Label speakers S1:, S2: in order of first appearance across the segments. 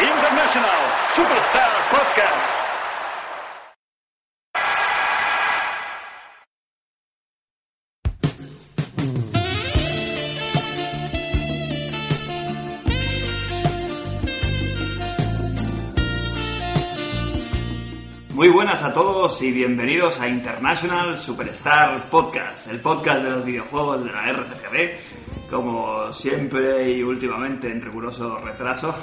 S1: International Superstar Podcast.
S2: Muy buenas a todos y bienvenidos a International Superstar Podcast, el podcast de los videojuegos de la RCGB, como siempre y últimamente en riguroso retraso.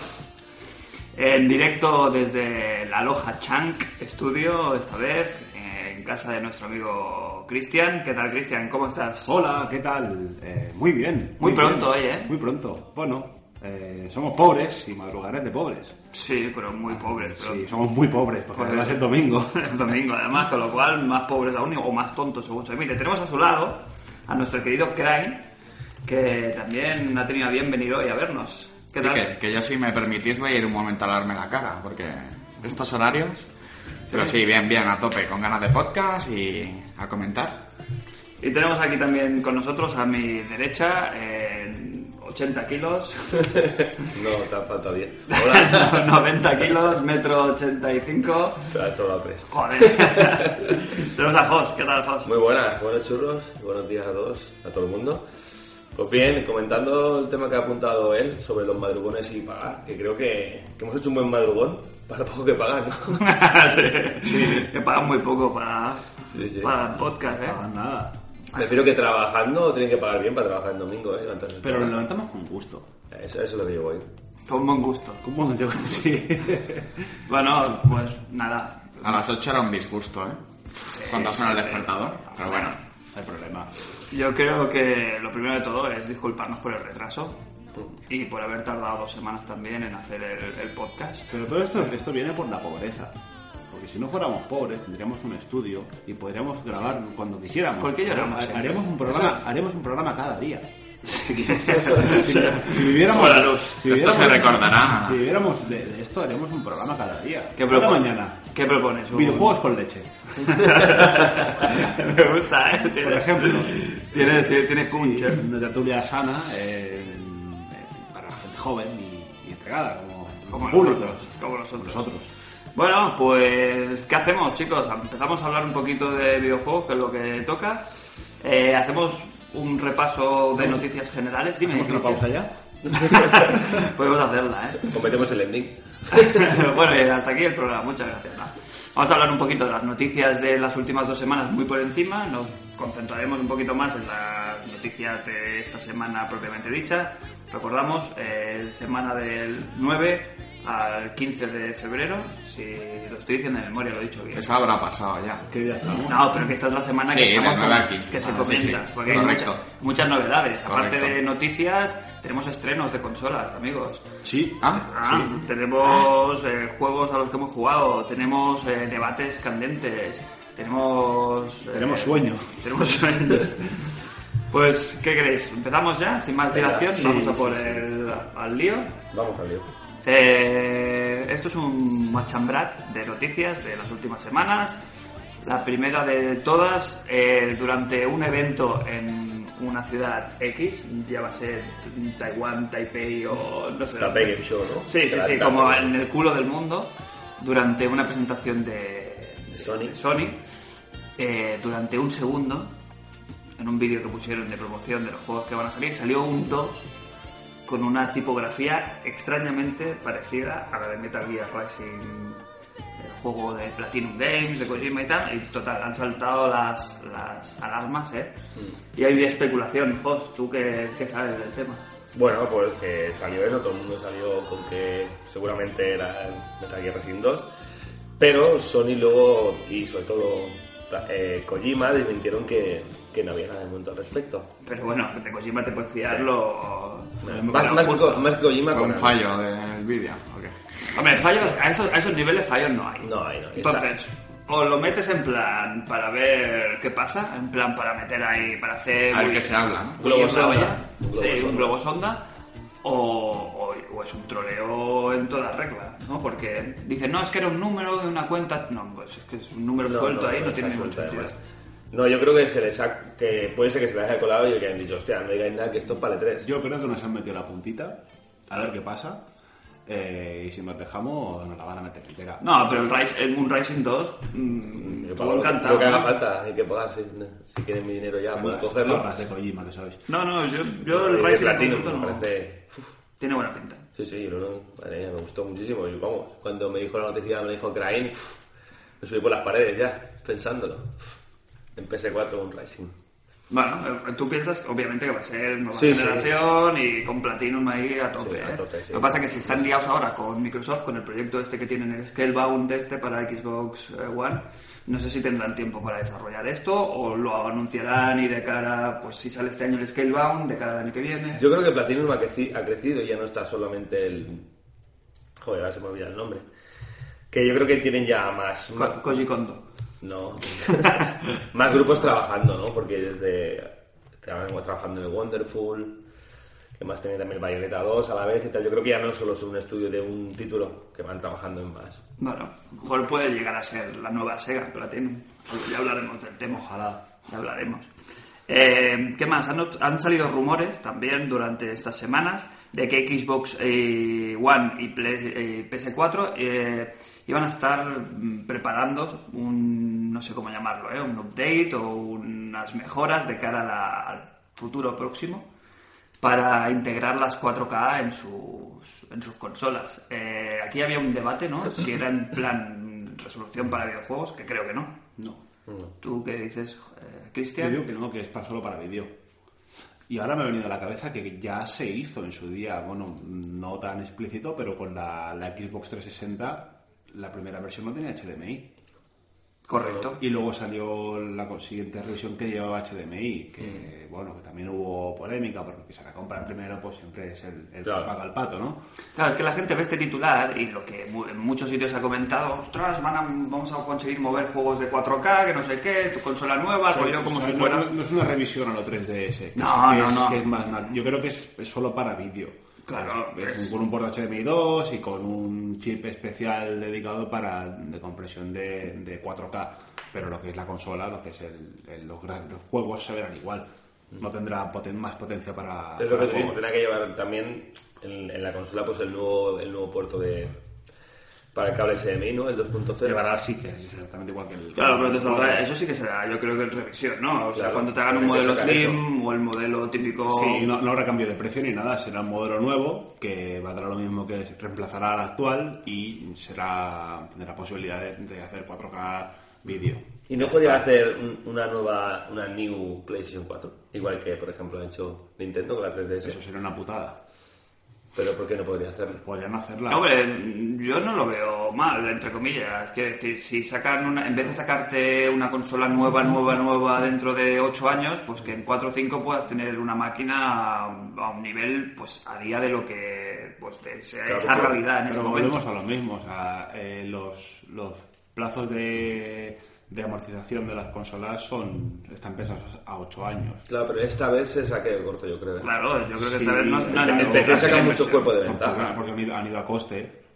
S2: En directo desde la Loja Chunk Studio, esta vez eh, en casa de nuestro amigo Cristian. ¿Qué tal, Cristian? ¿Cómo estás?
S3: Hola, ¿qué tal? Eh, muy bien.
S2: Muy pronto
S3: bien.
S2: hoy, ¿eh?
S3: Muy pronto. Bueno, eh, somos pobres y madrugarés de pobres.
S2: Sí, pero muy pobre. pero-
S3: Sí, somos muy pobres, porque
S2: Joder.
S3: además es domingo.
S2: el domingo además, con lo cual más pobres aún o más tontos según se mire. Tenemos a su lado a nuestro querido Crane, que también ha tenido a bien venir hoy a vernos. ¿Qué
S4: Sí,
S2: tal?
S4: que, que yo si me permitís voy a ir un momento a lavarme la cara, porque estos horarios... Pero sí, bien, bien, a tope, con ganas de podcast y a comentar.
S2: Y tenemos aquí también con nosotros a mi derecha, en 80 kilos,
S5: No, te ha faltado bien. Hola,
S2: 90 kilos, metro 85.
S5: te ha hecho la pres.
S2: Joder. tenemos a Jos, ¿qué tal Jos?
S5: Muy buenas, buenos churros, buenos días a todos, a todo el mundo. Pues bien, comentando el tema que ha apuntado él sobre los madrugones y pagar, que creo que, que hemos hecho un buen madrugón para poco que pagar, ¿no?
S2: Sí, Que pagan muy poco para,
S5: Sí, sí.
S2: para el podcast, ¿eh?
S3: Ah, nada.
S5: Prefiero que trabajando tienen que pagar bien para trabajar el domingo, ¿eh? Levantarse
S3: Pero nos
S5: temprano.
S3: levantamos con gusto.
S5: Eso, eso es lo que yo voy.
S2: Con buen gusto.
S3: Con buen gusto, sí.
S2: Bueno, pues nada,
S4: A las 8 era un disgusto, ¿eh? Cuando suena el despertador. Pero bueno,
S3: No hay problema.
S2: Yo creo que lo primero de todo es disculparnos por el retraso y por haber tardado dos semanas también en hacer el, el podcast.
S3: Pero todo esto, esto viene por la pobreza. Porque si no fuéramos pobres, tendríamos un estudio y podríamos grabar cuando quisiéramos.
S2: ¿Por qué lloramos siempre?
S3: Haríamos un programa, haremos un programa cada día.
S2: Sí.
S3: Si viviéramos,
S2: Como la luz.
S3: si
S4: esto se
S3: viviéramos-
S4: recordará.
S3: Si viviéramos de, de esto, haremos un programa cada día.
S2: ¿Qué,
S3: Ahora
S2: propo-
S3: mañana.
S2: ¿Qué propones? Hugo?
S3: Videojuegos con leche.
S2: Me gusta, ¿eh?
S3: Por
S2: Tienes-
S3: ejemplo,
S2: Tienes, tienes punch,
S3: es
S2: ¿eh?
S3: una tertulia sana eh, eh, para gente joven y, y entregada, como,
S2: Como
S3: públicos.
S2: nosotros, como nosotros.
S3: Nosotros.
S2: Bueno, pues, ¿qué hacemos, chicos? Empezamos a hablar un poquito de videojuegos, que es lo que toca. Eh, hacemos un repaso de noticias generales. Dime,
S3: ¿Hacemos una pausa
S2: Cristian.
S3: ya?
S2: Podemos hacerla, ¿eh?
S5: Cometemos el ending.
S2: bueno, y hasta aquí el programa. Muchas gracias. Va. Vamos a hablar un poquito de las noticias de las últimas dos semanas muy por encima. Nos concentraremos un poquito más en las noticias de esta semana propiamente dicha. Recordamos, eh, semana del 9 al 15 de febrero. Si lo estoy diciendo de memoria, lo he dicho bien.
S4: Eso habrá pasado ya.
S3: ¿Qué día estamos?
S2: No, pero que esta es la semana
S4: Sí,
S2: que, estamos
S4: del 9
S2: con-
S4: al 15.
S2: que se
S4: Ah, sí,
S2: comenta.
S4: sí.
S2: Porque hay
S4: Correcto.
S2: muchas, muchas novedades. Aparte
S4: Correcto.
S2: de noticias, tenemos estrenos de consolas, amigos.
S3: Sí.
S4: Ah,
S2: Ah, Tenemos eh, juegos a los que hemos jugado, tenemos eh, debates candentes, tenemos... eh,
S3: Tenemos sueño.
S2: Tenemos sueño. pues, ¿qué queréis? ¿Empezamos ya? Sin más
S5: Venga,
S2: dilación,
S5: sí,
S2: vamos a
S5: sí,
S2: por
S5: sí.
S2: el al lío.
S5: Vamos al lío.
S2: Eh, esto es un machambrat de noticias de las últimas semanas. La primera de todas, eh, durante un evento en una ciudad X, ya va a ser Taiwán, Taipei o no sé.
S5: Taipei Game Show, ¿no?
S2: Sí, sí,
S5: Será
S2: sí,
S5: el
S2: como
S5: Taipei.
S2: en el culo del mundo, durante una presentación de,
S5: De Sony.
S2: de Sony, eh, durante un segundo, en un vídeo que pusieron de promoción de los juegos que van a salir, salió un 2 con una tipografía extrañamente parecida a la de Metal Gear Rising, el juego de Platinum Games, de Kojima y tal, y total, han saltado las, las alarmas, ¿eh?
S5: Mm.
S2: Y hay especulación, Jos, ¿tú qué, qué sabes del tema?
S5: Bueno, pues que salió eso, todo el mundo salió con que seguramente era el Metal Gear Rising 2, pero Sony luego y sobre todo eh, Kojima desmintieron que, que no había nada de momento al respecto.
S2: Pero bueno, de Kojima te puedes fiar lo...
S5: Más,
S2: lo
S5: más, que,
S2: justo.
S5: Ko- más que Kojima
S4: fue un
S5: Konami.
S4: fallo del vídeo. ok.
S2: Hombre, fallos, a esos, a esos niveles fallos no hay.
S5: No hay, no hay.
S2: Entonces, o lo metes en plan para ver qué pasa, en plan para meter ahí, para hacer...
S4: A ver
S2: muy-
S4: qué se habla, ¿no?
S5: Globo
S2: muy
S5: sonda.
S2: olla,
S5: Un globo
S2: sí, un
S5: sonda.
S2: globo sonda, o, o- o es un troleo en todas reglas, ¿no? Porque dicen, no, es que era un número de una cuenta... No, pues es que es un número suelto ahí, no
S5: está
S2: tiene ningún
S5: suelto,
S2: sentido.
S5: además. No, yo creo que se les ha, que puede ser que se les haya colado y que E hayan dicho, hostia, no digáis nada que esto es para 3.
S3: Yo creo que nos han metido la puntita. A ver qué pasa. eh, y si nos dejamos nos la van a meter entera.
S2: No, pero el, Rise, el Moon Rising 2, mm,
S5: Yo
S2: estuvo
S5: pago lo que- Lo
S2: encantado.
S5: que haga falta, hay que pagar. Si, si quieren mi dinero ya, pueden
S3: Las
S5: pues cogerlo.
S3: zorras de Kojima, que sabéis.
S2: No, no, yo, yo el
S5: Y de
S2: Rising
S5: Platinum,
S2: conjunto
S5: me
S2: no-
S5: parece.
S2: tiene buena pinta.
S5: Sí, sí, no, no, madre mía, me gustó muchísimo. Y vamos, cuando me dijo la noticia, me dijo Crane, me subí por las paredes ya, pensándolo. En PS4 un Rising.
S2: Bueno, eh, tú piensas, obviamente, que va a ser nueva
S5: Sí, sí.
S2: generación y con Platinum ahí a tope.
S5: Sí, a
S2: ¿eh?
S5: tope, sí.
S2: Lo que pasa es que si están liados ahora con Microsoft, con el proyecto este que tienen, el Scalebound este para Xbox eh, One, no sé si tendrán tiempo para desarrollar esto o lo anunciarán y de cara, pues si sale este año el Scalebound, de cara al año que viene.
S5: Yo creo que Platinum ha, creci- ha crecido y ya no está solamente el. Joder, ahora se me olvida el nombre. Que yo creo que tienen ya más.
S2: Co- Koji Kondo.
S5: No. más grupos trabajando, ¿no? Porque desde. Estamos trabajando en el Wonderful. Que más tiene también el Bayonetta 2 a la vez y tal. Yo creo que ya no solo es un estudio de un título, que van trabajando en más.
S2: Bueno, a lo mejor puede llegar a ser la nueva Sega Platinum. Ya hablaremos del tema.
S3: Ojalá.
S2: Ya hablaremos. Eh, ¿Qué más? Han, han salido rumores también durante estas semanas de que Xbox eh, One y Play- eh, PS4 eh, iban a estar mm, preparando un, no sé cómo llamarlo, ¿eh? un update o unas mejoras de cara a la- al futuro próximo para integrar las 4K en sus, en sus consolas. Eh, aquí había un debate, ¿no? Si era en plan resolución para videojuegos, que creo que no.
S3: No.
S2: ¿Tú qué dices, eh,
S3: Yo
S2: Cristian?
S3: digo que no, que es para solo para vídeo. Y ahora me ha venido a la cabeza que ya se hizo en su día, bueno, no tan explícito, pero con la, la Xbox 360, la primera versión no tenía HDMI.
S2: Correcto.
S3: Y luego salió la siguiente revisión que llevaba HDMI,
S5: Mm.
S3: que bueno, que también hubo polémica, porque se la compran primero, pues siempre es el, el
S5: Claro.
S3: que paga el pato, ¿no?
S2: Claro, es que la gente ve este titular y lo que mu- en muchos sitios se ha comentado, ostras, van a- vamos a conseguir mover juegos de 4K, que no sé qué, tu consola nueva, rollo como
S3: O sea,
S2: si
S3: no-
S2: fuera...
S3: no, no es una revisión a lo 3DS. que
S2: No,
S3: es-
S2: no,
S3: es-
S2: no.
S3: que es más nat- yo creo que es, es solo para vídeo.
S2: Claro,
S3: Es
S2: es-
S3: con un puerto HDMI 2 y con un chip especial dedicado para de compresión de, de 4K. Pero lo que es la consola, lo que es el, el- los, gra- los juegos se verán igual. No tendrá poten- más potencia para.
S5: Es lo
S3: para
S5: que
S3: juegos.
S5: tendrá que llevar también en, en la consola pues el nuevo, el nuevo puerto de para el cable HDMI, ¿no? El 2.0.
S3: Llevará sí que es exactamente igual que el.
S2: Claro, pero te saldrá- eso sí que será, yo creo que en revisión, ¿no? O sea,
S5: Claro,
S2: cuando te hagan un
S5: tienen que
S2: modelo
S5: sacar
S2: Slim o el modelo típico...
S3: Sí, no, no habrá cambio de precio ni nada, será un modelo nuevo que valdrá lo mismo que reemplazará al actual y será tendrá posibilidad de, de hacer 4K vídeo.
S5: Y no podría hacer un- una nueva, una new PlayStation 4, igual que por ejemplo ha hecho Nintendo con la 3DS.
S3: Eso sería una putada.
S5: Pero ¿por qué no podría hacerlo?
S3: Podrían hacerla.
S2: No, hombre, yo no lo veo mal, entre comillas. Quiero decir, si sacan una, en vez de sacarte una consola nueva, nueva, nueva dentro de 8 años, pues que en 4 o 5 puedas tener una máquina a un nivel, pues a día de lo que pues, de esa,
S5: Claro,
S2: esa
S5: pero-
S2: realidad en ese
S3: Pero
S2: este momento.
S3: volvemos a lo mismo, o sea, eh, los, los plazos de, de amortización de las consolas son están pensados a 8 años.
S5: Claro, pero esta vez se saque de corto, yo creo. ¿eh?
S2: Claro, yo creo que
S3: Sí,
S2: esta vez no, no-
S3: el
S2: no-
S5: PC
S2: no-
S5: saca
S2: no-
S5: mucho cuerpo de
S3: Porque,
S5: ventaja.
S3: porque han, ido, han ido a coste.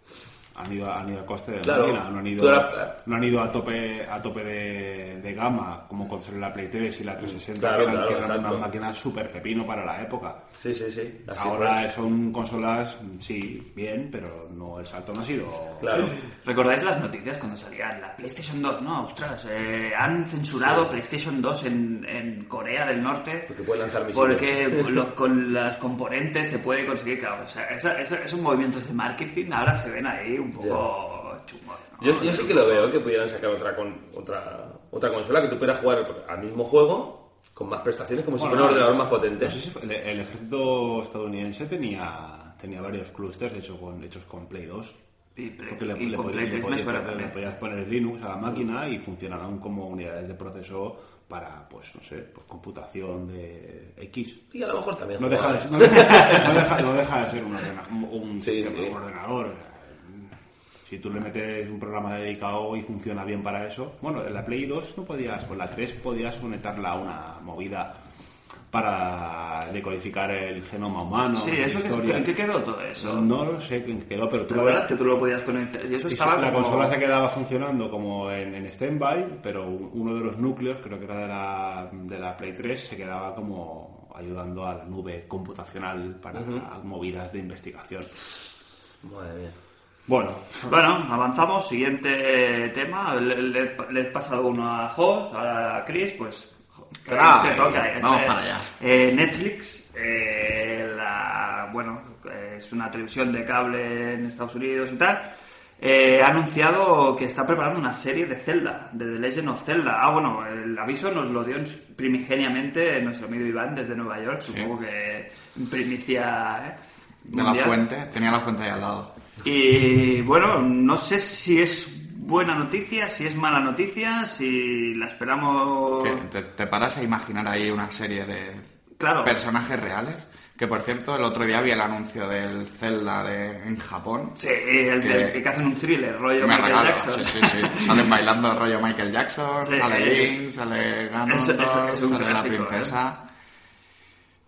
S3: Han ido, han ido a coste de la
S5: Claro.
S3: máquina, no han
S5: Tú
S3: ido,
S5: la-
S3: no han ido a tope a tope de, de gama como consola la Play 3 y la 360
S5: Mm. Claro,
S3: que eran,
S5: claro,
S3: que eran
S5: exacto.
S3: unas máquinas súper pepino para la época.
S5: Sí, sí, sí. Así
S3: Ahora son consolas, sí, bien, pero no el salto no ha sido
S5: fue. Claro.
S2: ¿Recordáis las noticias cuando salían la PlayStation 2? No, ostras, eh, han censurado PlayStation 2 en, en Corea del Norte
S5: Porque pueden lanzar misiles.
S2: porque los- con las componentes se puede conseguir, claro, o sea, esa- esa- esos movimientos de marketing ahora se ven ahí un poco chungos. ¿no?
S5: Yo, yo sí que lo veo que pudieran sacar otra con, otra otra consola que tú pudieras jugar al mismo juego con más prestaciones como si
S3: Bueno,
S5: fuera un ordenador más
S3: No
S5: potente.
S3: sé si fue- el, el ejército estadounidense tenía tenía varios clusters hechos con hechos con Play 2.
S2: Y, Play-
S3: Porque le,
S2: y
S3: le
S2: con
S3: podías-
S2: Play
S3: le
S2: 3 me
S3: podías-
S2: suena
S3: le
S2: también.
S3: podías poner Linux a la máquina y funcionaban como unidades de proceso para, pues, no sé, pues, computación de X.
S5: Y a lo mejor también.
S3: No
S5: jugar.
S3: deja de, no deja, no deja- no deja de ser un, ordena- un
S5: Sí,
S3: sistema,
S5: sí.
S3: un ordenador. O sea, Si tú le metes un programa dedicado y funciona bien para eso. Bueno, en la Play 2 no podías, con la 3 podías conectarla a una movida para decodificar el genoma humano.
S2: Sí,
S3: esa
S2: eso que,
S3: historia.
S2: ¿en qué quedó todo eso?
S3: No lo sé quién quedó, pero tú
S2: la
S3: lo
S2: verdad
S3: verás
S2: es que tú lo podías conectar. Y eso
S3: y
S2: estaba
S3: la
S2: como-
S3: consola se quedaba funcionando como en, en stand-by, pero u- uno de los núcleos, creo que era de la, de la Play 3, se quedaba como ayudando a la nube computacional para movidas de investigación.
S5: Madre mía.
S3: Bueno,
S2: Bueno, avanzamos. Siguiente tema. Le, le- le he pasado uno a Hoss, a Chris, pues.
S4: Caray,
S2: te toca.
S4: vamos para allá.
S2: Eh, Netflix, eh, la- bueno, eh, es una televisión de cable en Estados Unidos y tal. eh, ha anunciado que está preparando una serie de Zelda, de The Legend of Zelda. Ah, bueno, el aviso nos lo dio primigeniamente nuestro amigo Iván desde Nueva York, supongo que primicia. ¿eh?
S4: De la
S2: mundial.
S4: fuente, tenía la fuente ahí al lado.
S2: Y bueno, no sé si es buena noticia, si es mala noticia, si la esperamos.
S4: Que Te, te paras a imaginar ahí una serie de
S2: Claro.
S4: personajes reales. Que por cierto, el otro día vi el anuncio del Zelda de, en Japón.
S2: Sí, el de-
S4: Que-
S2: que hacen un thriller, rollo
S4: Me
S2: Michael
S4: regalo,
S2: Jackson.
S4: sí, sí, sí. Salen bailando rollo Michael Jackson,
S2: Sí,
S4: sale
S2: eh,
S4: Link, sale Ganondorf,
S2: es- es- es un
S4: sale la
S2: clásico, ¿eh?
S4: princesa.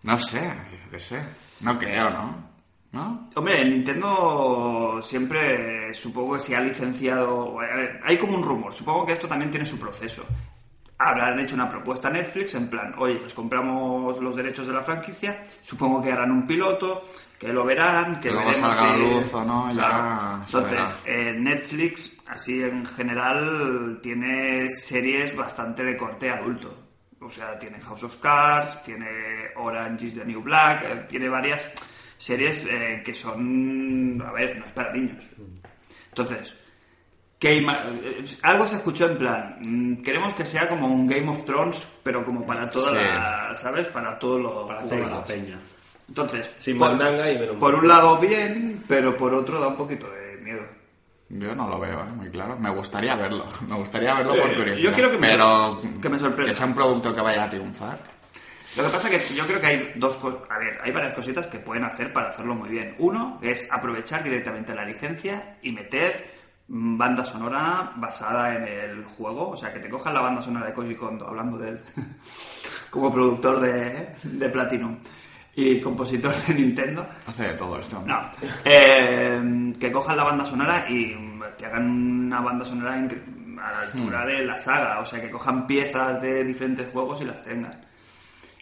S4: No sé, yo qué sé. No creo, ¿no? ¿No?
S2: Hombre, Nintendo siempre eh, supongo que si ha licenciado. a ver, Hay como un rumor, supongo que esto también tiene su proceso. Habrán hecho una propuesta a Netflix en plan, oye, pues compramos los derechos de la franquicia, supongo que harán un piloto, que lo verán, que
S4: Que luego
S2: veremos
S4: salga a
S2: si-
S4: la luz o no, ya se
S2: Entonces, eh, Netflix, así en general, tiene series bastante de corte adulto. O sea, tiene House of Cards, tiene Orange is the New Black, eh, tiene varias series eh, que son, a ver, no es para niños. Entonces, que ima- eh, algo se escuchó en plan, mm, queremos que sea como un Game of Thrones, pero como para toda
S4: Sí.
S2: la, ¿sabes? Para todos los
S3: para toda la
S2: públicos.
S3: peña.
S2: Entonces,
S5: Sin
S2: por-
S5: mandanga y menos
S2: por
S5: mal.
S2: un lado bien, pero por otro da un poquito de miedo.
S4: Yo no lo veo, ¿eh? muy claro. Me gustaría verlo. Me gustaría verlo
S2: Eh,
S4: por curiosidad.
S2: yo quiero que me-
S4: pero
S2: que me sorprenda.
S4: Que sea un producto que vaya a triunfar.
S2: Lo que pasa es que yo creo que hay dos cosas, a ver, hay varias cositas que pueden hacer para hacerlo muy bien. Uno es aprovechar directamente la licencia y meter mm, banda sonora basada en el juego, o sea, que te cojan la banda sonora de Koji Kondo, hablando de él, como productor de, de Platinum y compositor de Nintendo.
S4: Hace de todo esto.
S2: No. Eh, que cojan la banda sonora y que hagan una banda sonora en- a la altura de la saga. O sea, que cojan piezas de diferentes juegos y las tengan.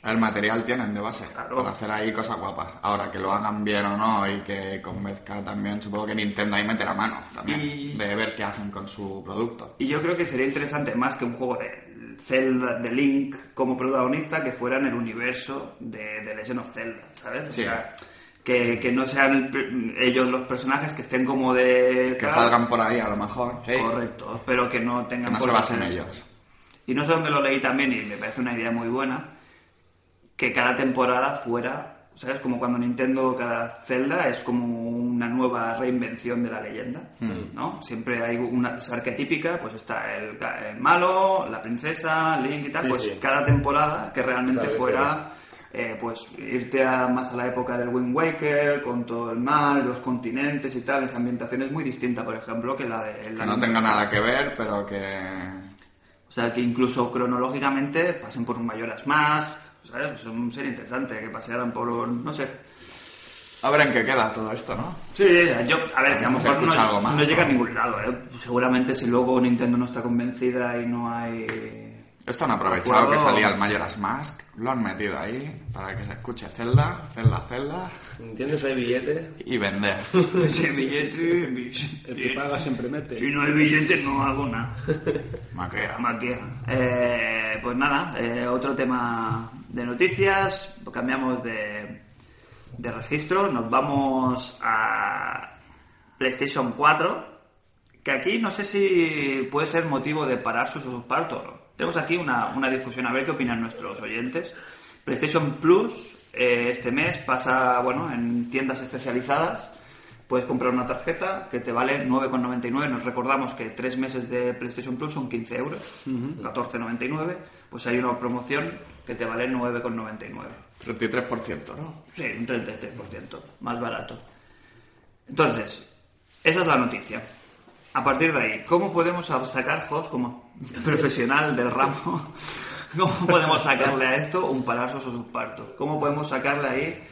S4: El material tienen de base
S2: Claro.
S4: para hacer ahí cosas guapas. Ahora, que lo hagan bien o no y que convenzca también, supongo que Nintendo ahí meterá mano también
S2: Y-
S4: de ver qué hacen con su producto.
S2: Y yo creo que sería interesante más que un juego de Zelda, de Link como protagonista, que fuera en el universo de, de Legend of Zelda, ¿sabes? O
S4: Sí.
S2: sea, que, que no sean el pr- ellos los personajes que estén como de...
S4: Que salgan por ahí a lo mejor. hey,
S2: Correcto, pero que no
S4: que
S2: tengan...
S4: no
S2: por
S4: se
S2: qué
S4: basen
S2: ser-
S4: ellos.
S2: Y no sé dónde lo leí también, y me parece una idea muy buena, que cada temporada fuera, ¿sabes? Como cuando Nintendo, cada celda es como una nueva reinvención de la leyenda,
S5: Mm.
S2: ¿no? Siempre hay una es arquetípica, pues está el, ga- el malo, la princesa, Link y tal,
S5: Sí,
S2: pues
S5: sí.
S2: cada temporada que realmente
S5: Cada vez
S2: fuera... eh, pues irte a- más a la época del Wind Waker, con todo el mar, los continentes y tal, esa ambientación es muy distinta, por ejemplo, que la de...
S4: Que
S2: la
S4: no tenga nada que ver, pero que...
S2: o sea, que incluso cronológicamente pasen por un mayoras más, ¿sabes? Es un sería interesante que pasearan por un, no sé.
S4: A ver en qué queda todo esto, ¿no?
S2: Sí, yo, a ver, que a lo
S4: Se
S2: mejor no,
S4: escucha algo más,
S2: no llega a
S4: ¿no?
S2: ningún lado, ¿eh? Seguramente si luego Nintendo no está convencida y no hay...
S4: Esto han aprovechado que
S2: Acuerdo.
S4: salía el Majora's Mask, lo han metido ahí para que se escuche Zelda, Zelda, Zelda
S5: ¿Entiendes? Hay billetes.
S4: y vender.
S2: Ese billete...
S3: El que paga siempre mete.
S2: Si no hay billete no hago nada.
S4: Maquea.
S2: Maquia. Eh, pues nada, eh, otro tema de noticias. Cambiamos de, de registro. Nos vamos a PlayStation 4. Que aquí no sé si puede ser motivo de parar sus sus partos o no. Tenemos aquí una, una discusión a ver qué opinan nuestros oyentes. PlayStation Plus eh, este mes pasa, bueno, en tiendas especializadas. Puedes comprar una tarjeta que te vale 9,99. Nos recordamos que tres meses de PlayStation Plus son 15 euros, 14,99. Pues hay una promoción que te vale 9,99.
S4: 33%, ¿no?
S2: Sí, un 33%, más barato. Entonces, esa es la noticia. A partir de ahí, ¿cómo podemos sacar, Jos, como profesional del ramo, cómo podemos sacarle a esto un palazo o sus partos? ¿Cómo podemos sacarle ahí?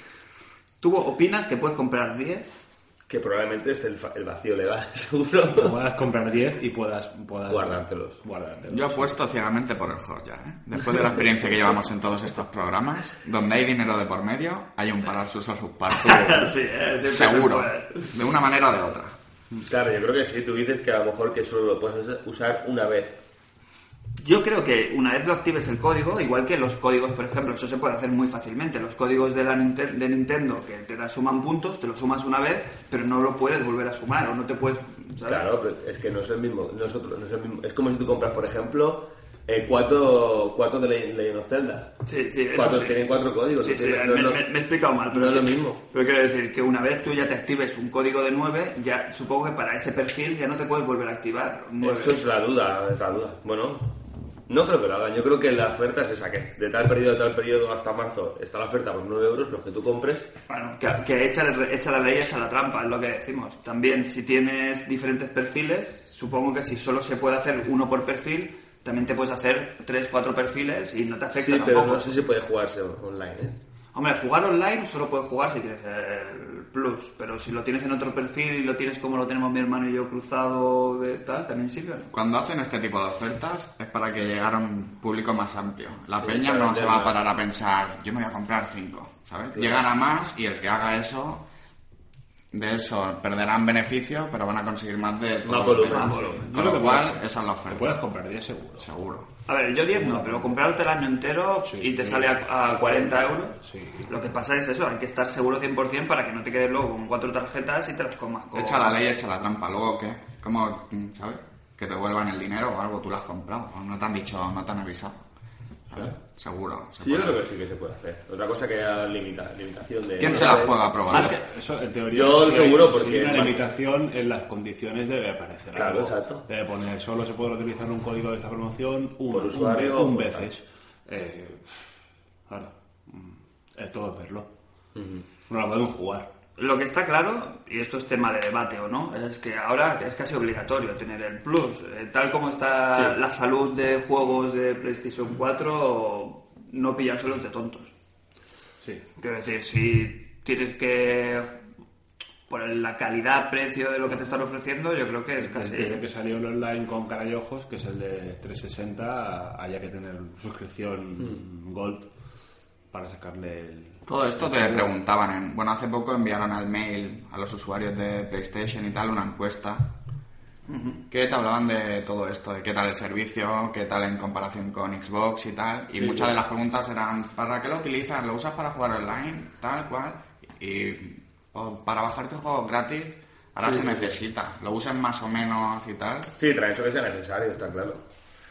S2: ¿Tú opinas que puedes comprar 10?
S5: Que probablemente esté el, fa- el vacío legal, seguro.
S3: Puedas comprar 10 y puedas, puedas
S5: Guardártelos.
S3: guardártelos.
S4: Yo apuesto ciegamente por el Hot ya, ¿eh? Después de la experiencia que llevamos en todos estos programas, donde hay dinero de por medio, hay un parar sus a sus partes.
S2: sí, eh, siempre se
S4: seguro.
S2: puede.
S4: De una manera o de otra.
S5: Claro, yo creo que sí. Tú dices que a lo mejor que solo lo puedes usar una vez.
S2: Yo creo que una vez lo actives el código, igual que los códigos, por ejemplo, eso se puede hacer muy fácilmente. Los códigos de, la Ninte- de Nintendo que te da, suman puntos, te lo sumas una vez, pero no lo puedes volver a sumar o no te puedes. ¿sabes?
S5: Claro, pero es que no es el mismo. Nosotros, no es, el mismo. es como si tú compras, por ejemplo, eh, cuatro, cuatro de Legend Legend of Zelda.
S2: Sí, sí, eso
S5: Cuatro
S2: sí.
S5: tienen cuatro códigos.
S2: Sí,
S5: no
S2: sí,
S5: tienen- no-
S2: me,
S5: no-
S2: me- me he explicado mal.
S5: No es lo
S2: que-
S5: mismo.
S2: Pero quiero decir que una vez tú ya te actives un código de 9, ya supongo que para ese perfil ya no te puedes volver a activar. los nueve.
S5: Pues Eso es la duda, es la duda. Bueno, no creo que lo hagan. Yo creo que la oferta es esa, que de tal periodo a tal periodo hasta marzo está la oferta por 9 euros, los que tú compres.
S2: Bueno, que, que echa, echa la ley, echa la trampa, es lo que decimos. También, si tienes diferentes perfiles, supongo que si solo se puede hacer uno por perfil, también te puedes hacer tres, cuatro perfiles y no te afecta
S5: Sí, pero
S2: tampoco.
S5: no sé si puede jugarse online, ¿eh?
S2: Hombre, jugar online solo puedes jugar si tienes el plus, pero si lo tienes en otro perfil y lo tienes como lo tenemos mi hermano y yo cruzado de tal, también sirve. ¿no?
S4: Cuando hacen este tipo de ofertas es para que llegara un público más amplio. La
S5: Sí,
S4: peña
S5: para
S4: no se va a
S5: vender más.
S4: parar a pensar, yo me voy a comprar cinco, ¿sabes? Llegan a más y el que haga eso, de eso perderán beneficio, pero van a conseguir más de todo lo
S5: Más volumen,
S4: demás.
S5: más volumen.
S4: Con
S3: Yo creo
S4: lo
S3: que
S4: cual,
S3: puedes-
S4: esa es la
S3: Te
S4: oferta.
S3: puedes comprar 10 seguro.
S4: Seguro.
S2: A ver, yo 10 no, pero comprarte el año entero y te sale a, a 40 euros.
S3: Sí.
S2: Lo que pasa es eso, hay que estar seguro 100% para que no te quedes luego con cuatro tarjetas y te las comas. Con...
S4: Echa la ley, echa la trampa. Luego, ¿qué? ¿Cómo, mm, sabes? Que te vuelvan el dinero o algo, tú lo has comprado. O no te han dicho, no te han avisado. ¿Sabes? Seguro. se
S5: Sí, yo
S4: puede.
S5: creo que sí que se puede hacer. Otra cosa que haya limita, limitación de...
S4: ¿Quién
S5: no
S4: se la
S5: sé.
S4: juega a probar?
S2: Más que-
S3: Eso, en teoría,
S5: Yo
S3: sí hay-
S5: seguro,
S3: sí
S5: porque-
S3: hay una limitación en las condiciones debe aparecer.
S5: Claro,
S3: algo.
S5: exacto.
S3: Debe poner, solo se podrá utilizar un código de esta promoción un,
S5: Por usuario,
S3: un, un
S5: por
S3: veces. Eh, claro, mm, es todo verlo. No la podemos jugar.
S2: Lo que está claro, y esto es tema de debate o no, es que ahora es casi obligatorio tener el Plus. Eh, Tal como está
S5: Sí.
S2: la salud de juegos de PlayStation 4, no pillárselos de tontos.
S3: Sí.
S2: Quiero decir, si tienes que... Por la calidad, precio de lo que te están ofreciendo, yo creo que es casi...
S3: Desde que salió el online con cara y ojos, que es el de 360, haya que tener suscripción
S5: Mm.
S3: Gold para sacarle el,
S4: Todo esto te preguntaban. En, bueno, hace poco enviaron al mail a los usuarios de PlayStation y tal una encuesta que te hablaban de todo esto, de qué tal el servicio, qué tal en comparación con Xbox y tal. Y muchas de las preguntas eran, ¿para qué lo utilizas? ¿Lo usas para jugar online? Tal cual. Y o para bajarte juegos gratis, ahora se necesita. Lo uses más o menos y tal.
S5: Sí, traen eso que sea necesario, está claro.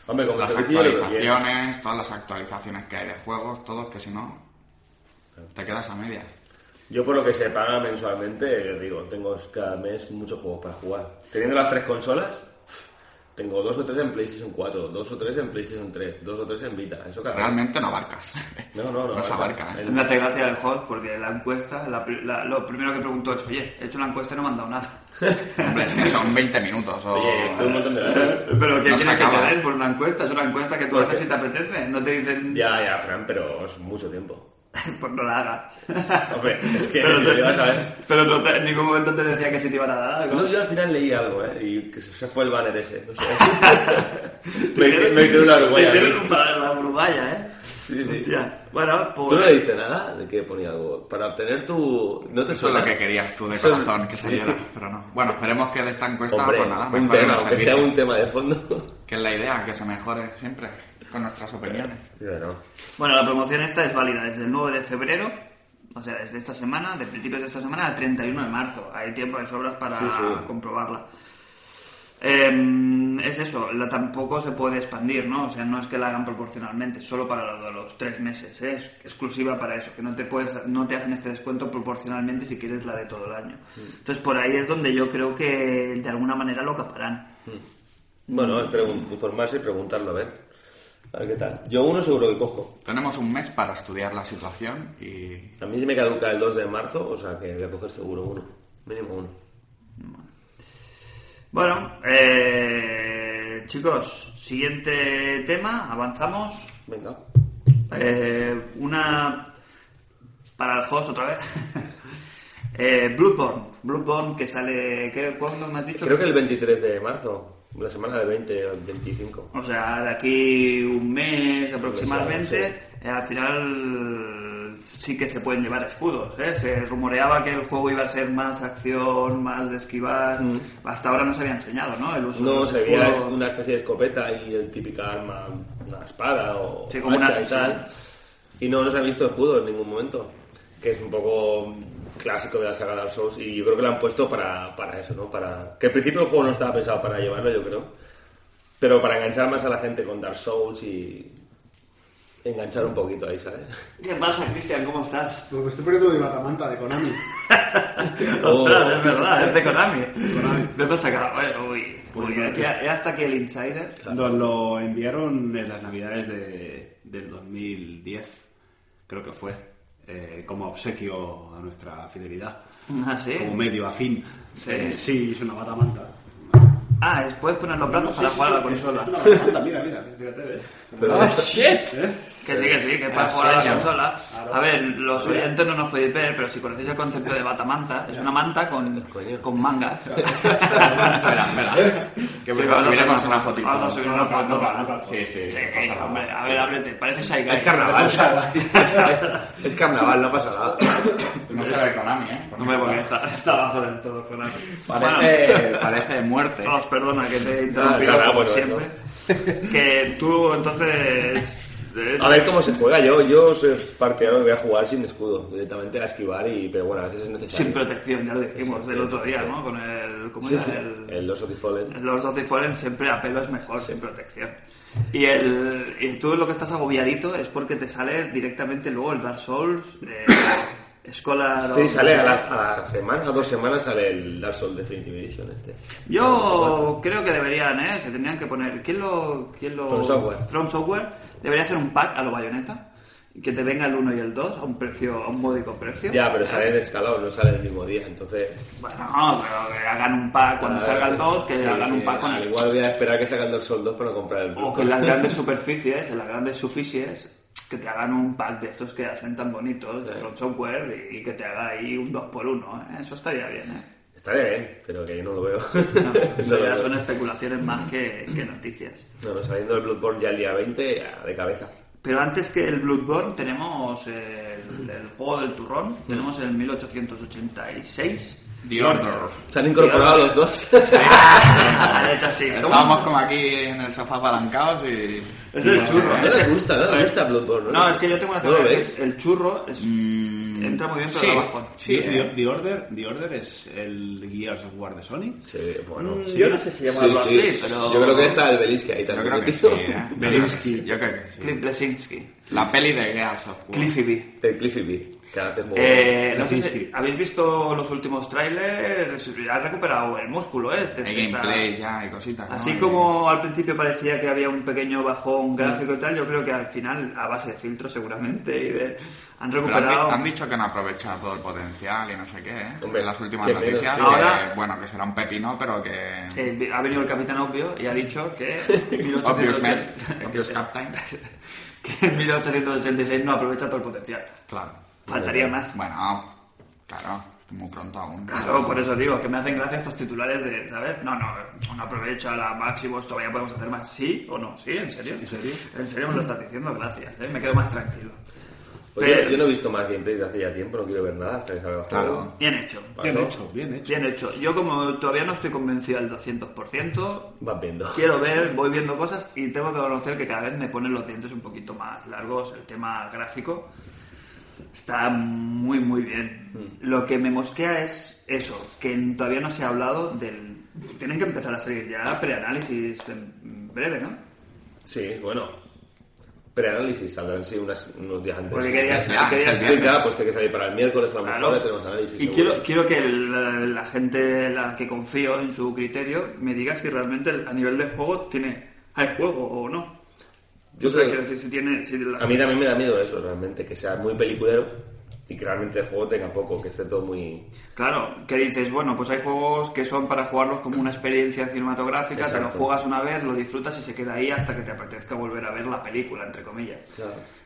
S5: Hombre, como
S4: Las
S5: servicio yo lo veo bien.
S4: actualizaciones, todas las actualizaciones que hay de juegos, todos que si no, te quedas a medias.
S5: Yo por lo que se paga mensualmente, eh, digo, tengo cada mes muchos juegos para jugar. Teniendo las tres consolas, tengo dos o tres en PlayStation 4, dos o tres en PlayStation 3, dos o tres en Vita. Eso cada mes.
S4: Realmente no abarcas.
S5: No, no, no.
S4: No se abarca, ¿eh?
S5: El-
S2: Me hace gracia el host porque la encuesta, la pri- la- lo primero que preguntó es, oye, he hecho la encuesta y no me han dado nada.
S4: Hombre, es que son 20 minutos. O...
S5: Oye, esto es un montón de horas.
S2: Pero ¿qué
S4: No
S2: tienes
S4: se
S2: que
S4: acaba. Pues
S2: querer por una encuesta? Es una encuesta que tú
S5: Porque-
S2: haces si te apetece. No te dicen,
S5: Ya, ya, Fran, pero es mucho tiempo.
S2: pues no la hagas.
S5: Hombre, es que
S2: Pero
S5: si
S2: te-
S5: lo llevas a ver...
S2: Pero no te- en ningún momento te decía que si te iban a dar algo.
S5: No, yo al final leí algo, ¿eh? Y que se- se fue el banner ese. no sé. me, me quedó una vergüenza. a
S2: Te
S5: mí.
S2: hicieron para la Uruguaya, ¿eh?
S5: Sí, sí.
S2: Hostia. Bueno,
S5: ¿Tú no
S2: pues...
S5: le diste nada? ¿De qué ponía algo? Para obtener tu... ¿No
S4: Eso
S5: te
S4: es
S5: suena?
S4: lo que querías tú de
S5: Eso-
S4: corazón, que saliera. Pero no. Bueno, esperemos que de esta encuesta,
S5: Hombre,
S4: pues nada,
S5: un
S4: mejore
S5: tema,
S4: los
S5: aunque sea
S4: servicios.
S5: un tema de fondo.
S4: Que es la idea, que se mejore siempre con nuestras opiniones.
S5: Bueno,
S2: Bueno, la promoción esta es válida desde el 9 de febrero, o sea, desde esta semana, de principios de esta semana al 31 de marzo. Hay tiempo de sobras para
S5: Sí, sí.
S2: comprobarla. Em, es eso, la tampoco se puede expandir, ¿no? O sea, no es que la hagan proporcionalmente, solo para lo de los tres meses, ¿eh? es exclusiva para eso, que no te puedes, no te hacen este descuento proporcionalmente si quieres la de todo el año. Entonces por ahí es donde yo creo que de alguna manera lo caparán.
S5: bueno es pregun- informarse y preguntarlo, a ver. A ver qué tal. Yo uno seguro que cojo.
S4: Tenemos un mes para estudiar la situación y
S5: A mí me caduca el 2 de marzo, o sea que voy a coger seguro uno. Mínimo uno.
S2: Bueno, eh, chicos, siguiente tema, avanzamos.
S5: Venga.
S2: Eh, una para el host otra vez. eh, Bloodborne, Bloodborne que sale, ¿qué, ¿cuándo me has dicho?
S5: Creo que el 23 de marzo. La semana del 20 al 25.
S2: O sea, de aquí un mes aproximadamente. eh, al final sí que se pueden llevar escudos. ¿eh? Se rumoreaba que el juego iba a ser más acción, más de esquivar. Hasta ahora no se había enseñado, ¿no? El uso de
S5: Mm. No,
S2: los
S5: se veía
S2: escudos.
S5: una especie de escopeta y el típica arma, una espada o
S2: Sí, como una-
S5: hacha y tal. Y no nos ha visto escudo en ningún momento, que es un poco clásico de la saga Dark Souls y yo creo que lo han puesto para, para eso, ¿no? Para que al principio el juego no estaba pensado para llevarlo, yo creo, pero para enganchar más a la gente con Dark Souls y enganchar un poquito ahí, ¿sabes?
S2: ¿Qué pasa, Cristian? ¿Cómo estás?
S6: Pues me estoy poniendo mi batamanta de Konami.
S4: Oh.
S2: Ostras, es verdad, es de Konami.
S6: Konami.
S2: ¿De dónde sacar? Uy, uy,
S3: Pues,
S2: ya, ya está aquí el insider.
S3: Nos lo enviaron en las navidades de, del 2010, creo que fue, eh, como obsequio a nuestra fidelidad,
S2: Ah, sí.
S3: como medio afín.
S2: Sí.
S3: Eh, sí, es una batamanta.
S2: Ah, es- puedes poner los brazos
S3: Sí,
S2: para
S3: sí,
S2: jugar a la
S3: sí,
S2: consola.
S3: Es una batamanta, mira, mira, fíjate. eh.
S5: Pero
S4: shit!
S3: ¿Eh?
S2: Que sí, que sí, que para
S4: Ah,
S2: jugar a la
S4: señor.
S2: consola. A ver, los oyentes no nos podéis ver, pero si conocéis el concepto de batamanta, es una manta con,
S5: Coño.
S2: con mangas.
S4: espera, espera. Que
S2: Sí,
S4: sí,
S2: vamos a
S4: subiremos
S2: hacer
S4: una
S2: una-
S4: fotito.
S2: vamos a subir una
S4: No, no,
S2: foto.
S4: no, no, no. Sí, sí,
S2: Sí,
S4: no pasa nada.
S2: hombre, a ver, ábrete, pareces ahí.
S5: es carnaval, es carnaval, no pasa nada.
S4: No se ve Konami, ¿eh?
S2: No me voy, está, está abajo del todo con la-
S4: Parece, parece muerte.
S2: Os perdona que te he interrumpido
S5: Nada, nada,
S2: como
S5: Ah, bueno,
S2: siempre. Que tú entonces...
S5: A ver cómo se juega. Yo, yo soy partidario que voy a jugar sin escudo, directamente a esquivar, y, pero bueno, a veces es
S2: Sin
S5: necesario.
S2: protección, ya lo dijimos del otro día, ¿no? Con el... ¿Cómo era? El-
S5: El oso Tifolen.
S2: Los dos de Fallen siempre a pelo es mejor, sin protección. Y, el, y tú lo que estás agobiadito es porque te sale directamente luego el Dark Souls, eh, Scholar
S5: Sí,
S2: of-
S5: sale a la, a la semana, a dos semanas sale el Dark Souls Definitive Edition este.
S2: Yo creo que deberían, ¿eh? Se tendrían que poner... ¿Quién lo...? Quién lo
S5: From Software.
S2: From Software debería hacer un pack a lo bayoneta que te venga el 1 y el 2 a un precio, a un módico precio.
S5: Ya, pero sale descalado, no sale el mismo día, entonces...
S2: Bueno, no, pero que hagan un pack cuando
S5: a-
S2: salga el 2, que
S5: sí,
S2: hagan un
S5: que
S2: pack con
S5: Al
S2: el
S5: igual voy a esperar que salga el Dark Souls 2 para comprar el...
S2: O que en las grandes superficies, en las grandes superficies, que te hagan un pack de estos que hacen tan bonitos, de From Software, y, y que te haga ahí un 2x1. Eso estaría bien, ¿eh?
S5: Estaría bien, pero que yo no lo veo.
S2: No,
S5: No
S2: eso
S5: lo
S2: ya
S5: veo.
S2: son especulaciones más que, que noticias.
S5: No, no, saliendo el Bloodborne ya el día 20, ya, de cabeza.
S2: Pero antes que el Bloodborne tenemos el, el juego del turrón,
S5: Mm.
S2: tenemos el 1886.
S4: The Order.
S5: Se han incorporado los dos.
S2: es así, toma.
S4: Estábamos como aquí en el sofá apalancados y...
S2: Es el churro,
S5: No les gusta, no les gusta Bloodborne.
S2: No, es que yo tengo una
S5: ¿No lo Mm.
S2: teoría que
S5: ves?
S2: es el churro es- entra muy bien, pero
S4: sí.
S2: da bajón.
S4: Sí,
S3: The,
S2: ¿eh?
S3: The Order, The Order es el Gears of War de Sony.
S5: Sí, bueno, sí.
S2: Mm, Yo no sé si llamarlo
S5: Sí,
S2: así, pero...
S5: Yo creo que está el Belinsky ahí
S4: Yo
S5: también.
S4: creo que sí,
S5: metido.
S4: ¿eh? Yo creo que sí.
S2: Cliff Blesinski.
S4: La peli de Gears of War.
S2: Cliffy B.
S5: El Cliffy B, que hace muy
S2: Eh, no sé si habéis visto los últimos trailers, ha recuperado el músculo ¿eh? este.
S4: Hay
S2: está-
S4: gameplays ya y cositas. ¿no?
S2: Así
S4: Y-
S2: como al principio parecía que había un pequeño bajón gráfico y tal, yo creo que al final, a base de filtros seguramente, y de- han
S4: Pero han,
S2: recuperado...
S4: di- han dicho que han aprovechado todo el potencial y no sé qué, ¿eh?
S5: Hombre,
S4: en las últimas
S5: qué miedo,
S4: noticias,
S5: sí.
S4: que,
S2: Ahora-
S4: bueno, que será un pepino, pero que...
S2: eh, ha venido el Capitán Obvio y ha dicho que... 1880
S4: Obvious Man, Obvious Captain.
S2: que en 1886 no aprovecha todo el potencial.
S4: Claro.
S2: Faltaría más.
S4: Bueno, claro, muy pronto aún.
S2: Claro, por eso digo, que me hacen gracia estos titulares de, ¿sabes? No, no, no aprovecho a la Maximus, todavía podemos hacer más. ¿Sí o no? ¿Sí? ¿En serio? ¿En
S3: serio?
S2: En serio me lo estás diciendo, gracias. ¿eh? Me quedo más tranquilo.
S5: Oye,
S2: Pero-
S5: Pues yo no he visto más gameplays de hace ya tiempo, no quiero ver nada hasta que salga el
S4: Claro.
S5: juego.
S2: Bien hecho.
S5: Vale,
S3: Bien
S5: ¿no?
S3: hecho, bien hecho.
S2: Bien hecho. Yo como todavía no estoy convencido al 200%,
S5: Vas viendo.
S2: quiero ver, voy viendo cosas y tengo que reconocer que cada vez me ponen los dientes un poquito más largos. El tema gráfico está muy, muy bien.
S5: Mm.
S2: Lo que me mosquea es eso, que todavía no se ha hablado del... Tienen que empezar a salir ya preanálisis en breve, ¿no?
S5: Sí, bueno. Preanálisis, saldrán sí unas- unos días antes.
S2: Porque quería-
S4: es ya,
S2: quería-
S4: Ah, es el
S5: Sí, ya,
S4: viernes.
S5: pues tiene que salir para el miércoles, a lo mejor
S2: Claro.
S5: ya tenemos análisis.
S2: Y
S5: seguro.
S2: quiero, quiero que el- la gente, la que confío en su criterio, me diga si realmente el- a nivel de juego tiene hay juego o no.
S5: Yo
S2: O sea,
S5: creo-
S2: quiero decir, si tiene... si la-
S5: A mí también me da miedo eso, realmente, que sea muy peliculero y que realmente el juego tenga poco, que esté todo muy...
S2: Claro, que dices, bueno, pues hay juegos que son para jugarlos como una experiencia cinematográfica, te lo
S5: Exacto.
S2: juegas una vez, lo disfrutas y se queda ahí hasta que te apetezca volver a ver la película, entre comillas.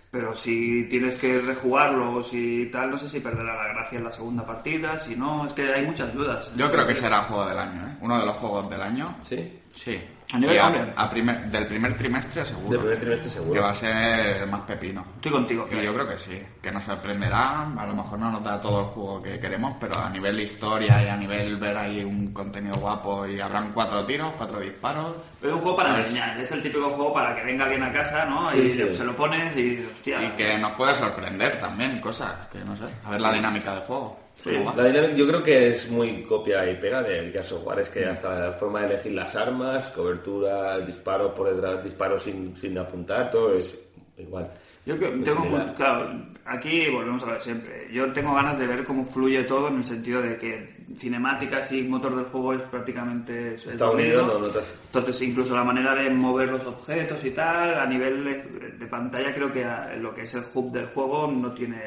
S2: Pero si tienes que rejugarlo o si tal, no sé si perderá la gracia en la segunda partida, si no, es que hay muchas dudas.
S4: Yo creo que será juego del año, ¿eh? Uno de los juegos del año.
S5: ¿Sí?
S4: Sí.
S2: A nivel
S4: Y
S2: global.
S4: a primer- del primer trimestre seguro.
S5: Del primer trimestre seguro.
S4: Que va a ser más pepino.
S2: Estoy contigo.
S4: Y
S2: creo.
S4: yo creo que sí, que nos sorprenderá, a lo mejor no nos da todo el juego que queremos, pero a nivel historia y a nivel ver ahí un contenido guapo y habrán cuatro tiros, cuatro disparos.
S2: Es un juego para enseñar, es el típico juego para que venga alguien a casa, ¿no?
S5: Sí,
S2: y
S5: sí.
S2: se- se lo pones y, hostia,
S4: Y que nos puede sorprender también cosas, que no sé, a ver la dinámica de juego. ¿Cómo va?
S5: La dinámica yo creo que es muy copia y pega del Gears of War, es
S2: Mm.
S5: que hasta la forma de elegir las armas, cobertura, disparo por detrás, disparo sin, sin apuntar, todo es igual.
S2: Yo que-
S5: Es
S2: tengo,
S5: similar.
S2: mu- claro, aquí volvemos a ver siempre. Yo tengo ganas de ver cómo fluye todo en el sentido de que cinemáticas y motor del juego es prácticamente es- es
S5: Está
S2: lo
S5: unido,
S2: mismo.
S5: lo notas.
S2: Entonces incluso la manera de mover los objetos y tal a nivel de, de pantalla creo que a- lo que es el hub del juego no tiene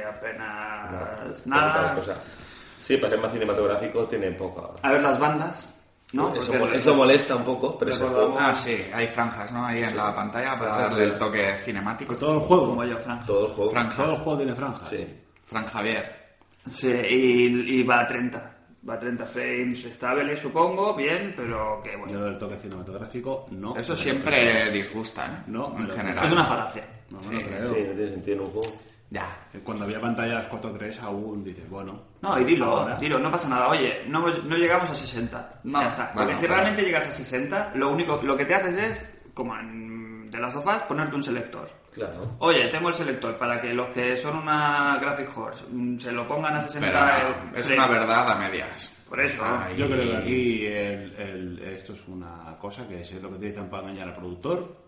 S2: apenas
S5: Poca
S2: nada.
S5: cosa. Sí, para ser más cinematográfico tiene poco.
S2: A ver las bandas, ¿no?
S5: eso,
S2: Porque-
S5: mol- eso molesta un poco, pero se
S2: Recordamos-
S5: juega
S4: Ah, sí, hay franjas, ¿no? Ahí en la pantalla para darle el toque cinemático.
S3: Todo el juego.
S2: como yo, Fran.
S5: todo el juego.
S4: Franja.
S3: Todo el juego tiene franjas.
S5: Sí.
S4: Fran Javier.
S2: Sí, y, y va a 30. Va a 30 frames estable, supongo, bien, pero que bueno.
S3: Yo del toque cinematográfico, no.
S4: Eso siempre disgusta, ¿eh?
S3: No,
S4: en
S3: pero-
S4: general.
S2: Es una falacia.
S3: No,
S4: Sí,
S3: me lo creo.
S5: Sí, no tiene sentido en un juego.
S4: Ya,
S3: Eh, Cuando había pantallas 4.3 aún dices, bueno.
S2: No, y dilo,
S3: ahora.
S2: dilo, no pasa nada. Oye, no, no llegamos a 60.
S4: No,
S2: ya está.
S4: bueno,
S2: Porque si
S4: pero-
S2: realmente llegas a 60, lo único, lo que te haces es, como en de las sofás, ponerte un selector.
S5: Claro.
S2: Oye, tengo el selector para que los que son una Graphic Horse mm, se lo pongan a eh, 60.
S4: Pero no, es
S2: frames.
S4: una verdad a medias.
S2: Por eso.
S4: Ahí.
S3: Yo creo que aquí el- el- esto es una cosa que es lo que utilizan para engañar al productor.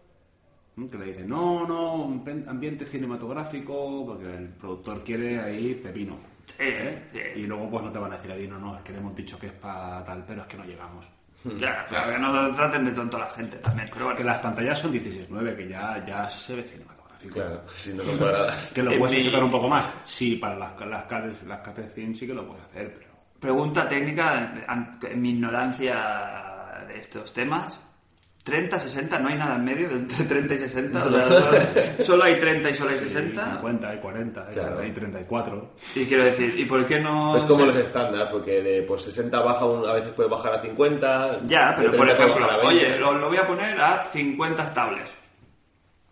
S3: ¿no? Que le dicen, no, no, un pen- ambiente cinematográfico, porque el productor quiere ahí pepino.
S2: Sí, sí.
S3: Y luego pues no te van a decir a ti, no, no, es que le hemos dicho que es para tal, pero es que no llegamos.
S4: Hmm,
S2: Claro, claro, que no traten de tonto a la gente también. Pero bueno,
S3: Que las pantallas son 16.9, que ya, ya se ve cinematográfico.
S5: Claro, si no son cuadradas.
S3: Que lo
S2: En
S3: puedes
S2: mi-
S3: achicar un poco más. Sí, para las, las, cate- las cutscenes sí que lo puedes hacer, pero...
S2: Pregunta técnica, an- en mi ignorancia de estos temas. 30, 60, no hay nada en medio de entre 30 y 60. o sea, solo, solo hay 30 y solo hay 60.
S3: 50, hay 40, hay
S5: Claro.
S3: 30, hay 34.
S2: Y quiero decir, ¿y por qué no?
S5: Es Pues como
S2: se-
S5: los estándar, porque de pues, 60 baja, un- a veces puede bajar a 50.
S2: Ya, pero por
S5: de 30 puede
S2: ejemplo,
S5: bajar a 20.
S2: oye, lo, lo voy a poner a 50 estables.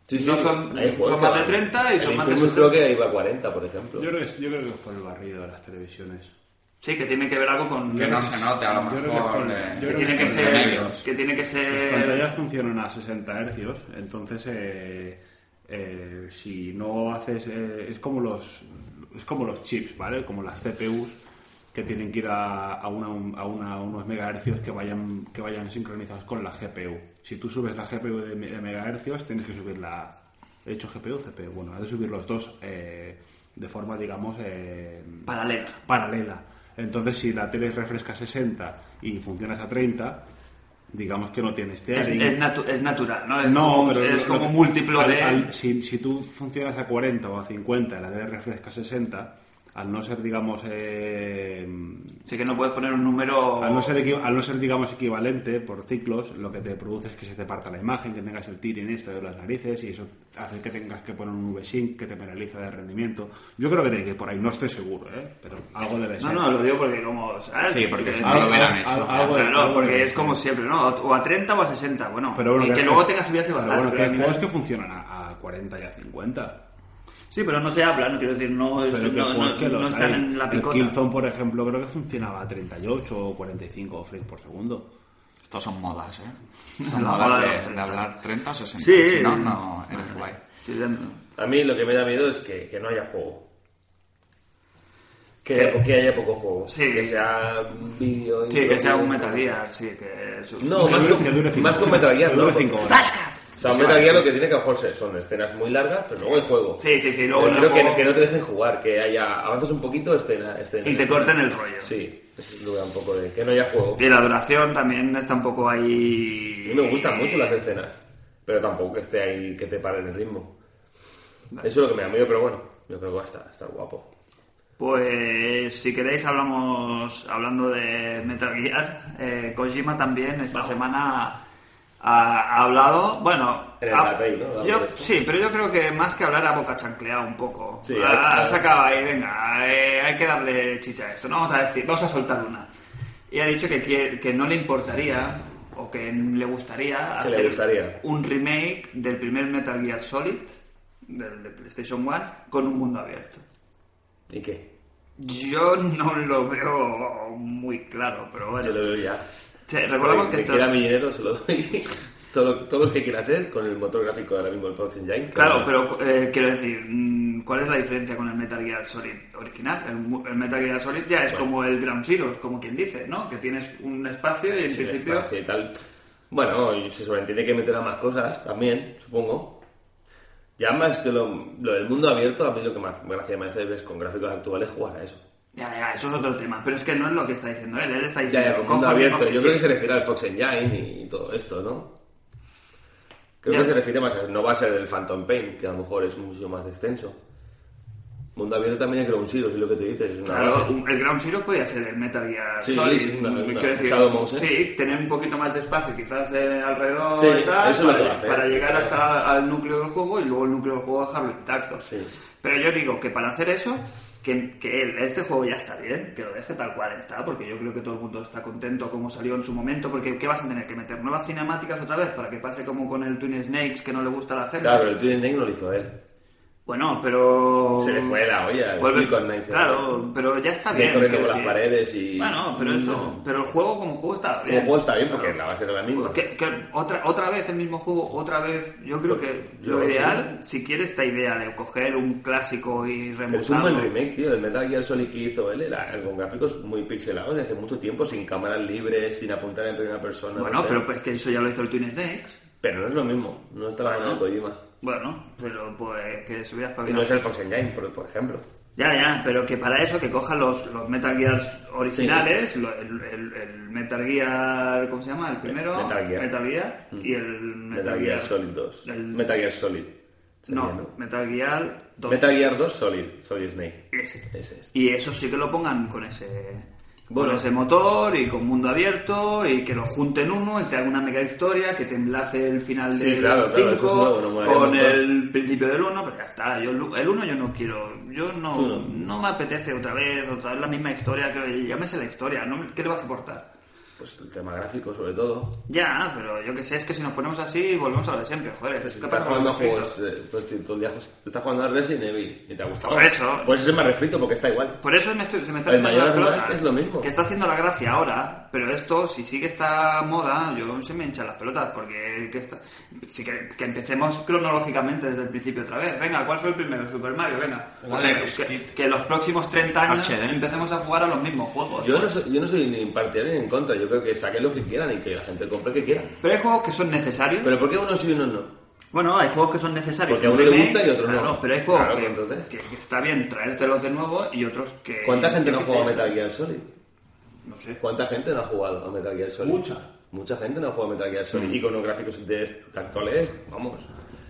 S5: Sí,
S2: no
S5: sí,
S2: son-
S5: hay juegos
S2: son más
S5: que
S2: de
S5: van-
S2: 30 y
S5: el
S2: son más de
S5: Infamous
S2: 60.
S5: creo que iba a 40, por ejemplo.
S3: Yo creo, que, yo creo que es por el barrido de las televisiones.
S2: Sí, que tiene que ver algo con...
S4: Que no se note, a lo
S3: Yo creo que
S4: mejor.
S3: con-
S4: eh,
S3: yo
S2: que
S3: creo
S2: tiene que
S3: con
S2: ser...
S3: medios.
S2: Que tiene que
S3: Las
S2: ser...
S3: pantallas funcionan a 60 hercios, entonces eh, eh, si no haces... eh, es, como los, es como los chips, ¿vale? Como las CPUs que tienen que ir a, a una- a una- a unos megahercios que vayan, que vayan sincronizados con la GPU. Si tú subes la GPU de, me- de megahercios, tienes que subir la... He hecho GPU, CPU. Bueno, has de subir los dos eh, de forma, digamos... eh,
S2: Paralela.
S3: paralela. Entonces, si la tele refresca a 60 y funcionas a 30, digamos que no tienes
S2: Es,
S3: tearing.
S2: es, natu- es natural, ¿no? Es
S3: no,
S2: como,
S3: pero
S2: es
S3: lo-
S2: como
S3: lo-
S2: múltiplo
S3: al-
S2: de...
S3: al- si, si tú funcionas a 40 o a 50 y la tele refresca a 60, al no ser, digamos, eh,
S2: Sí que no puedes poner un número...
S3: al no ser, equi- al no ser, digamos, equivalente por ciclos, lo que te produce es que se te parta la imagen, que tengas el tiring este de las narices y eso hace que tengas que poner un VSync que te penaliza de rendimiento. Yo creo que tiene que ir por ahí, no estoy seguro, ¿eh? pero algo debe
S2: No,
S3: ser.
S2: no, lo digo porque como... ¿sabes? Eh,
S4: Sí, porque si no
S3: Algo-
S4: lo hubieran hecho.
S3: algo- algo-
S2: Claro, porque es como siempre, ¿no? O a 30 o a 60, bueno.
S3: Pero bueno,
S2: y que,
S3: que-
S2: luego tenga subidas y
S3: pero
S2: bajadas.
S3: Bueno, que este
S2: pero
S3: hay
S2: al
S3: juegos
S2: final-
S3: que funcionan a, a 40 y a 50.
S2: Sí, pero no se habla, no quiero decir, no, es-
S3: Pero que
S2: no,
S3: juegos
S2: no-
S3: que los
S2: no están
S3: hay.
S2: en la
S3: El
S2: picota.
S3: Killzone, por ejemplo, creo que funcionaba a 38 o 45 frames por segundo.
S4: Estos son modas, ¿eh?
S2: Son
S4: Son
S2: la
S4: modas
S2: moda de
S4: de,
S2: los
S4: de
S2: 30.
S4: hablar 30 o 60.
S2: Sí.
S4: Si no, no eres guay.
S2: Sí, dentro.
S5: A mí lo que me da miedo es que, que no haya juego. Que,
S2: Que-
S5: haya- que haya poco juego.
S2: Sí.
S5: Que sea un vídeo.
S2: Sí, que sea un
S5: Metal
S2: Metal Gear, sí, que... es un-
S5: No, más
S3: dure-
S5: con-
S3: que dure cinco
S5: más con
S3: horas.
S5: Metal Gear.
S3: Que dure
S5: ¿no?
S3: cinco horas.
S5: O sea, Metal Gear lo que tiene que a lo mejor ser- son escenas muy largas, pero luego el juego.
S2: Sí, sí, sí, luego
S5: Pero
S2: el
S5: creo que,
S2: juego-
S5: que no te dejen jugar, que haya. Avanzas un poquito, escena. escena
S2: Y te corten el rollo.
S5: Sí, eso es lo que da un poco de. Que no haya juego.
S2: Y la duración también está un poco
S5: A
S2: ahí...
S5: mí me gustan mucho las escenas, pero tampoco que esté ahí que te paren el ritmo.
S2: Vale.
S5: Eso es lo que me da miedo, pero bueno, yo creo que va a estar, estar guapo.
S2: Pues si queréis hablamos hablando de Metal Gear. eh, Kojima también esta semana ha, ha hablado, bueno...
S5: En el
S2: ha-
S5: Batey, ¿no? Ha hablado
S2: yo-
S5: de esto.
S2: sí, pero yo creo que más que hablar a boca chancleada un poco.
S5: Sí,
S2: ha,
S5: ha-
S2: ha sacado ahí, venga, eh, hay que darle chicha a esto, ¿no? Vamos a decir, vamos a soltar una. Y ha dicho que, quiere- que no le importaría o que le gustaría
S5: Que le gustaría.
S2: un remake del primer Metal Gear Solid, del de PlayStation 1, con un mundo abierto.
S5: ¿Y qué?
S2: Yo no lo veo muy claro, pero bueno.
S5: Yo lo veo ya.
S2: Sí, recordemos que
S5: que
S2: esto-
S5: quiera mi dinero se lo doy. Todo- Todos los que quiera hacer con el motor gráfico ahora mismo el Fox Engine.
S2: Claro, pero eh, quiero decir, mm, ¿cuál es la diferencia con el Metal Gear Solid original? El, mu- el Metal Gear Solid ya es como el Ground Zero, como quien dice, ¿no? Que tienes un espacio y en
S5: Sí,
S2: principio...
S5: espacio y tal. Bueno, y se sobreentiende que meterá más cosas también, supongo. Ya más que lo, lo del mundo abierto, a mí lo que más gracia me hace es con gráficos actuales jugar a eso.
S2: Ya, ya, eso es otro tema. Pero es que no es lo que está diciendo él. Él está
S5: Ya,
S2: diciendo...
S5: ya, con mundo
S2: "Cojo el
S5: abierto.
S2: mismo
S5: Yo creo que
S2: sí".
S5: se refiere al Fox Engine y todo esto, ¿no? Creo
S2: Ya.
S5: que se refiere más a... No va a ser el Phantom Pain, que a lo mejor es mucho más extenso. Mundo abierto también es Ground Zero, es lo que tú dices. es una
S2: Claro,
S5: base.
S2: un- el Ground Zero podría ser el Metal Gear
S5: Sí,
S2: Solid.
S5: sí, una- una-
S2: Quiero decir,
S5: Shadow Mouse, ¿eh?
S2: sí, tener un poquito más de espacio quizás eh, alrededor
S5: Sí,
S2: y tal,
S5: eso es lo que va a
S2: para,
S5: hacer.
S2: para llegar hasta al núcleo del juego y luego el núcleo del juego dejarlo intacto.
S5: Sí.
S2: Pero yo digo que para hacer eso, que, que el- este juego ya está bien, que lo deje tal cual está, porque yo creo que todo el mundo está contento como salió en su momento, porque ¿qué vas a tener que meter? ¿Nuevas cinemáticas otra vez para que pase como con el Twin Snakes que no le gusta a la gente?
S5: Claro, pero el Twin Snake no lo hizo él.
S2: Bueno, pero...
S5: Se le fue la olla. el
S2: Vuelve-
S5: Silicon Knight se le fue.
S2: claro, pero ya está
S5: Sigue
S2: bien.
S5: corriendo
S2: quiero
S5: por las
S2: decir.
S5: paredes y-
S2: Bueno, pero eso.
S5: No.
S2: Pero el juego como juego está bien.
S5: Como juego está bien porque la base era la misma.
S2: Que- que otra, otra vez el mismo juego, otra vez. Yo creo que
S5: Yo
S2: lo
S5: sí.
S2: ideal, si quieres esta idea de coger un clásico y
S5: Pero es un buen
S2: remontarlo.
S5: remake, tío. El Metal Gear Solid que hizo él era con gráficos muy pixelados desde hace mucho tiempo, sin cámaras libres, sin apuntar en primera persona.
S2: Bueno,
S5: no sé.
S2: pero pues que eso ya lo hizo el Twin Snakes.
S5: Pero no es lo mismo. Ah, No está la mano de Kojima.
S2: Bueno, pero pues que se hubiera
S5: Y
S2: espabilado.
S5: no es el Fox Engine, por, por ejemplo.
S2: Ya, ya, pero que para eso que cojan los, los Metal Gears originales, lo- el, el- el Metal Gear, ¿cómo se llama? El primero,
S5: Metal Gear. Mm.
S2: Gear, y el
S5: Metal, Gear, Solid 2.
S2: el-
S5: Metal Gear Solid. sería,
S2: no, Metal Gear 2.
S5: Metal Gear 2 Solid. Solid Snake.
S2: Ese.
S5: Ese es.
S2: Y eso sí que lo pongan con ese,
S5: Bueno.
S2: con ese motor y con mundo abierto y que lo junten uno y te haga una mega historia que te enlace el final
S5: Sí,
S2: del
S5: claro,
S2: 5
S5: claro, eso es nuevo, no molaría
S2: con
S5: un montón.
S2: el principio del 1, pero ya está. Yo, el- el 1 yo no quiero, yo no,
S5: Tú
S2: no.
S5: no.
S2: me apetece otra vez, otra vez la misma historia, que llámese la historia, ¿no? me- ¿qué le vas a aportar?
S5: Pues el tema gráfico, sobre todo.
S2: Ya, pero yo que sé, es que si nos ponemos así volvemos a lo de siempre, joder.
S5: Pues si
S2: ¿qué
S5: estás
S2: pasa con
S5: jugando a
S2: los conflictos?
S5: juegos, eh, pues tío, todo el día pues, estás jugando a Resident Evil y te ha gustado.
S2: Por eso.
S5: Pues ese me refrito porque está igual.
S2: Por eso me estoy- se me está
S5: El
S2: echando
S5: mayor
S2: la
S5: no,
S2: pelota.
S5: es lo mismo.
S2: Que está haciendo la gracia ahora, pero esto, si sigue esta moda, yo se me hinchan las pelotas, porque que esta- sí que, que empecemos cronológicamente desde el principio otra vez. Venga, ¿cuál fue el primero? Super Mario, venga.
S4: Vale,
S2: Que-
S4: sí.
S2: que, que los próximos 30 años
S4: HD.
S2: empecemos a jugar a los mismos juegos.
S5: Yo no, soy, yo no soy ni partidario ni en contra, yo creo que saquen lo que quieran y que la gente compre lo que quiera.
S2: Pero hay juegos que son necesarios.
S5: Pero ¿por qué unos sí y unos no?
S2: Bueno, hay juegos que son necesarios.
S5: Porque a uno le
S2: Remake,
S5: gusta y a otro no.
S2: claro, pero hay juegos
S5: Claro, pues
S2: que,
S5: entonces.
S2: que- que está bien traértelos de nuevo y otros que...
S5: ¿Cuánta gente no ha
S2: que
S5: jugado a
S2: Eh, sé.
S5: Metal Gear Solid?
S2: No sé.
S5: ¿Cuánta gente no ha jugado a Metal Gear Solid?
S6: Mucha.
S5: Mucha gente no ha jugado a Metal Gear Solid
S2: Mm.
S5: y con los gráficos de est- actuales, vamos.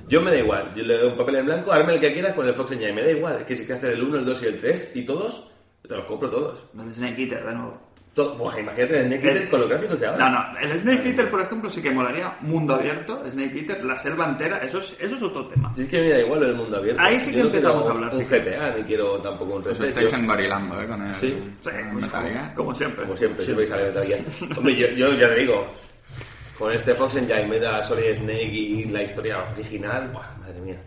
S5: Yo me da igual, yo le doy un papel en blanco, arme el que quieras con el Fox Engine, me da igual, que si quieres hacer el 1, el 2 y el 3 y todos, te los compro todos.
S2: No es Snake Eater, de nuevo.
S5: To- Buah, imagínate el Snake Eater con los gráficos de ahora.
S2: Eh, No, no, el Snake Eater, por ejemplo, sí que molaría. Mundo abierto, Snake Eater, la selva entera, eso es, eso es otro tema.
S5: Si es que me da igual el mundo abierto.
S2: Ahí sí que
S5: Yo
S2: Pues
S5: no
S2: empezamos
S5: quiero
S2: a hablar,
S5: Un
S2: sí.
S5: GTA, ni quiero tampoco un
S4: Os
S5: Red Dead.
S4: estáis
S5: Yo-
S4: embarilando, ¿eh? Con el,
S5: Pues Sí.
S2: Sí,
S4: con el
S2: pues,
S4: Metal
S2: como,
S4: Gear.
S2: como siempre.
S5: Como siempre, siempre sale Metal Gear. Hombre, yo, yo ya te digo, con este Fox Engine, Meta, Solid Snake y la historia original, buah, madre mía.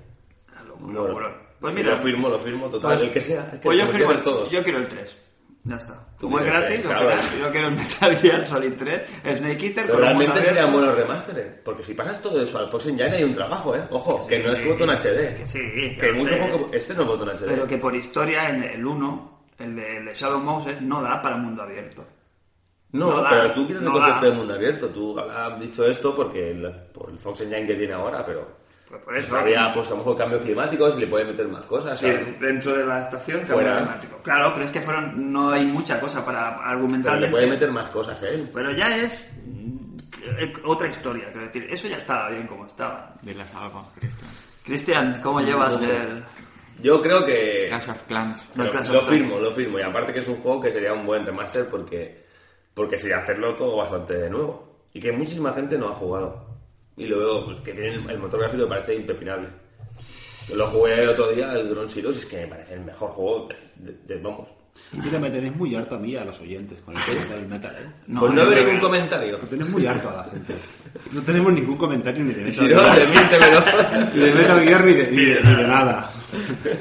S2: Locura, locura. Pues
S5: Si
S2: mira,
S5: lo firmo, lo firmo, total,
S2: pues-
S5: el que sea. Es que
S2: pues yo,
S5: lo
S2: firmo
S5: quieren
S2: el,
S5: todos.
S2: yo quiero el 3. Ya está.
S5: Tú
S2: Como es
S5: quieres
S2: gratis,
S5: el
S2: lo
S5: tres, claro.
S2: quieras. yo quiero el Metal Gear Solid 3, el Snake Eater, con
S5: Pero
S2: el mundo
S5: realmente serían
S2: abierto.
S5: buenos remasteres, porque si pasas todo eso al Fox Engine hay un trabajo, ¿eh? Ojo,
S2: sí,
S5: que no
S2: sí.
S5: es botón HD.
S2: Que sí, que
S5: que
S2: lo
S5: mucho
S2: sé.
S5: poco- Este no es botón HD.
S2: Pero que por historia, en el 1, el de, el de Shadow Moses, no da para mundo abierto.
S5: No,
S2: No da,
S5: pero tú quitas
S2: no
S5: el concepto
S2: da.
S5: de mundo abierto. Tú has dicho esto porque el, por el Fox Engine que tiene ahora, pero
S2: Pues por eso.
S5: habría pues a lo mejor cambios climáticos y le puede meter más cosas.
S2: Sí,
S5: ¿sabes?
S2: dentro de la estación cambio
S5: Fuera. ¿eh?
S2: climático. Claro, pero es que fueron, no hay mucha cosa para
S5: Pero le
S2: argumentar.
S5: puede meter más cosas a él.
S2: Pero ya es mm, eh, otra historia, quiero decir, eso ya estaba bien como estaba.
S4: Diles algo, Cristian.
S2: Cristian, ¿cómo llevas el...?
S5: Yo creo que
S4: Clash of Clans.
S2: No,
S5: lo,
S2: Clash of
S5: lo
S2: Clans.
S5: firmo, lo firmo. Y aparte que es un juego que sería un buen remaster porque, porque sería hacerlo todo bastante de nuevo. Y que muchísima gente no ha jugado. y luego pues, que tiene el, el motor gráfico me parece impepinable. Lo jugué el otro día, el Ground Zero, y es que me parece el mejor juego de, de- de- vamos.
S3: Mira, me tenéis muy harto a mí y a los oyentes con el tema del metal, ¿eh?
S5: pues
S2: yo
S5: no veo
S2: creo
S5: ningún
S2: que-
S5: comentario.
S3: Lo tenéis muy harto a la gente. No tenemos ningún comentario ni de
S5: Si
S3: metal,
S5: no, desmiéntemelo.
S3: ni de, metal Gear ni de, ni de- ni de nada.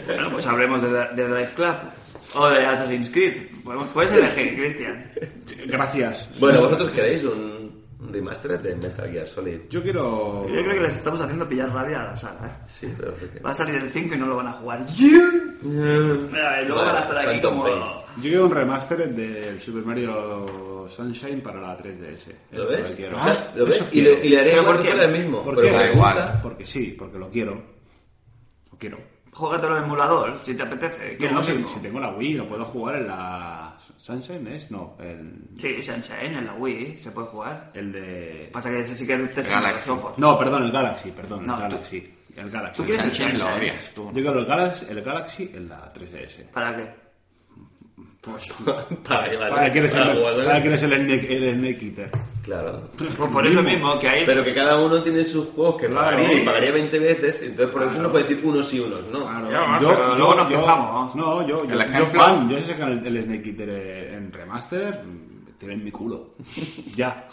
S2: Bueno, pues hablemos de, de Drive Club o de Assassin's Creed. Podemos, puedes elegir, Cristian.
S3: Gracias.
S5: Bueno, vosotros queréis un un remaster de Metal Gear Solid.
S3: Yo quiero...
S2: Yo creo que les estamos haciendo pillar rabia a la saga. ¿eh?
S5: Sí, pero es que-
S2: Va a salir el 5 y no lo van a jugar. Mira, y luego van a estar aquí
S5: Phantom
S2: como...
S5: Pain.
S3: Yo quiero un remaster del Super Mario Sunshine para la 3DS.
S5: ¿Lo
S3: Eso
S5: ves?
S3: que quiero.
S5: Ah, ¿Lo ves?
S3: Eso
S5: Y
S3: quiero.
S5: le, y le haré
S2: ¿Pero
S5: igual
S2: por
S5: que
S2: qué?
S5: fuera el mismo.
S3: ¿Por
S5: porque
S3: qué?
S5: me
S4: Da igual.
S5: gusta.
S3: Porque sí, porque lo quiero. Lo quiero.
S2: Jógatelo en emulador, si te apetece. Que es
S3: No,
S2: lo
S3: si,
S2: mismo.
S3: si tengo la Wii, lo puedo jugar en la Sunshine, ¿es? No, el,
S2: Sí, Sunshine en la Wii se puede jugar.
S3: el de...
S2: Pasa que ese sí que te saca los
S4: Galaxy.
S2: ojos.
S3: No, perdón, el Galaxy, perdón,
S2: No,
S3: el
S2: tú-
S3: Galaxy. El Galaxy.
S2: ¿Tú
S4: El
S2: quieres el
S4: Sunshine lo
S2: Sunshine?
S4: odias, tú.
S3: Yo quiero el Galaxy, el Galaxy en la 3DS.
S2: ¿Para qué?
S5: Para llevar.
S3: Ahora quieres el,
S5: para ¿eh? jugar-
S3: ahora quieres el, Snake- el Snake Eater.
S5: Claro.
S2: Pues por eso mismo que hay...
S5: Pero que cada uno tiene sus juegos que
S3: Claro.
S5: pagaría y pagaría 20 veces, entonces por eso no puede decir unos y unos, ¿no?
S2: Claro, pero luego nos quejamos.
S3: No, yo, yo,
S4: El
S3: yo
S4: ejemplo-
S3: fan, yo si sacan el, el Snake Eater en remaster, mm, tienen mi culo. ya.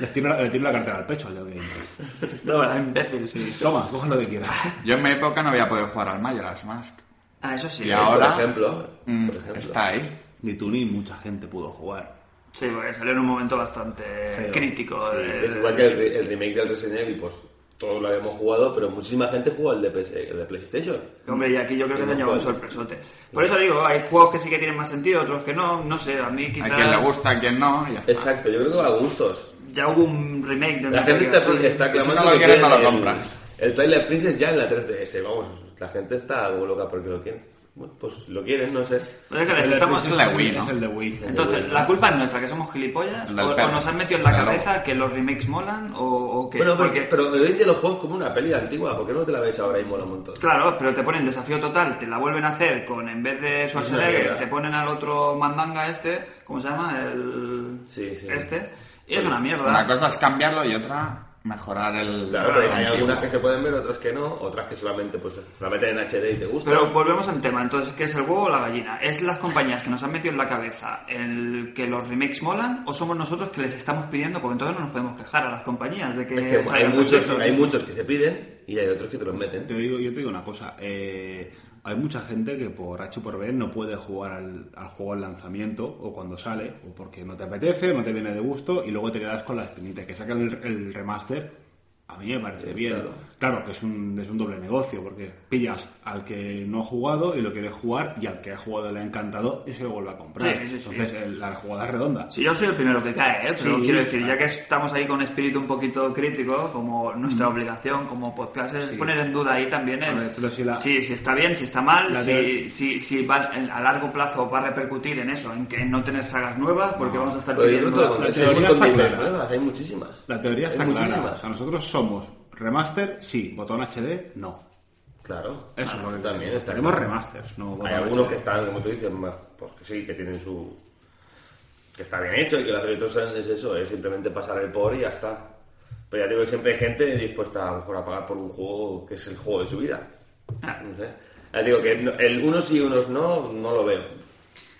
S3: Les tiro, la- les tiro la cartera al pecho al Leo Game.
S2: No, ¿verdad? imbécil, sí.
S3: Toma, coge lo que quieras.
S4: Yo en mi época no había podido jugar al Majora's Mask.
S2: Ah, eso sí.
S4: Y ahora-
S5: Por ejemplo.
S4: Mm,
S5: por ejemplo.
S4: está ahí.
S3: Ni tú ni mucha gente pudo jugar.
S2: Sí, porque salió en un momento bastante
S3: Feo.
S2: crítico. eh,
S5: Sí,
S2: del-
S5: es igual que el, re- el remake del Resident Evil, pues todos lo habíamos jugado, pero muchísima gente jugó el de, PS el de PlayStation.
S2: Hombre, y aquí yo creo que
S5: Y no
S2: dañaba un
S5: juegas.
S2: sorpresote. Por eso digo, hay juegos que sí que tienen más sentido, otros que no. No sé, a mí
S4: A
S2: quizás...
S4: quien le gusta, a quien no. y ya está.
S5: Exacto, yo creo que va a gustos.
S2: Ya hubo un remake de
S5: La
S2: Metal
S5: gente
S2: Gear
S5: está,
S2: Solid.
S5: está
S4: Y si
S5: clamando
S4: no lo
S5: que
S4: quieres, no
S5: quieren
S4: lo
S5: el-
S4: compras.
S5: El, Twilight Princess ya en la 3DS, vamos, la gente está como loca porque lo quieren. Bueno, pues lo quieren, no sé.
S2: Pero es que les
S3: El de
S2: estamos...
S4: la Wii, ¿no?
S3: Es el de Wii.
S2: Entonces, la culpa es nuestra, que somos gilipollas,
S4: El
S2: o,
S4: del
S2: o
S4: perro.
S2: nos han metido en la
S4: El del
S2: cabeza que los remakes molan, o, o que...
S5: Bueno, pues
S2: porque-
S5: porque, pero hoy en día los juegos como una peli antigua, ¿por qué no te la ves ahora y mola un montón?
S2: Claro, pero te ponen desafío total, te la vuelven a hacer con, en vez de Schwarzenegger,
S5: mierda.
S2: te ponen al otro mandanga este, ¿cómo se llama? El...
S5: Sí, sí.
S2: Este. Y es una mierda.
S4: Una cosa es cambiarlo y otra mejorar el.
S5: Claro, pero hay
S4: el
S5: algunas
S4: antiguo.
S5: que se pueden ver, otras que no, otras que solamente pues la meten en HD y te gusta.
S2: Pero volvemos al tema, entonces, ¿qué es el huevo o la gallina? ¿Es las compañías que nos han metido en la cabeza el que los remakes molan o somos nosotros que les estamos pidiendo? Porque entonces no nos podemos quejar a las compañías de que,
S3: eh,
S5: Es que hay
S2: salgan
S5: muchos,
S2: procesos.
S5: hay muchos que se piden y hay otros que te los meten.
S3: Te digo, yo te digo una cosa. eh, hay mucha gente que por H o por B no puede jugar al, al juego al lanzamiento o cuando sale, o porque no te apetece, no te viene de gusto, y luego te quedas con la espinita. Que sacan el, el remaster, a mí me parece bien. Claro,
S5: claro.
S3: que es un, es un doble negocio, porque pillas al que no ha jugado y lo quiere jugar, y al que ha jugado le ha encantado y se lo vuelve a comprar.
S2: Sí, sí, sí.
S3: Entonces, el- la jugada es redonda.
S2: Sí, yo soy el primero que cae, ¿eh? pero
S3: Sí,
S2: quiero decir,
S3: claro.
S2: ya que estamos ahí con espíritu un poquito crítico, como nuestra obligación como podcast es poner en duda ahí también el-
S3: A ver, pero si la-
S2: si, si está bien, si está mal,
S3: La
S2: si,
S3: de-
S2: si, si va, en- a largo plazo va a repercutir en eso, en que en no tener sagas nuevas, porque vamos a estar
S5: Pero yo creo que todo
S2: pidiendo...
S5: lo
S3: la teoría
S5: contrario, hay un montón
S3: está
S5: de ideas
S3: clara.
S5: nuevas, hay muchísimas.
S3: La teoría
S5: Hay
S3: está clara. O
S5: muchísimas.
S3: sea, nosotros somos remaster, sí, botón HD, no.
S5: Claro.
S3: Eso es lo que
S5: también
S3: queremos.
S5: está
S3: Queremos
S5: claro.
S3: remasters, no botón
S5: Hay algunos
S3: HD.
S5: que están, como tú dices, más, pues que sí, que tienen su... que está bien hecho y que lo hacen entonces es eso, es simplemente pasar el por y ya está. Pero ya te digo que siempre hay gente dispuesta a lo mejor a pagar por un juego que es el juego de su vida.
S2: Ah.
S5: No sé. Ya te digo que no- el unos sí y unos no, no lo veo.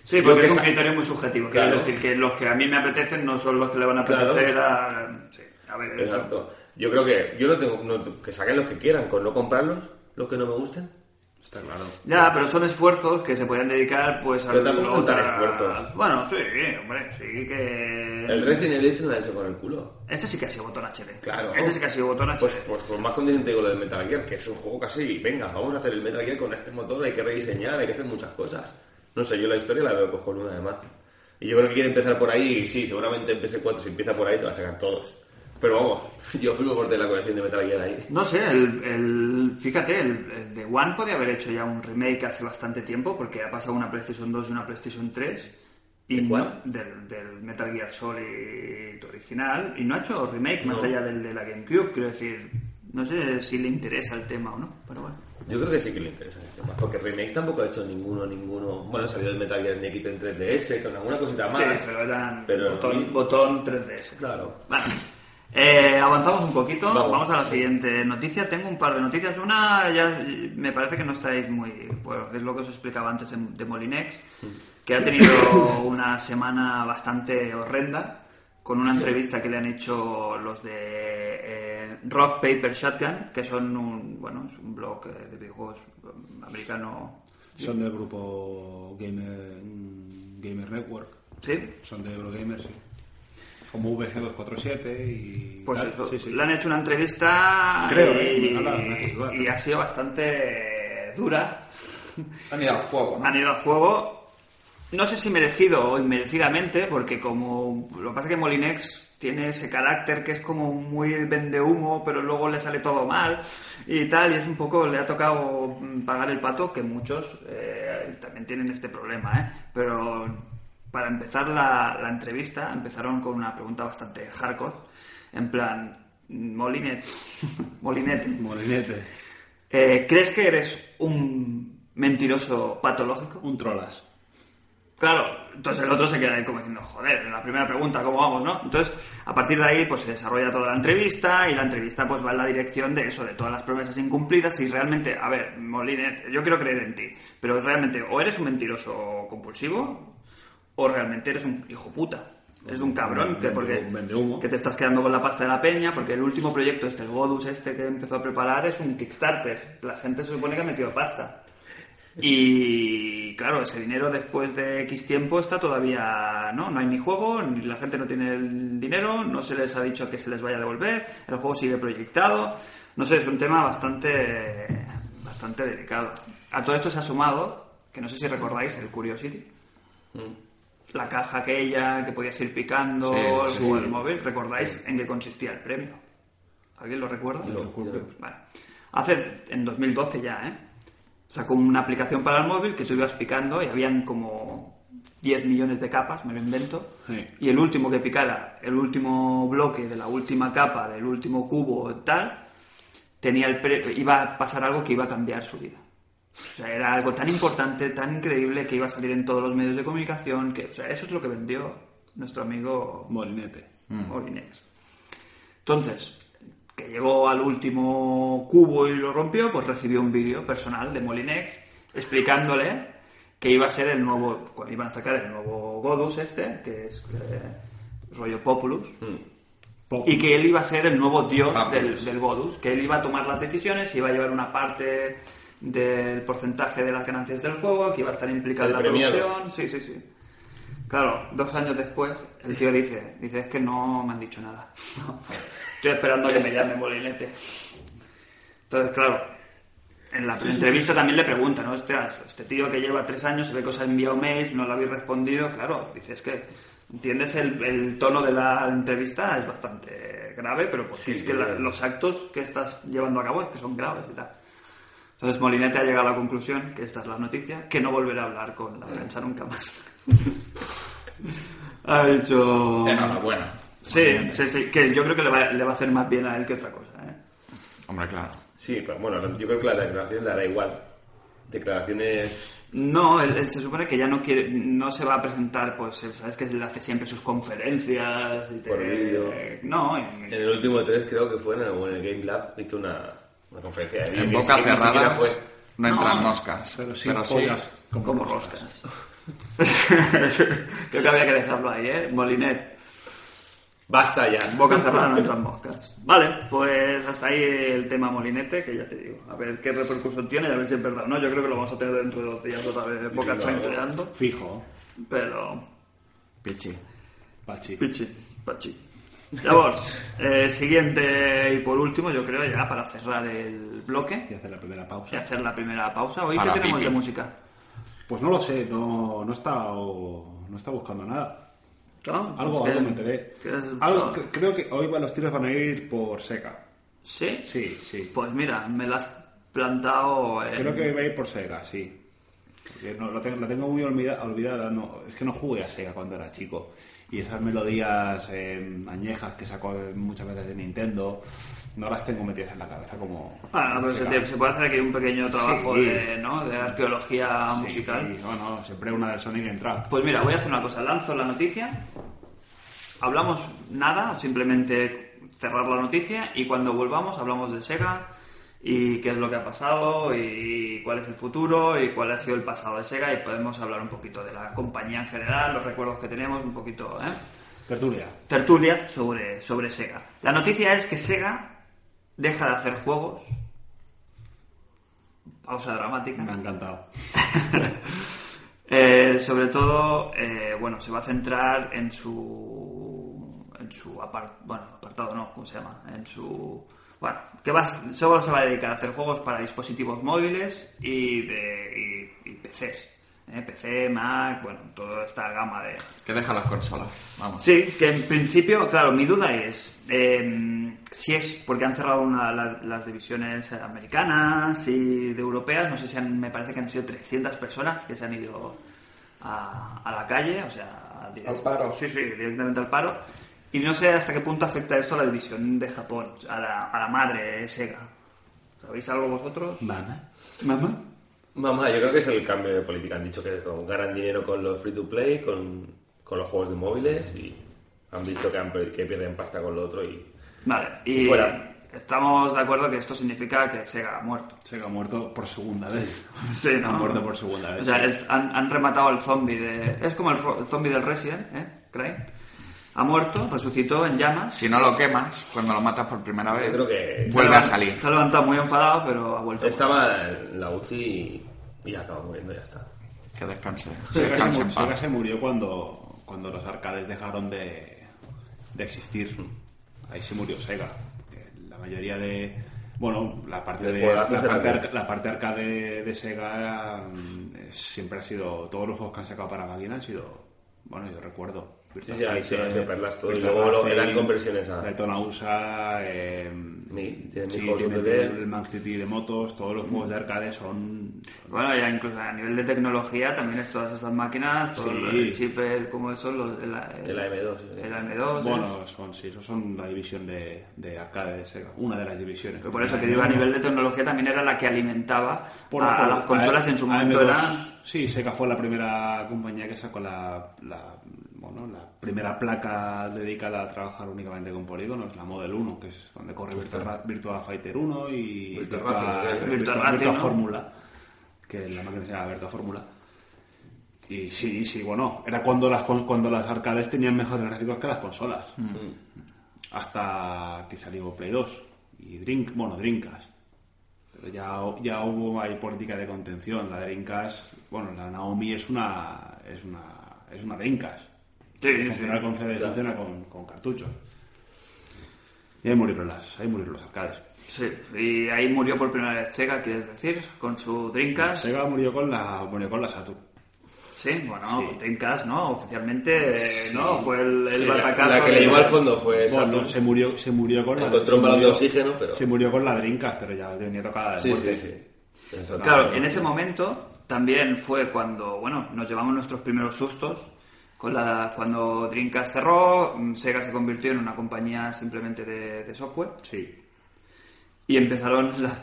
S2: Sí,
S5: Creo
S2: porque
S5: que
S2: es un
S5: sa-
S2: criterio muy subjetivo.
S5: Claro.
S2: Quiero decir que los que a mí me apetecen no son los que le van a
S5: Claro.
S2: apetecer a... Sí, a ver, eso.
S5: Exacto. Yo creo que yo no tengo no- que saquen los que quieran, con no comprarlos, los que no me gusten.
S3: Está claro.
S2: Ya, pero son esfuerzos que se pueden dedicar pues a
S5: Pero tampoco son tan esfuerzos.
S2: Bueno, sí, hombre, sí que...
S5: El Resident Evil este lo han hecho con el culo.
S2: Este sí que ha sido botón HD.
S5: Claro.
S2: Este sí que ha sido botón HD.
S5: Pues, pues por más condiciente digo lo del Metal Gear, que es un juego casi, venga, vamos a hacer el Metal Gear con este motor, hay que rediseñar, hay que hacer muchas cosas. No sé, yo la historia la veo cojonuda además. Y yo creo que quiere empezar por ahí, y sí, seguramente en PS4 si empieza por ahí te va a sacar todos. Pero vamos, yo flipo por tener la colección de Metal Gear ahí.
S2: No sé, el, el- fíjate, el, el de One podía haber hecho ya un remake hace bastante tiempo porque ha pasado una PlayStation 2 y una PlayStation 3. Y
S5: ¿De cuál?
S2: no- del, del Metal Gear Solid original. Y no ha hecho remake más
S5: No.
S2: allá del de la GameCube. Quiero decir, no sé si le interesa el tema o no, pero bueno.
S5: Yo creo que sí que le interesa el tema, porque remakes tampoco ha hecho ninguno, ninguno. Bueno, salió el Metal Gear Snake en 3DS, con alguna cosita más.
S2: Sí, pero eran
S5: Pero-
S2: botón, botón 3DS.
S5: Claro.
S2: Vale. Eh, avanzamos un poquito,
S5: Vamos.
S2: vamos. a la siguiente noticia. Tengo un par de noticias. Una, ya me parece que no estáis muy. Bueno, es lo que os explicaba antes en- de Molinex, que ha tenido una semana bastante horrenda con una entrevista que le han hecho los de eh, Rock Paper Shotgun, que son un, bueno, es un blog eh, de videojuegos eh, americano.
S3: Son del grupo Gamer, Gamer Network.
S2: ¿Sí?
S3: Son de Eurogamer, sí. Como VG247 y.
S2: Pues
S3: tal.
S2: eso,
S3: Sí, sí.
S2: le han hecho una entrevista
S3: Creo,
S2: y,
S3: ¿eh? No la- no la- no la-
S2: y ha sido bastante dura.
S4: Han ido al fuego, ¿no?
S2: Han ido a fuego, no sé si merecido o inmerecidamente, porque como lo que pasa es que Molinex tiene ese carácter que es como muy vende humo, pero luego le sale todo mal y tal, y es un poco, le ha tocado mm, pagar el pato, que muchos eh, también tienen este problema, ¿eh? Pero para empezar la, la entrevista empezaron con una pregunta bastante hardcore, en plan, Molinet, Molinet,
S3: Molinete.
S2: eh, ¿crees que eres un mentiroso patológico?
S3: Un trolas.
S2: Claro, entonces el otro se queda ahí como diciendo, joder, en la primera pregunta, ¿cómo vamos, no? Entonces, a partir de ahí, pues se desarrolla toda la entrevista y la entrevista pues va en la dirección de eso, de todas las promesas incumplidas y realmente, a ver, Molinet, yo quiero creer en ti, pero realmente o eres un mentiroso compulsivo o realmente eres un hijo puta. Eres un cabrón
S3: Un
S2: que,
S3: vende-
S2: porque,
S3: un vendehumo.
S2: que te estás quedando con la pasta de la peña, porque el último proyecto, este, el Godus este que empezó a preparar, es un Kickstarter. La gente se supone que ha metido pasta. Y claro, ese dinero después de X tiempo está todavía, ¿no? No hay ni juego, ni la gente no tiene el dinero, no se les ha dicho que se les vaya a devolver, el juego sigue proyectado. No sé, es un tema bastante bastante delicado. A todo esto se ha sumado, que no sé si recordáis, el Curiosity. La caja aquella que podías ir picando,
S4: Mm. Sí,
S2: el
S4: sí.
S2: juego del móvil, ¿recordáis en qué consistía el premio? ¿Alguien lo recuerda? Vale. Hace, en 2012 ya, ¿eh? sacó una aplicación para el móvil que tú ibas picando y habían como 10 millones de capas, me lo invento.
S3: Sí.
S2: Y el último que picara, el último bloque de la última capa, del último cubo tal, tenía el pre- iba a pasar algo que iba a cambiar su vida. O sea, era algo tan importante, tan increíble que iba a salir en todos los medios de comunicación, que o sea, eso es lo que vendió nuestro amigo
S3: Molinete.
S2: Molinex. Entonces, que llegó al último cubo y lo rompió, pues recibió un vídeo personal de Molinex explicándole que iba a ser el nuevo, iban a sacar el nuevo Godus este, que es eh, rollo Populus,
S5: Mm,
S3: Pop.
S2: y que él iba a ser el nuevo dios del,
S4: Populus.
S2: del Godus, que él iba a tomar las decisiones, iba a llevar una parte del porcentaje de las ganancias del juego, que iba a estar implicado en
S5: El
S2: la
S5: premiado.
S2: producción, sí, sí, sí. Claro, dos años después, el tío dice, dice, es que no me han dicho nada. Estoy esperando a que me llame Molinete. Entonces, claro, en la entrevista también le preguntan, ¿no? Ostras, este tío que lleva tres años, se ve que os ha enviado mail, no lo habéis respondido, claro, dices que... ¿Entiendes? El, el tono de la entrevista es bastante grave, pero pues es que la-
S5: claro.
S2: los actos que estás llevando a cabo es que son graves y tal. Entonces Molinete ha llegado a la conclusión, que esta es la noticia, que no volverá a hablar con la prensa nunca más. ha
S4: Ah. Eh,
S2: dicho...
S4: Enhorabuena.
S2: Sí, sí, sí, que yo creo que le va, le va a hacer más bien a él que otra cosa, ¿eh?
S4: Hombre, claro.
S5: Sí, pero bueno, yo creo que la declaración le hará igual. Declaraciones.
S2: No, él, él se supone que ya no quiere, no se va a presentar, pues, sabes que él hace siempre sus conferencias y te-
S5: Por vídeo. Eh,
S2: No, y-
S5: En el último E tres creo que fue en el, o en el Game Lab, hizo una, una conferencia. de vídeo
S4: En
S5: que
S4: boca
S5: ni siquiera
S4: cerrada
S5: fue.
S4: no entran
S2: No,
S4: moscas.
S3: Pero sí, pollas. Como,
S2: como
S3: roscas.
S2: roscas. Creo que había que dejarlo ahí, ¿eh? Molinet,
S5: Basta ya.
S2: boca cerrada, no entran moscas. Vale, pues hasta ahí el tema Molinete, que ya te digo. A ver qué repercusión tiene y a ver si es verdad o no. Yo creo que lo vamos a tener dentro de dos días otra vez, boca
S5: Claro.
S2: chancleando.
S3: Fijo.
S2: Pero
S4: Pichi.
S3: Pachi.
S2: Pichi, pachi. Ya vos, eh, siguiente y por último, yo creo ya para cerrar el
S3: Y
S2: bloque
S3: hacer la primera
S2: y
S3: pausa.
S2: hacer la primera pausa. Hoy,
S4: A
S2: ¿qué
S4: la
S2: tenemos
S4: pipi.
S2: de música?
S3: Pues no lo sé, no, no, he estado- no está buscando nada.
S2: ¿No?
S3: Algo,
S2: Pues que-
S3: algo me enteré.
S2: que es-
S3: Algo, cre- creo que hoy va- los tiros van a ir por seca.
S2: ¿Sí?
S3: Sí, sí.
S2: Pues mira, me la has plantado. en-
S3: Creo que va a ir por Sega, sí. Porque no, lo tengo, la tengo muy olvida- olvidada. No, es que no jugué a Sega cuando era chico. Y esas melodías eh, añejas que sacó muchas veces de Nintendo, no las tengo metidas en la cabeza como...
S2: Ah,
S3: como
S2: pues se,
S3: Sega.
S2: te- se puede hacer aquí un pequeño trabajo
S3: Sí.
S2: de, ¿no? de arqueología
S3: Sí,
S2: musical.
S3: sí, bueno, siempre una del Sonic entra.
S2: Pues mira, voy a hacer una cosa. Lanzo la noticia. Hablamos nada, simplemente cerrar la noticia y cuando volvamos hablamos de Sega y qué es lo que ha pasado y cuál es el futuro y cuál ha sido el pasado de Sega y podemos hablar un poquito de la compañía en general, los recuerdos que tenemos, un poquito... ¿eh?
S3: Tertulia.
S2: tertulia sobre, sobre Sega. La noticia es que Sega deja de hacer juegos. Pausa
S3: Me ha
S2: dramática.
S3: encantado.
S2: Eh, sobre todo, eh, bueno, se va a centrar en su. en su apar- bueno, apartado no, ¿cómo se llama? En su. Bueno, que va, solo se va a dedicar a hacer juegos para dispositivos móviles y, de, y, y PCs. eh, PC, Mac, bueno, toda esta gama de,
S4: Que deja las consolas, vamos.
S2: Sí, que en principio, claro, mi duda es eh, si es porque han cerrado una- la- las divisiones americanas y de europeas, no sé si han, me parece que han sido 300 personas que se han ido a, a la calle, o sea, direct-
S6: Al paro.
S2: Sí, sí, directamente al paro. Y no sé hasta qué punto afecta esto a la división de Japón, a la, a la madre eh, Sega. ¿Sabéis algo vosotros?
S3: Vana.
S2: Mamá.
S5: Mamá, yo creo que es el cambio de política. Han dicho que como ganan dinero con los free to play, con, con los juegos de móviles y han visto que, han per- que pierden pasta con lo otro y
S2: Vale, y
S5: Fuera.
S2: estamos de acuerdo que esto significa que Sega ha muerto.
S3: Se ha muerto por segunda vez.
S2: Sí, ¿no?
S3: Ha muerto por segunda vez.
S2: O sea, el- han, han rematado al zombie de... Es como el, fo- el zombie del Resident, ¿eh? Crane. Ha muerto, resucitó en llamas.
S4: Si no lo quemas, cuando lo matas por primera vez,
S5: creo que-
S2: Se ha
S4: vuelve a
S2: levan-
S4: salir.
S2: Se ha levantado muy enfadado, pero ha vuelto.
S5: estaba en la UCI y, y acabó muriendo, ya está.
S4: Que descanse. Que
S3: Sega se,
S4: descanse
S3: mu-
S4: en
S3: Sega
S4: paz.
S3: se murió cuando, cuando los arcades dejaron de, de existir. Ahí se murió Sega. porque La mayoría de. Bueno, la parte,
S5: De
S3: de, la,
S5: juegazos eran
S3: parte
S5: de-
S3: arca- la parte arcade de Sega mm, eh, siempre ha sido. Todos los juegos que han sacado para máquina han sido. Bueno, yo recuerdo.
S5: Sí,
S3: Virtua
S5: sí, ahí se-
S3: Fighter,
S5: se perlas todo, y
S3: Virtua
S5: luego lo-
S3: Racing,
S5: eran conversiones a-
S3: Retonausa, eh,
S5: Mi- tiene mi
S3: sí,
S5: juegos
S3: tiene
S5: UTV.
S3: el Manx City de motos, todos los juegos de arcade son
S2: Bueno, ya incluso a nivel de tecnología también es todas esas máquinas, todo
S3: Sí.
S2: el chip, el- como eso, los- el,
S5: El AM2. sí.
S2: el AM2. ¿eh?
S3: Bueno, son, sí, eso son la división de, de arcade de Sega, una de las divisiones.
S2: Pero por eso que digo, a nivel de tecnología también era la que alimentaba
S3: Por
S2: a, a
S3: ejemplo,
S2: las consolas en su
S3: AM2,
S2: momento. Era...
S3: Sí, Sega fue la primera compañía que sacó la, la, bueno, la primera placa dedicada a trabajar únicamente con polígonos, la Model 1, que es donde corre Virtua, Ra- Virtua Fighter 1 y
S5: Virtua Racing, sí, sí.
S2: Pues Virtua
S3: Virtua,
S2: Racing,
S3: Virtua
S2: ¿no?
S3: Fórmula, que la máquina se llama Virtua Fórmula. Y sí, sí, bueno, era cuando las, con- cuando las arcades tenían mejores gráficos que las consolas.
S2: Mm.
S3: Hasta que salió Play 2 y Drink, bueno, Dreamcast. Pero ya, ya hubo ahí política de contención. La Dreamcast, bueno, la Naomi es una es una es una Dreamcast.
S2: Sí, sí,
S3: funciona
S2: sí.
S3: con CDs,
S5: Claro.
S3: funciona con, con cartuchos. Y ahí murieron las, ahí murieron los arcades.
S2: Sí, y ahí murió por primera vez Sega, quieres decir, con su Dreamcast.
S3: Sega murió con la murió con la Saturn.
S2: Sí, bueno,
S3: Sí.
S2: Dreamcast, ¿no? Oficialmente, eh, ¿no? Fue el, el
S5: Sí, la-
S2: batacazo.
S5: la que le
S2: de-
S5: llevó al fondo fue esa.
S3: Bueno, se murió, se murió con la
S5: Encontró un
S3: se
S5: balón de
S3: murió-
S5: oxígeno, pero-
S3: se murió con la Dreamcast, pero ya venía tocada de
S5: Sí,
S3: muerte.
S5: sí, sí. Eso
S2: Claro,
S5: también.
S2: en ese momento también fue cuando, bueno, nos llevamos nuestros primeros sustos. Con la, cuando Dreamcast cerró, mm, Sega se convirtió en una compañía simplemente de, de software
S3: Sí.
S2: y empezaron los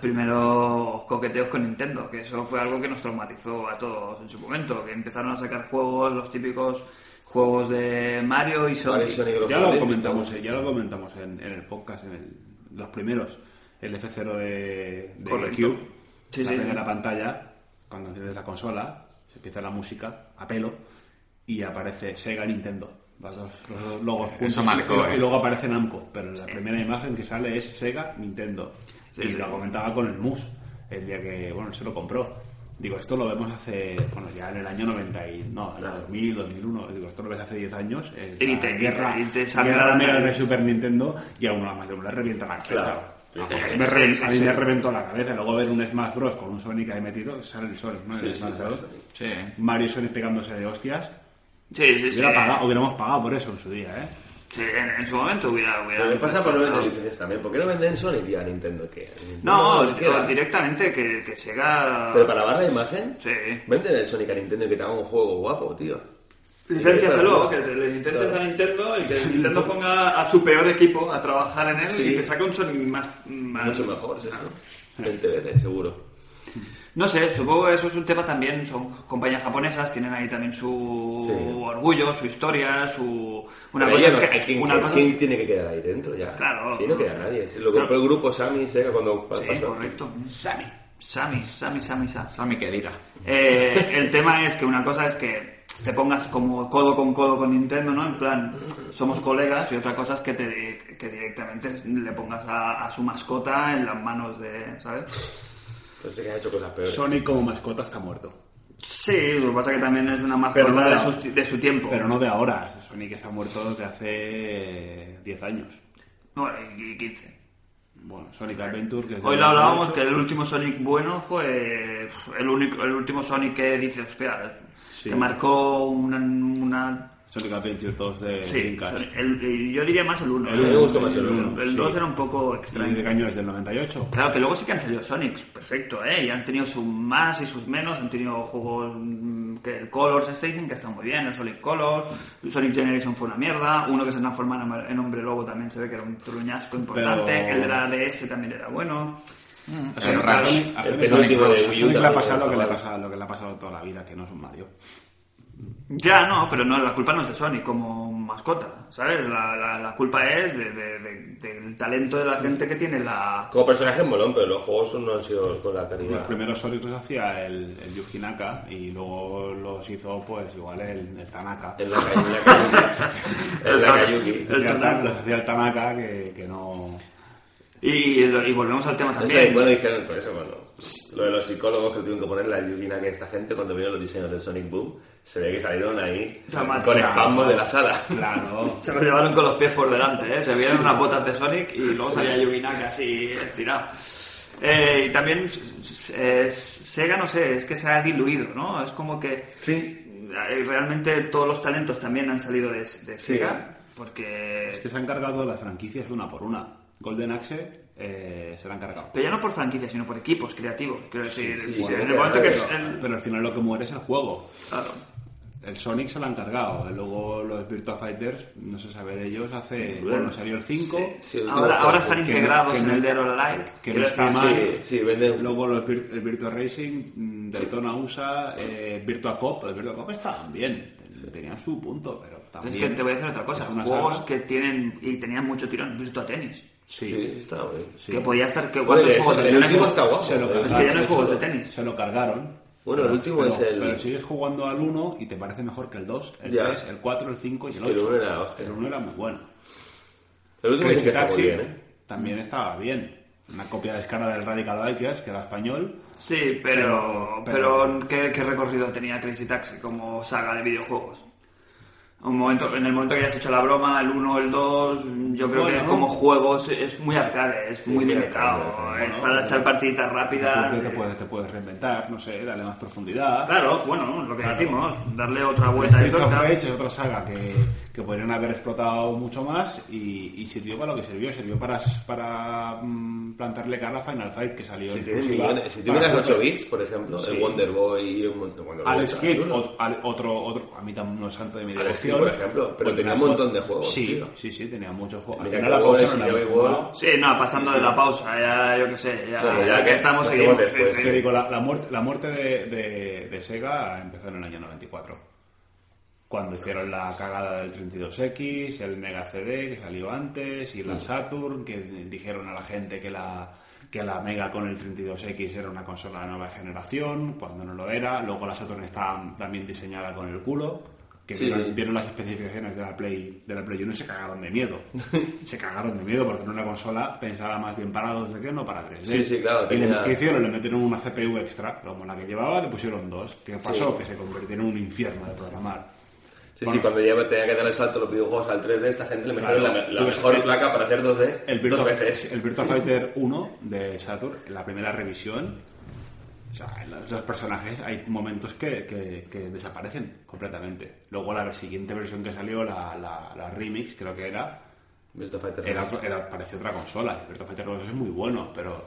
S2: primeros coqueteos con Nintendo, que eso fue algo que nos traumatizó a todos en su momento, que empezaron a sacar juegos, los típicos juegos de Mario y Sonic.
S5: Mario y Sonic los
S3: Ya lo
S5: Olímpicos.
S3: comentamos, eh, ya lo comentamos en, en el podcast, en el- los primeros, el F0 de, de
S2: Correcto.
S3: GameCube,
S2: Sí,
S3: la
S2: sí,
S3: primera
S2: sí.
S3: pantalla, cuando enciendes la consola, se empieza la música a pelo y aparece Sega Nintendo. Los dos los dos logos juntos.
S4: marcó,
S3: y, luego-
S4: eh.
S3: y luego aparece Namco, pero la primera imagen que sale es Sega Nintendo.
S2: Sí,
S3: y
S2: sí.
S3: lo comentaba con el Mus, el día que, bueno, él se lo compró. Digo, esto lo vemos hace, bueno, ya en el año 90 y, no, en el 2000, 2001, digo, esto lo ves hace 10 años, eh,
S2: Y
S3: la
S2: te-
S3: guerra,
S2: y te
S3: guerra
S2: sangra la
S3: Mega
S2: nariz.
S3: de Super Nintendo y a uno a más de uno le revienta la cabeza.
S5: Claro.
S3: A
S5: Sí,
S3: mí me
S2: sí,
S3: re-
S2: sí,
S3: a mí
S2: sí.
S3: me reventó la cabeza. Luego ver un Smash Bros. con un Sonic ahí metido, sale el Sonic, ¿no?
S5: Sí,
S3: El
S5: sí,
S3: Smash
S5: sale
S3: Bros.
S5: el Sonic.
S4: Sí.
S3: Mario y Sonic pegándose de hostias.
S2: Sí, sí, sí.
S3: Hubiera pagado- hubiéramos pagado por eso en su día, ¿eh?
S2: Sí, en, en su momento hubiera... hubiera
S5: Pero me pasa por no vender licencias también. ¿Por qué no venden Sonic y a Nintendo? ¿Qué? A Nintendo
S2: Ah. No,
S5: le queda.
S2: o directamente que, que Sega...
S5: Pero para barra de imagen,
S2: Sí.
S5: venden el Sonic a Nintendo y que te haga un juego guapo, tío.
S2: Licénciaselo, que le licencies
S5: Claro.
S2: a Nintendo y que Nintendo ponga a su peor equipo a trabajar en él
S5: Sí.
S2: y que saque un Sonic más... más-
S5: Mucho mejor, sí, sí. 20 veces, seguro.
S2: No sé, supongo que eso es un tema también, son compañías japonesas, tienen ahí también su
S5: Sí.
S2: orgullo, su historia, su... Una
S5: Pero
S2: cosa
S5: ya
S2: es
S5: no-
S2: que...
S5: hay quien-
S2: una cosa es
S5: ¿quién
S2: que-
S5: tiene que quedar ahí dentro ya?
S2: Claro.
S5: Sí, no queda nadie. Lo compró
S2: Claro.
S5: el grupo Sami Sega cuando pa-
S2: Sí,
S5: pasó.
S2: correcto. Sami. Sami, Sami, Sami, Sami.
S4: Sami Kedira.
S2: Eh, el tema es que una cosa es que te pongas como codo con codo con Nintendo, ¿no? En plan, somos colegas y otra cosa es que, te, que directamente le pongas a, a su mascota en las manos de, ¿sabes?
S5: Pero sí que ha hecho cosas peores.
S3: Sonic como mascota está muerto.
S2: Sí, lo que pasa es que también es una
S3: Pero
S2: mascota
S3: no
S2: de,
S3: de
S2: su, de su tiempo.
S3: Pero no de ahora. Sonic está muerto desde hace 10 años.
S2: Bueno, y 15.
S3: Bueno, Sonic Adventure. que es de
S2: Hoy lo hablábamos
S3: 2008.
S2: que el último Sonic bueno fue pf, el, único, el último Sonic que dice, hostia,
S3: Sí.
S2: que marcó una... una-
S3: Sonic Adventure 2 de
S2: sí,
S3: Dreamcast.
S2: el- yo diría más el 1.
S3: El
S5: A mí me gustó más el
S3: uno,
S5: uno,
S2: El
S3: sí.
S2: 2 era un poco extraño.
S3: Sonic de Caño es del 98.
S2: Claro, que luego sí que han salido Sonics, perfecto, ¿eh? Y han tenido sus más y sus menos, han tenido juegos mm, que el Colors, este dicen que está muy bien, el Sonic Colors, el Sonic Generation fue una mierda, uno que se transforma en hom- en Hombre Lobo también se ve que era un truñasco importante,
S3: Pero-
S2: el de la DS también era bueno.
S3: A
S4: El
S3: Sonic-
S4: Rush.
S3: a Sonic- a
S5: El
S3: Sonic-
S5: penúltimo de
S3: a
S5: Wii U
S3: Sonic le ha
S5: también
S3: pasado lo que le ha
S5: estaba-
S3: pasado, lo que le ha pasado toda la vida, que no es un Mario.
S2: Ya, no, pero no, la culpa no es de Sonic como mascota, ¿sabes? La, la- la culpa es de- de- de- del talento de la gente que tiene la...
S5: Como personaje es molón, pero los juegos no han sido con la
S3: Los
S5: calidad.
S3: primeros Sonic los hacía el, el Yuji Naka y luego los hizo, pues, igual el, el Tanaka.
S5: En la Kayuki. En la Kayuki.
S3: Los
S2: el
S3: hacía el
S2: Tanaka.
S3: Tan- los hacía el Tanaka que, que no...
S2: Y, y volvemos al tema
S5: Entonces,
S2: también.
S5: bueno, dijeron por eso, bueno. Lo de los psicólogos que tuvieron que poner la Yukina que esta gente cuando vieron los diseños del Sonic Boom, se ve que salieron ahí
S2: Dramático.
S5: con espasmos de la sala.
S3: Claro.
S2: Se lo llevaron con los pies por delante, ¿eh? Se vieron unas botas de Sonic y luego salía Yugi Naka así estirado. Eh, y también s- s- eh, Sega, no sé, es que se ha diluido, ¿no? Es como que eh, realmente todos los talentos también han salido de, de Sega, porque...
S3: Es que se han cargado las franquicias una por una. Golden Axe eh, se la han cargado.
S2: Pero ya no por franquicias, sino por equipos creativos. Quiero decir,
S5: sí,
S2: si
S5: bueno,
S2: en el
S5: pero-
S2: momento que...
S5: pero-
S2: el-
S3: Pero al final lo que muere es el juego.
S2: claro.
S3: El Sonic se lo han cargado. Luego los Virtua Fighters, no se sabe de ellos, hace... Bueno, salió el 5.
S5: Sí, el último
S2: ahora, ahora
S5: juego.
S2: están
S3: que no-
S2: integrados
S3: que
S2: en
S3: no-
S2: el Dead or Alive.
S3: que no
S2: Quiero
S3: está
S2: decir,
S3: mal.
S5: Sí, sí, venden.
S3: Luego los Vir- el Virtua Racing, mm, Daytona USA, eh, Virtua Cop. El Virtua Cop estaban bien. Tenían su punto, pero
S2: Es
S3: también...
S2: que te voy a decir otra cosa.
S3: Es una
S2: Juegos
S3: saga.
S2: que tienen y tenían mucho tirón, Virtua Tenis.
S3: Sí.
S5: Sí, está bien.
S3: Sí.
S2: Que podía estar. Que,
S5: Bueno,
S2: ¿Cuántos
S5: el-
S2: juegos
S5: el
S2: de tenis?
S5: último está guapo. ¿eh?
S3: Se lo
S5: Es que
S2: Es que ya no hay
S3: cargaron.
S2: juegos de tenis.
S3: Se lo cargaron.
S5: Bueno, el último
S3: pero-
S5: es el-
S3: Pero sigues jugando al 1 y te parece mejor que el 2, el
S5: Ya.
S3: 3, el 4, el 5 y el 8.
S5: el uno era hostia.
S3: El uno era muy bueno.
S5: El último
S3: Crazy
S5: sí que está muy
S3: Pues Taxi
S5: bien, ¿eh?
S3: también estaba bien. Una copia descarada del Radical Bikers, que era español.
S2: Sí, pero.
S3: Pero-
S2: Pero,
S3: pero-
S2: ¿qué, qué recorrido tenía Crazy Taxi como saga de videojuegos? Un momento, en el momento que hayas hecho la broma, el 1, el 2, yo creo
S3: Bueno,
S2: que
S3: ¿no?
S2: como juegos es muy arcade, es muy
S5: muy
S2: limitado.
S5: arcade,
S2: es
S3: ¿no?
S2: para echar partiditas rápidas.
S3: Yo creo eh, que puedes, te puedes reinventar, no sé, darle más profundidad.
S2: Claro, bueno, lo que
S3: Claro.
S2: decimos, darle otra vuelta de
S3: Street of
S2: tuerca.
S3: Rage es otra saga que, que podrían haber explotado mucho más y, y sirvió para lo que sirvió. Sirvió para, para mm, plantarle cara a Final Fight, que salió
S5: Si tienes
S3: exclusiva
S5: millones- si
S3: para
S5: tuvieras 8
S3: Super-
S5: bits, pues, por ejemplo,
S3: Sí.
S5: el Wonder Boy y un montón Wonder Boy
S3: Alex
S5: está
S3: Kidd,
S5: chulo.
S3: o- al- otro, otro, a mí también no es santo de mi
S5: Alex Kidd,
S3: devoción.
S5: por ejemplo, pero tenía un montón de juegos,
S3: Sí,
S5: tío.
S3: sí, sí, tenía muchos juegos. Al
S5: Mira
S3: final
S5: que
S3: la
S5: luego
S3: pausa
S5: es
S3: no
S5: Ninja
S3: la
S5: Gaiden.
S3: jugaba.
S2: Sí, no, pasando de la pausa, ya yo qué sé, ya,
S5: Claro,
S2: ya
S5: ya
S2: que
S5: que
S2: estamos
S5: lo
S2: seguimos.
S5: hacemos después.
S2: sí,
S3: Te
S2: sí.
S3: digo, la, la muerte, la muerte de, de- de Sega empezó en el año 94. Cuando hicieron la cagada del 32X, el Mega CD que salió antes
S5: Mm.
S3: y la Saturn, que dijeron a la gente que la, que la Mega con el 32X era una consola de nueva generación, cuando no lo era. Luego la Saturn está también diseñada con el culo. Que
S5: Sí.
S3: vieron, vieron las especificaciones de la Play de la Play 1 y se cagaron de miedo. se cagaron de miedo porque era una consola pensada más bien para 2D que no para 3D.
S5: Sí, sí, claro,
S3: Y le-
S5: tenía-
S3: ¿qué hicieron? Le metieron una CPU extra, como la que llevaba, le pusieron dos. ¿Qué pasó?
S5: Sí.
S3: Que se convirtió en un infierno de programar.
S5: Sí,
S3: Bueno.
S5: sí, cuando ya tenía que dar el salto los videojuegos al 3D, esta gente le metieron
S3: Claro.
S5: la, la
S3: Tú ves
S5: mejor
S3: el-
S5: placa para hacer 2D
S3: El
S5: dos
S3: Virtua,
S5: veces.
S3: el Virtua Fighter 1 de Saturn, en la primera revisión, o sea, los, los personajes hay momentos que, que- que desaparecen completamente. Luego la siguiente versión que salió, la, la, la Remix, creo que era,
S5: Virtua Fighter
S3: era,
S5: Remix.
S3: otro- era- parecía otra consola. El Virtua Fighter 2 es muy bueno, pero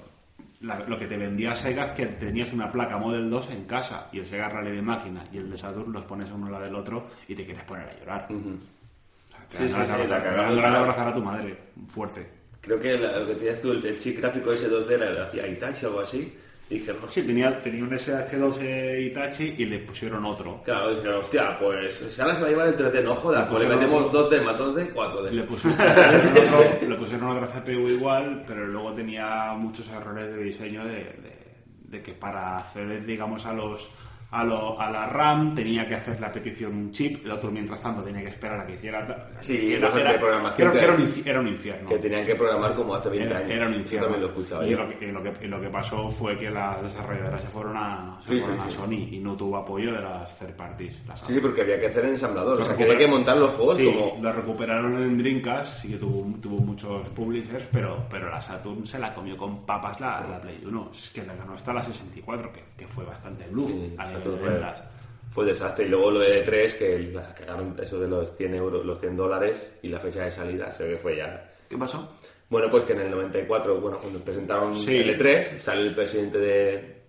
S3: la- lo que te vendía Sega es que tenías una placa Model 2 en casa y el Sega Rally de máquina y el de Saturn los pones uno al lado del otro y te quieres poner a llorar. O sea, te
S5: Sí,
S3: dan
S5: sí,
S3: ganas de
S5: sí, la
S3: abrazar- te
S5: cagaron.
S3: dan ganas de abrazar a tu madre, fuerte.
S5: Creo que la- lo que tenías tú, el, el chip gráfico ese 2D era hacía Hitachi o algo así, Dijeron,
S3: Pues Sí, tenía, tenía un SH12 Itachi y le pusieron otro.
S5: Claro, dijeron, hostia, pues si ahora se va a llevar el 3D, no jodas, pues le metemos 2D más 2D, 4D.
S3: Le pusieron, le pusieron otro, le pusieron otra CPU igual, pero luego tenía muchos errores de diseño de, de- de que para acceder, digamos, a los a, lo- a la RAM tenía que hacer la petición un chip, el otro mientras tanto tenía que esperar a que hiciera... ta- o sea,
S5: Sí,
S3: que era,
S5: los de
S3: era-
S5: programación
S3: creo que era un,
S5: que-
S3: infi- era un infierno.
S5: Que tenían que programar como hace 20
S3: Era,
S5: años.
S3: era un
S5: Yo
S3: infierno.
S5: también lo ¿eh? escuchaba.
S3: y,
S5: yo.
S3: lo que, y lo que- y lo que pasó fue que las desarrolladoras se fueron a, se
S5: Sí,
S3: fueron
S5: sí,
S3: a
S5: sí.
S3: Sony y no tuvo apoyo de las third parties. Las
S5: Sí, sí, porque había que hacer el ensamblador. O sea, que
S3: Recupera-
S5: había que montar los juegos
S3: Sí,
S5: como...
S3: lo recuperaron en Dreamcast, sí que tuvo, tuvo muchos publishers, pero, pero la Saturn se la comió con papas la, la Play 1. Es que la ganó hasta la 64, que, que fue bastante bluff
S5: Sí,
S3: a nivel
S5: Saturn
S3: de
S5: fue-
S3: ventas.
S5: Fue un desastre. Y luego lo de E3, que la cagaron eso de los 100 euros, los 100 dólares y la fecha de salida, se ve que fue ya.
S2: ¿Qué pasó?
S5: Bueno, pues que en el 94, bueno, cuando presentaron
S3: Sí.
S5: el E3, sale el presidente de,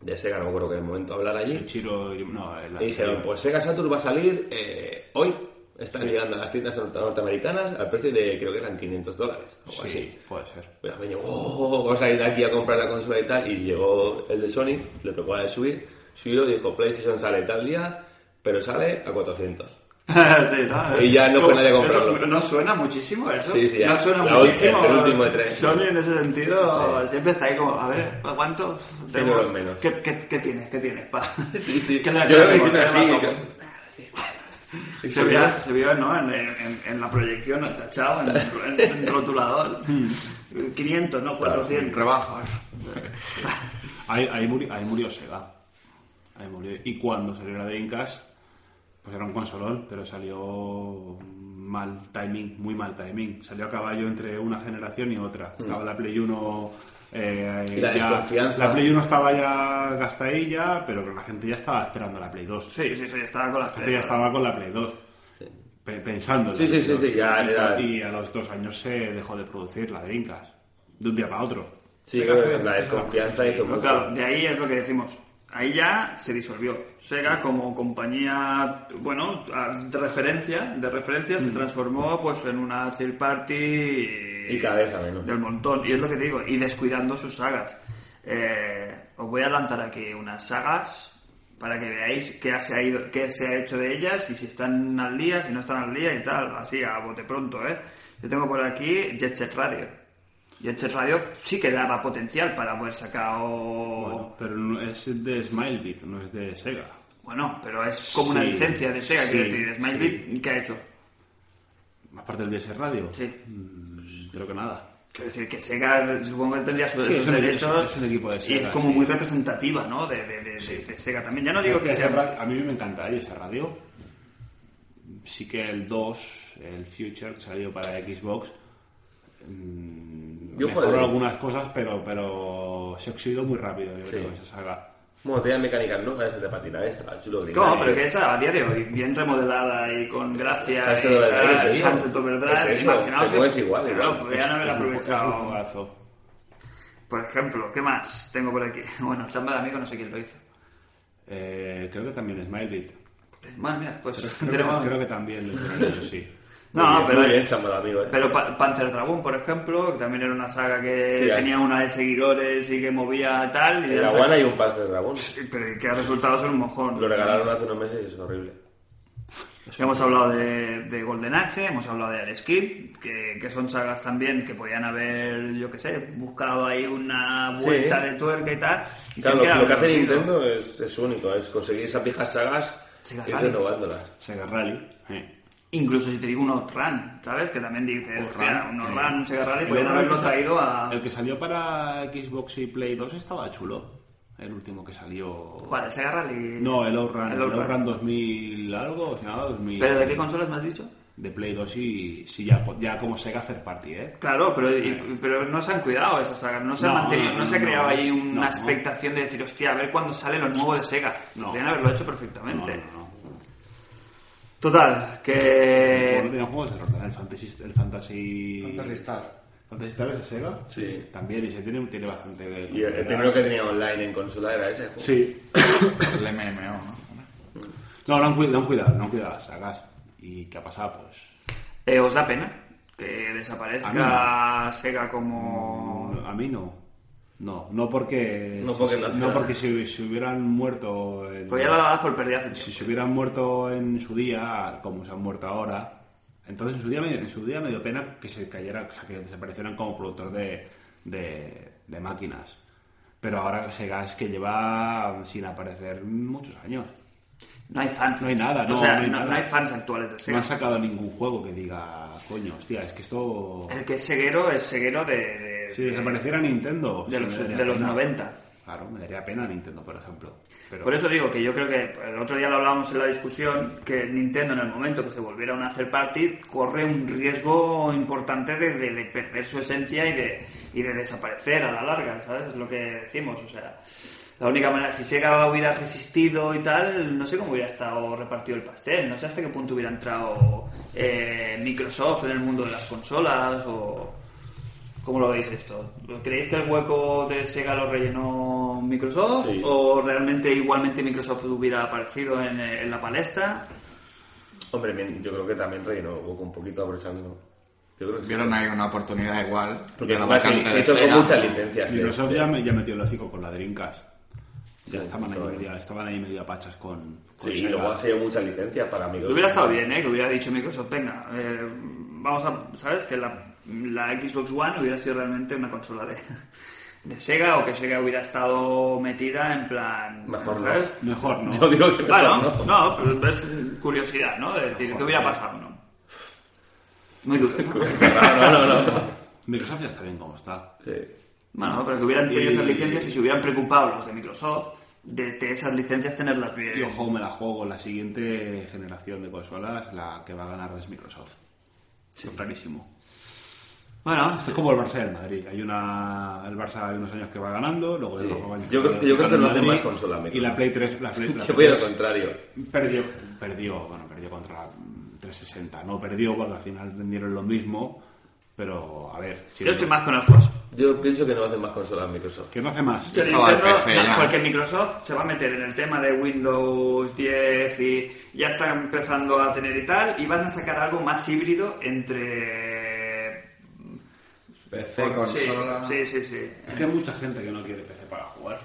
S5: de Sega, no me acuerdo que en el momento a hablar allí.
S3: Chiro, no, el
S5: Y dijeron, pues Sega Saturn va a salir eh, hoy. Están llegando a las tiendas norte- norteamericanas al precio de, creo que eran 500 dólares. O algo así.
S3: Sí, puede ser.
S5: Pues me dijo, "Oh, vamos a ir de aquí a comprar la consola y tal. Y llegó el de Sony, le tocó a él subir. Subió y dijo, PlayStation sale tal día, pero sale a 400.
S2: sí, ¿no?
S5: Y ya no fue nadie a comprarlo.
S2: Eso, ¿No suena muchísimo eso?
S5: Sí, sí, ya.
S2: No suena
S5: La
S2: muchísimo.
S5: última- el último de tres.
S2: Sony en ese sentido siempre está ahí como, a ver, ¿pa' ¿cuánto?
S5: Tengo los menos.
S2: ¿Qué, qué, qué tienes? ¿Qué tienes? Pa?
S5: Sí, sí.
S2: ¿Qué
S5: Yo
S2: le-
S5: creo que
S2: qué le-
S5: hicieron así.
S2: qué le-
S5: que-
S2: Se vio, se vio ¿no? en, en- en la proyección tachado, en, en- en rotulador.
S5: Hmm.
S2: 500, no 400.
S4: Rebajas.
S3: Ahí, ahí murió, ahí murió Sega. Ahí murió. Y cuando salió la Dreamcast, pues era un consolón, pero salió mal timing, muy mal timing. Salió a caballo entre una generación y otra. Estaba la Play 1... eh,
S5: Mm. Y la
S3: ya-
S5: desconfianza.
S3: la Play 1 estaba ya gastadilla, pero la gente ya estaba esperando la Play 2.
S2: Sí, sí, sí, estaba con las
S3: La gente ya estaba con la Play 2. pe- Pensando. en
S5: Sí,
S3: la
S5: sí,
S3: Play
S5: sí, sí,
S3: 2.
S5: ya
S3: y,
S5: era-
S3: y a los dos años se dejó de producir la Dreamcast. De un día para otro.
S5: Sí, creo que la desconfianza hizo
S2: Pero
S5: mucho.
S2: claro, de ahí es lo que decimos. Ahí ya se disolvió. Sega como compañía, bueno, a- de referencia, de referencia
S5: Mm.
S2: se transformó pues en una third party eh,
S5: Y cada vez a menos.
S2: del montón. Y es lo que te digo, y descuidando sus sagas. Eh, os voy a lanzar aquí unas sagas para que veáis qué se ha ido, qué se ha hecho de ellas y si están al día, si no están al día y tal, así a bote pronto, ¿eh? Yo tengo por aquí Jet Set Radio. Jet Set este Radio sí que daba potencial para haber sacado
S3: Bueno, pero no- es de Smilebit, no es de Sega.
S2: bueno, pero es como una
S3: Sí,
S2: licencia de Sega,
S3: sí,
S2: quiero decir, Smilebit, ¿qué ha hecho?
S3: Aparte del DS Radio. Mm,
S2: Sí.
S3: Creo que nada.
S2: Quiero decir que Sega supongo que tendría sus,
S3: Sí,
S2: sus
S3: es un-
S2: derechos
S3: es un equipo de
S2: y es
S3: Sega,
S2: como
S3: sí.
S2: muy representativa, ¿no? De, de- de- de- de Sega también. Ya no digo que
S3: Ese
S2: sea...
S3: ra- a mí me encanta ¿eh? ese radio. Sí que el 2, el Future, que salió para Xbox, mm,
S5: Yo
S3: mejoró
S5: jugué.
S3: algunas cosas, pero, pero se oxidó muy rápido, yo
S5: Sí.
S3: creo, esa saga.
S5: Bueno, tenía mecánicas nuevas de patinar, estaba chulo.
S2: ¿Cómo?
S5: genial.
S2: Pero que esa a día de hoy, bien remodelada y con gracia.
S5: Sunset
S2: y
S5: Overdrive,
S2: tal,
S5: sí, sí.
S2: Sunset Overdrive.
S5: Es eso,
S2: imaginaos
S5: te
S2: que-
S5: mueves igual,
S2: Claro,
S5: igual.
S2: podrían haber
S3: Es un- es un
S2: aprovechado.
S3: juegazo.
S2: Por ejemplo, ¿qué más tengo por aquí? Bueno, Samba de Amigo no sé quién lo hizo.
S3: Eh, creo que también Smilebit.
S2: Bueno, mira, pues
S3: Creo,
S2: tenemos-
S3: que- creo que también lo hicieron ellos, sí.
S2: No,
S5: Muy bien,
S2: pero-
S5: Muy bien, Samuel, amigo. ¿eh?
S2: Pero Pa- Panzer Dragon, por ejemplo, que también era una saga que
S5: Sí,
S2: tenía
S5: es-
S2: una de seguidores y que movía tal. Y
S5: En la
S2: han sac-
S5: guana hay un Panzer Dragón.
S2: Sí, Pero que ha resultado ser un mojón.
S5: Lo regalaron hace unos meses y es horrible.
S2: Hemos hablado de, de Golden Axe, hemos hablado de Alex Kidd, que, que son sagas también que podían haber, yo qué sé, buscado ahí una
S5: Sí.
S2: vuelta de tuerca y tal. y se
S5: Claro,
S2: han
S5: lo,
S2: quedado
S5: lo que hace
S2: perdidos.
S5: Nintendo es, es único, es conseguir esas viejas sagas
S2: Sí,
S5: y
S2: las
S5: ir
S2: vale.
S5: renovándolas.
S3: Sega Rally. eh.
S2: Incluso si te digo un Outrun, ¿sabes? Que también dices, hostia, un
S3: Eh,
S2: Outrun, un Sega Rally,
S3: el
S2: podían
S3: otro
S2: haberlo
S3: que sa-
S2: traído a...
S3: El que salió para Xbox y Play 2 estaba chulo. El último que salió.
S2: ¿Cuál? ¿El Sega Rally?
S3: No, el Outrun.
S2: El
S3: El
S2: Outrun.
S3: Outrun 2000 algo, o sea, 2000.
S2: ¿Pero de qué consolas me has dicho?
S3: De Play 2 y sí, ya, ya como Sega Third Party, ¿eh?
S2: Claro, pero, y- pero no se han cuidado esas sagas, no se ha
S3: No,
S2: mantenido, no,
S3: no,
S2: se ha
S3: no,
S2: creado ahí una
S3: no.
S2: expectación de decir, hostia, a ver cuándo sale lo nuevo de Sega.
S3: No.
S2: Podrían haberlo hecho
S3: No, no,
S2: perfectamente.
S3: no.
S2: Total,
S3: Bueno,
S2: que...
S3: tenía juegos de rol, el Fantasy. El Fantasy.
S6: Fantasy Star.
S3: Fantasy Star es de Sega.
S5: Sí.
S3: También, y se tiene, tiene bastante.
S5: Y el, el primero que tenía online en consola era ese. juego.
S3: Sí.
S4: El MMO, ¿no?
S3: No, no han, cuidado, no han cuidado, no han cuidado las sagas. ¿Y qué ha pasado? Pues.
S2: eh, ¿Os da pena que desaparezca Sega como...
S3: A mí no. No, no porque.
S5: No porque
S3: si,
S5: no-
S3: no porque si, si hubieran muerto. en-
S2: Pues ya lo dabas por perdido hace
S3: si
S2: tiempo.
S3: se hubieran muerto en su día, como se han muerto ahora, entonces en su día me, en su día me dio pena que se cayeran, o sea, que desaparecieran como productor de, de, de máquinas. Pero ahora Sega es que lleva sin aparecer muchos años.
S2: No hay fans.
S3: No hay nada, no,
S2: O sea,
S3: no hay
S2: no,
S3: nada.
S2: no hay fans actuales de
S3: No
S2: Sega.
S3: han sacado ningún juego que diga, coño, hostia, es que esto...
S2: El que es ceguero es ceguero de. de-
S3: Si desapareciera Nintendo...
S2: de
S3: sí,
S2: los-
S3: me daría
S2: de los
S3: pena.
S2: 90.
S3: Claro, me daría pena Nintendo, por ejemplo. Pero
S2: Por eso digo que yo creo que el otro día lo hablábamos en la discusión que Nintendo en el momento que se volviera una third party corre un riesgo importante de, de- de perder su esencia y de, y de desaparecer a la larga, ¿sabes? Es lo que decimos, o sea, la única manera, si Sega hubiera resistido y tal, no sé cómo hubiera estado repartido el pastel, no sé hasta qué punto hubiera entrado eh, Microsoft en el mundo de las consolas o... ¿Cómo lo veis esto? ¿Creéis que el hueco de Sega lo rellenó Microsoft?
S5: Sí.
S2: ¿O realmente igualmente Microsoft hubiera aparecido en, eh, en la palestra?
S5: Hombre, bien, yo creo que también rellenó el hueco un poquito aprovechando. Yo creo que sí.
S4: Vieron ahí una oportunidad igual.
S5: Porque
S4: de la
S5: además se,
S4: vacante
S5: se
S4: de
S5: hizo con
S4: Sega.
S5: muchas licencias. de-
S3: Microsoft
S5: de-
S3: ya, me- ya metió el hocico con la Dreamcast. Ya
S5: Sí,
S3: estaban, ahí
S5: todavía.
S3: medio, estaban ahí medio apachas con... con
S5: Sí, y
S3: Sega.
S5: luego ha sido muchas licencias para Microsoft.
S2: Hubiera estado bien, ¿eh? Que hubiera dicho Microsoft, venga, eh, vamos a... ¿Sabes? Que la, la Xbox One hubiera sido realmente una consola de, de Sega o que Sega hubiera estado metida en plan...
S5: Mejor no.
S2: ¿sabes?
S3: Mejor, ¿no?
S5: Yo digo que
S2: Claro,
S5: mejor
S2: no, no, pero es curiosidad, ¿no? De decir, ¿qué hubiera pasado, no? Muy duro, ¿no?
S5: No, no, no. no.
S3: Microsoft ya está bien como está.
S5: Sí.
S2: Bueno, pero que hubieran tenido
S3: Y-
S2: esas licencias y se hubieran preocupado los de Microsoft de, de esas licencias tenerlas bien.
S3: Yo juego, me la juego. La siguiente generación de consolas, la que va a ganar es Microsoft. Está clarísimo.
S2: Bueno,
S3: Esto es como el Barça del Madrid. Hay una, el Barça hay unos años que va ganando, luego
S5: Sí.
S3: el otro año
S5: Yo
S3: que
S5: creo-
S3: va
S5: yo creo que no
S3: ganando
S5: hace
S3: Madrid,
S5: más consola, Microsoft.
S3: Y la Play 3, la Play, la Play
S5: Yo voy al
S3: 3
S5: contrario.
S3: perdió, perdió, bueno, perdió contra la mm, 360. No perdió porque al final vendieron lo mismo, pero a ver. si-
S2: yo estoy más con el juego.
S5: Yo pienso que no hacen más consolas Microsoft.
S3: Que no hace más.
S2: Que
S4: Estaba el
S2: Nintendo-
S4: PC
S2: no,
S4: ya.
S2: porque Microsoft se va a meter en el tema de Windows 10 y ya está empezando a tener y tal, y van a sacar algo más híbrido entre...
S4: PC, consola.
S2: Sí, sí, sí.
S3: Es que hay mucha gente que no quiere PC para jugar.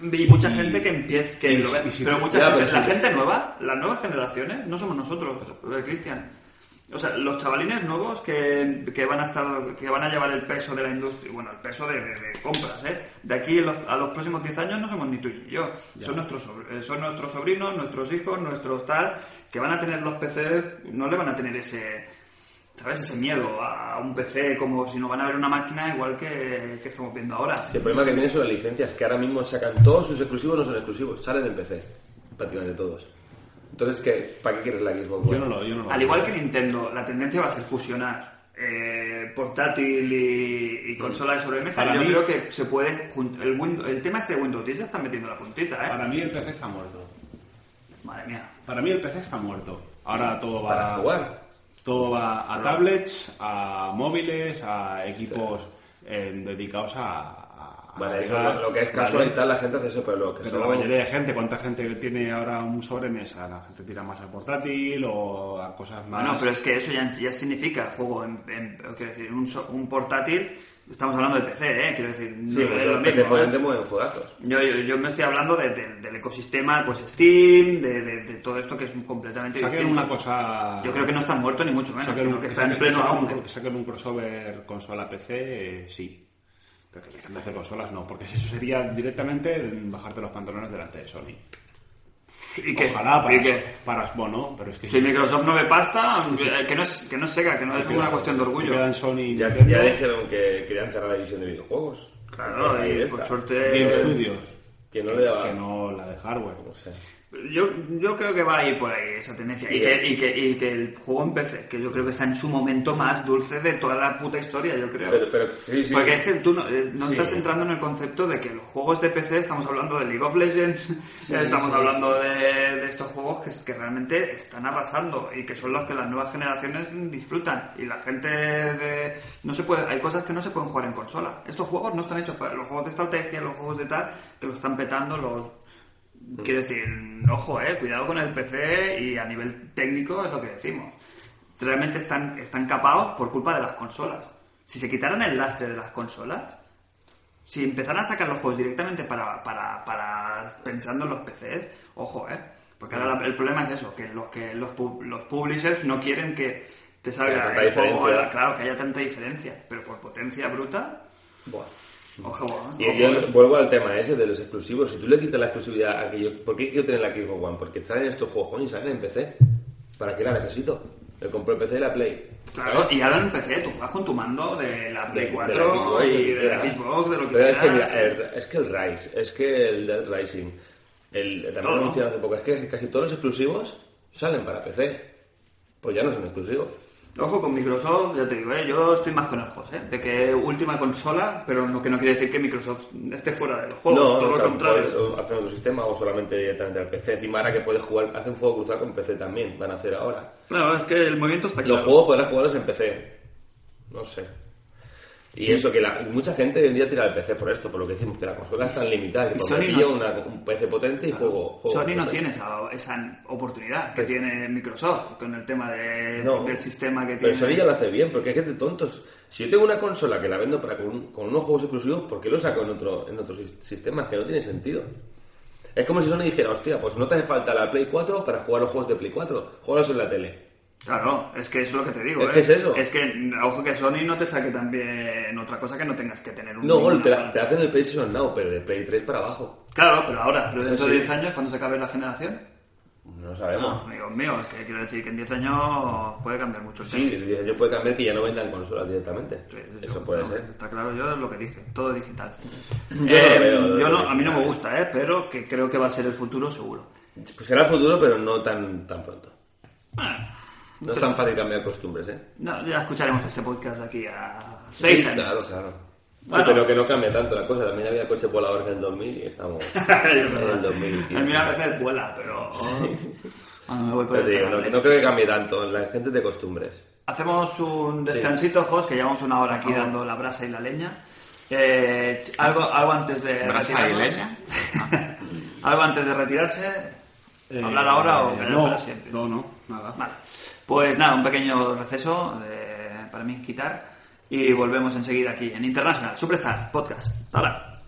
S2: Y mucha gente que empieza, que
S3: y-
S2: lo ve,
S3: y si-
S2: pero mucha
S5: ya,
S2: gente,
S5: pero
S2: la
S5: sí.
S2: gente nueva, las nuevas generaciones, no somos nosotros, eh, Cristian. O sea, los chavalines nuevos que, que van a estar, que van a llevar el peso de la industria, bueno, el peso de, de- de compras, ¿eh? De aquí en los- a los próximos 10 años no somos ni tú ni yo. Son nuestros, sobr- eh, son nuestros sobrinos, nuestros hijos, nuestros tal, que van a tener los PCs, no le van a tener ese, ¿sabes? Ese miedo a un PC como si no van a ver una máquina igual que, que estamos viendo ahora.
S5: Sí, el problema que tienen son las licencias, que ahora mismo sacan todos sus exclusivos, no son exclusivos, salen en PC, prácticamente todos. Entonces, ¿qué? ¿para qué quieres la Xbox?
S3: Yo
S5: One?
S3: no lo, yo no lo
S2: Al igual que Nintendo, la tendencia va a ser fusionar eh, portátil y, y consola de sobremesa.
S3: Para
S2: yo
S3: mí-
S2: creo que se puede jun- el, Windows, el tema este de Windows 10 ya está metiendo la puntita, ¿eh?
S3: Para mí el PC está muerto.
S2: Madre mía.
S3: Para mí el PC está muerto. Ahora todo va
S5: Para jugar.
S3: Todo va a tablets, a móviles, a equipos eh, dedicados a, a- a
S5: Vale, eso,
S3: pegar.
S5: lo, lo que es
S3: Vale.
S5: casual y tal, la gente hace eso, pero lo que
S3: Pero
S5: son-
S3: la mayoría de Pues gente, ¿cuánta gente tiene ahora un sobremesa? La gente tira más al portátil o a cosas más.
S2: Bueno, pero es que eso ya, ya significa juego en, en- quiero decir, un, so- un portátil. Estamos hablando de PC, ¿eh? Quiero decir, no
S5: Sí,
S2: es
S5: pues
S2: lo
S5: los
S2: mismo,
S5: PC
S2: ¿eh?
S5: pueden te mueven juegazos.
S2: Yo, yo, yo me estoy hablando de- de- del ecosistema, pues Steam, de, de- de todo esto que es completamente
S3: Saquen
S2: distinto.
S3: una cosa.
S2: Yo creo que no está muerto ni mucho menos,
S3: saquen
S2: sino
S3: un-
S2: que está en
S3: saquen-
S2: pleno
S3: saquen un-
S2: auge.
S3: Que saquen un crossover consola PC, eh, sí. Pero que dejen de hacer consolas, no. Porque eso sería directamente bajarte los pantalones delante de Sony.
S2: ¿Y qué?
S3: Ojalá para,
S2: ¿Y qué?
S3: para- bueno, pero es que
S2: Si Microsoft no ve pasta, eh, que no es, que no es Sega, que no es una cuestión de
S3: Se
S2: orgullo.
S3: quedan Sony y
S5: Ya,
S3: Nintendo,
S5: ya dijeron que querían cerrar la división de videojuegos. Entonces,
S2: Claro,
S5: ahí
S2: y
S5: está.
S2: por
S3: Game
S2: suerte.
S3: Studios,
S5: Que no le daba...
S3: que no la de hardware.
S5: O sea,
S2: Yo, yo creo que va a ir por ahí esa tendencia. Y que, y, que, y que el juego en PC, que yo creo que está en su momento más dulce de toda la puta historia, yo creo.
S5: Pero- pero, sí, sí.
S2: Porque es que tú no, eh, no
S5: Sí.
S2: estás entrando en el concepto de que los juegos de PC estamos hablando de League of Legends, estamos hablando De, de estos juegos que, que realmente están arrasando y que son los que las nuevas generaciones disfrutan. Y la gente de. No se puede, hay cosas que no se pueden jugar en consola. Estos juegos no están hechos para. Los juegos de estrategia, los juegos de tal, que lo están petando los. Quiero decir, ojo, eh, cuidado con el PC y a nivel técnico es lo que decimos. Realmente están, están capados por culpa de las consolas. Si se quitaran el lastre de las consolas, Si empezaran a sacar los juegos directamente para, para, para pensando en los PCs, ojo, ¿eh? Porque ahora la- el problema es eso, que los que los, pub- los publishers no quieren que te salga
S5: tanta
S2: el juego, eh,
S5: diferencia.
S2: claro, que haya tanta diferencia, pero por potencia bruta,
S5: Buah.
S2: ojo, ¿eh?
S5: Y
S2: Ojo,
S5: yo
S2: ¿eh?
S5: vuelvo al tema ese de los exclusivos. Si tú le quitas la exclusividad a aquello, ¿por qué quiero tener la Xbox One? Porque salen estos juegos, coño, y salen en PC. ¿Para qué la necesito? Le compré el PC y la Play.
S2: Claro,
S5: ¿sabes?
S2: y ahora en PC tú vas con tu mando de la Play
S5: De- de la
S2: 4
S5: Xbox,
S2: y de la
S5: quieras.
S2: Xbox, de lo que
S5: Pero es que,
S2: quieras.
S5: mira, el- es que el Rise, es que el Dead Rising, el, también
S2: Todo.
S5: lo anunciaron hace poco, es que casi todos los exclusivos salen para PC. Pues ya no son exclusivos.
S2: Ojo con Microsoft, ya te digo, ¿eh? yo estoy más con el José, de que última consola, pero no, que no quiere decir que Microsoft esté fuera de los juegos, todo
S5: a
S2: lo
S5: lo mejor
S2: contrario.
S5: o hacen otro sistema o solamente directamente al PC. Encima ahora que puedes jugar, hacen juego cruzado con PC también, van a hacer ahora.
S2: Claro, es que el movimiento está claro.
S5: Los juegos podrás jugarlos en PC. No sé. Y eso, que la, mucha gente hoy en día tira el PC por esto, por lo que decimos, que la consola es tan limitada, que
S2: Y
S5: por
S2: Sony
S5: me pillo
S2: no-
S5: una- un PC potente y juego, juego
S2: Sony no
S5: potente.
S2: tiene esa, esa oportunidad que tiene Microsoft con el tema de-
S5: No.
S2: del sistema que
S5: Pero
S2: tiene.
S5: Sony ya lo hace bien, porque es que es de tontos. Si yo tengo una consola que la vendo para con, con unos juegos exclusivos, ¿por qué lo saco en otro, en otros sis- sistemas? Que no tiene sentido. Es como si Sony dijera, hostia, pues no te hace falta la Play 4 para jugar los juegos de Play 4, juegalos en la tele.
S2: Claro, es que eso es lo que te digo.
S5: Es
S2: ¿eh?
S5: que es eso.
S2: Es que, ojo que Sony no te saque también otra cosa que no tengas que tener un...
S5: No,
S2: ninguna-
S5: te, la- te hacen el PlayStation Now, pero de Play 3 para abajo.
S2: Claro, pero ahora, pero dentro
S5: sí.
S2: de 10 años, cuando se acabe la generación...
S5: No
S2: No,
S5: sabemos.
S2: amigos míos, es que quiero decir que en 10 años puede cambiar mucho el
S5: Sí,
S2: tema.
S5: el diseño puede cambiar que ya no vendan consolas directamente.
S2: Sí, sí,
S5: Eso
S2: sí,
S5: puede
S2: sí,
S5: ser.
S2: Está claro, yo lo que dije, todo digital.
S5: no
S2: Eh,
S5: lo veo, lo
S2: yo
S5: veo
S2: no- a mí no me
S5: digital.
S2: gusta, eh, pero que creo que va a ser el futuro seguro.
S5: Pues será el futuro, pero no tan, tan pronto. No es tan fácil cambiar costumbres, ¿eh?
S2: No, ya escucharemos este podcast de aquí a
S5: Sí,
S2: seis años.
S5: claro, claro. Sí,
S2: Bueno.
S5: pero que no cambia tanto la cosa. También había coches voladores en el 2000 y estamos en
S2: Es
S5: el
S2: verdad.
S5: 2010.
S2: A mí a veces vuela, pero... Bueno, me voy por el
S5: Pero te Pues digo, no,
S2: terreno.
S5: no creo que cambie tanto. La gente es de costumbres.
S2: Hacemos un descansito, Jos, que llevamos una hora aquí dando la brasa y la leña. Eh, ch- algo, algo antes de
S4: ¿Brasa y
S2: retirarnos.
S4: leña?
S2: algo antes de retirarse.
S3: Eh,
S2: ¿Hablar ahora o
S3: eh,
S2: quedar
S3: no,
S2: para siempre?
S3: No, no, nada.
S2: Vale. Pues nada, un pequeño receso eh, para mí quitar y volvemos enseguida aquí en International Superstar Podcast. Hola.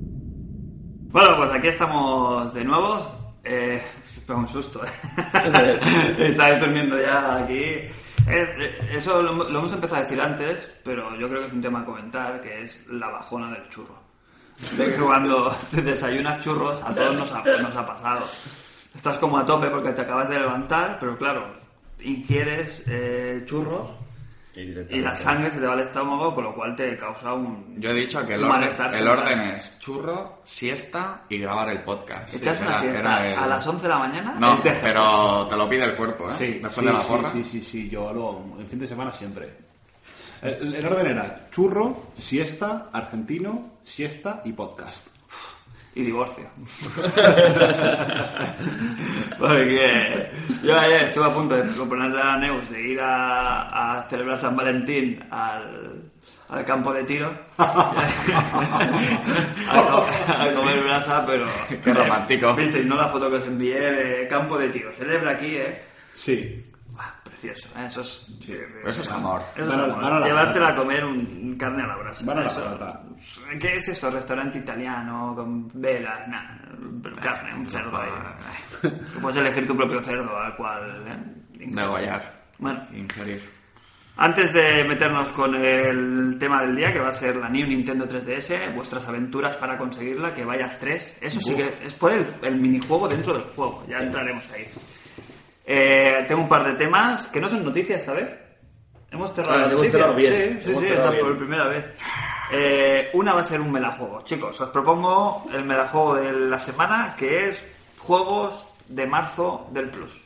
S2: Bueno, pues aquí estamos de nuevo. Eh, fue un susto. Estáis durmiendo ya aquí. Eh, eh, eso lo, lo hemos empezado a decir antes, pero yo creo que es un tema a comentar, que es la bajona del churro. De que cuando te desayunas churros, a todos nos ha, nos ha pasado. Estás como a tope porque te acabas de levantar, pero claro, ingieres eh, churros
S5: Y, directamente-
S2: y la sangre se te va al estómago, con lo cual te causa un...
S4: Yo he dicho que el
S2: Un
S4: orden,
S2: malestar
S4: el
S2: general.
S4: orden es churro, siesta y grabar el podcast.
S2: Echas
S4: Sí,
S2: una
S4: era-
S2: siesta
S4: era el-
S2: a las 11 de la mañana. este-
S4: No,
S2: es de-
S4: pero te lo pide el cuerpo, ¿eh? Después de la
S3: sí,
S4: porra.
S3: Sí, sí, sí, yo lo. En fin de semana siempre. El, el Eh, orden era churro, siesta, argentino, siesta y podcast.
S2: y divorcio. Porque yo ayer estuve a punto de proponerle a Neus de ir a, a celebrar San Valentín al, al campo de tiro a, co- a comer brasa, pero...
S4: Qué romántico.
S2: Visteis, ¿no? La foto que os envié de campo de tiro. Celebra aquí, ¿eh?
S3: Sí.
S2: Buah, precioso, ¿eh? Eso es...
S4: Eso es amor.
S2: Eso es
S3: Van a-
S2: amor.
S3: van a la-
S2: Llevártela a comer un carne a la brasa.
S3: Van a la
S2: Eso-
S3: patata.
S2: ¿Qué es eso? ¿Restaurante italiano con velas? Nah, carne, un cerdo ahí. Tú puedes elegir tu propio cerdo al cual... ¿eh?
S4: Degollar.
S2: Bueno,
S4: Ingerir.
S2: antes de meternos con el tema del día, que va a ser la New Nintendo 3DS, vuestras aventuras para conseguirla, que vayas tres. Eso sí que es- fue el, el minijuego dentro del juego, ya entraremos ahí. Eh, tengo un par de temas que no son noticias esta vez. Hemos cerrado
S5: Ah,
S2: la
S5: hemos
S2: noticia.
S5: cerrado bien.
S2: Sí, sí,
S5: Hemos
S2: sí, es
S5: cerrado
S2: la
S5: bien.
S2: por primera vez. Eh, una va a ser un melajuego. Chicos, os propongo el melajuego de la semana, que es juegos de marzo del Plus.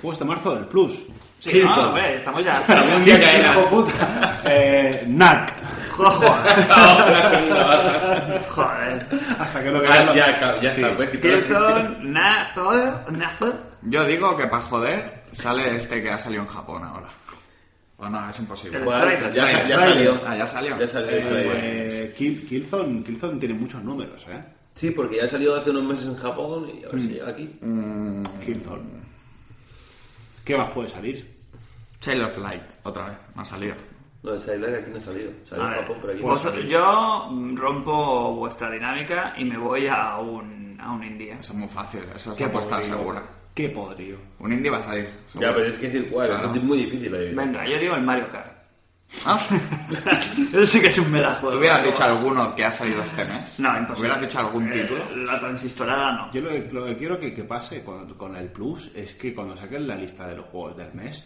S3: Juegos de este marzo del Plus.
S2: Sí,
S3: Quinto.
S2: no, hombre, estamos ya.
S5: Ya, ya, ya.
S3: Hijo puta. Eh, NAC.
S2: Joder.
S5: Ahora, segunda barra.
S2: Joder.
S3: Hasta que lo
S5: Ah,
S3: vean.
S5: ya, está, ya está,
S3: Sí.
S5: puedes quitar la sección.
S2: Pilton, na, todo, na,
S4: Yo digo que para joder sale este que ha salido en Japón ahora. O no, es imposible.
S2: El
S5: Bueno,
S2: Strike,
S5: ya,
S4: Strike,
S5: ya
S4: Strike.
S5: salió.
S4: Ah, ya salió.
S5: Ya salió.
S3: Eh, Kill- Killzone, Killzone tiene muchos números, ¿eh?
S5: Sí, porque ya salió hace unos meses en Japón y a
S2: Mm.
S5: ver si llega aquí.
S4: Mm,
S3: Killzone. ¿Qué más puede salir?
S4: Child of Light, otra vez, no ha salido.
S5: No, el Silent aquí no ha salido. Salió
S2: A
S5: en
S2: ver,
S5: Japón, pero aquí
S2: vos-
S5: no ha salido.
S2: yo mm, rompo vuestra dinámica y me voy a un, a un indie.
S4: Eso es muy fácil, eso es apuesta
S3: podrido.
S4: segura.
S3: Qué podrido.
S4: Un indie va a salir. seguro.
S5: Ya, pero es que es igual,
S4: Claro.
S5: eso es muy difícil. eh.
S2: Venga, yo digo el Mario Kart.
S4: Ah,
S2: Eso sí que es un
S4: ¿Tú
S2: melajuego.
S4: hubieras dicho alguno que ha salido este mes?
S2: No, imposible.
S4: ¿Hubieras dicho algún
S2: Eh,
S4: título?
S2: La transistorada no.
S3: Yo lo que, lo que quiero que, que pase con, con el Plus es que cuando saquen la lista de los juegos del mes,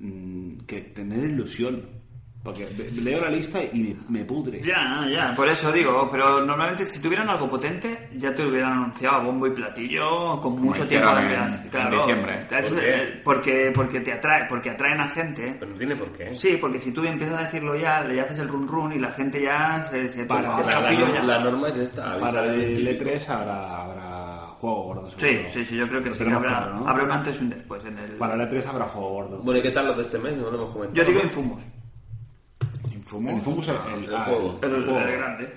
S3: mm, que tener ilusión. Porque ve- leo la lista y me, me pudre.
S2: Ya, ya, por eso digo, pero normalmente si tuvieran algo potente ya te lo hubieran anunciado a bombo y platillo con mucho tiempo
S4: hicieron
S2: de
S4: en-
S2: antelación.
S4: en
S2: Claro,
S4: diciembre.
S2: Es- eh,
S5: ¿Por
S2: porque,
S5: qué?
S2: porque te atrae, porque atraen a gente.
S5: Pero no tiene por qué.
S2: Sí, porque si tú empiezas a decirlo ya, le haces el run run y la gente ya se, se
S3: Para,
S2: pone
S5: La,
S2: el
S5: la-
S2: capillo ya.
S5: la norma es esta. avisa
S3: Para
S5: de-
S3: el E3 habrá, habrá juego gordo.
S2: Sí,
S3: seguro.
S2: sí, sí, yo creo que
S3: Lo
S2: sí, que
S3: tenemos
S2: habrá,
S3: claro, ¿no?
S2: habrá un antes y un después. En el...
S3: Para el E3 habrá juego gordo.
S5: Bueno, ¿y qué tal los de este mes? No lo hemos comentado.
S2: Yo digo Infumus,
S4: Infumo.
S3: El Focus, el,
S5: El
S3: ah,
S5: juego.
S2: el,
S3: el
S2: el
S3: juego.
S2: grande.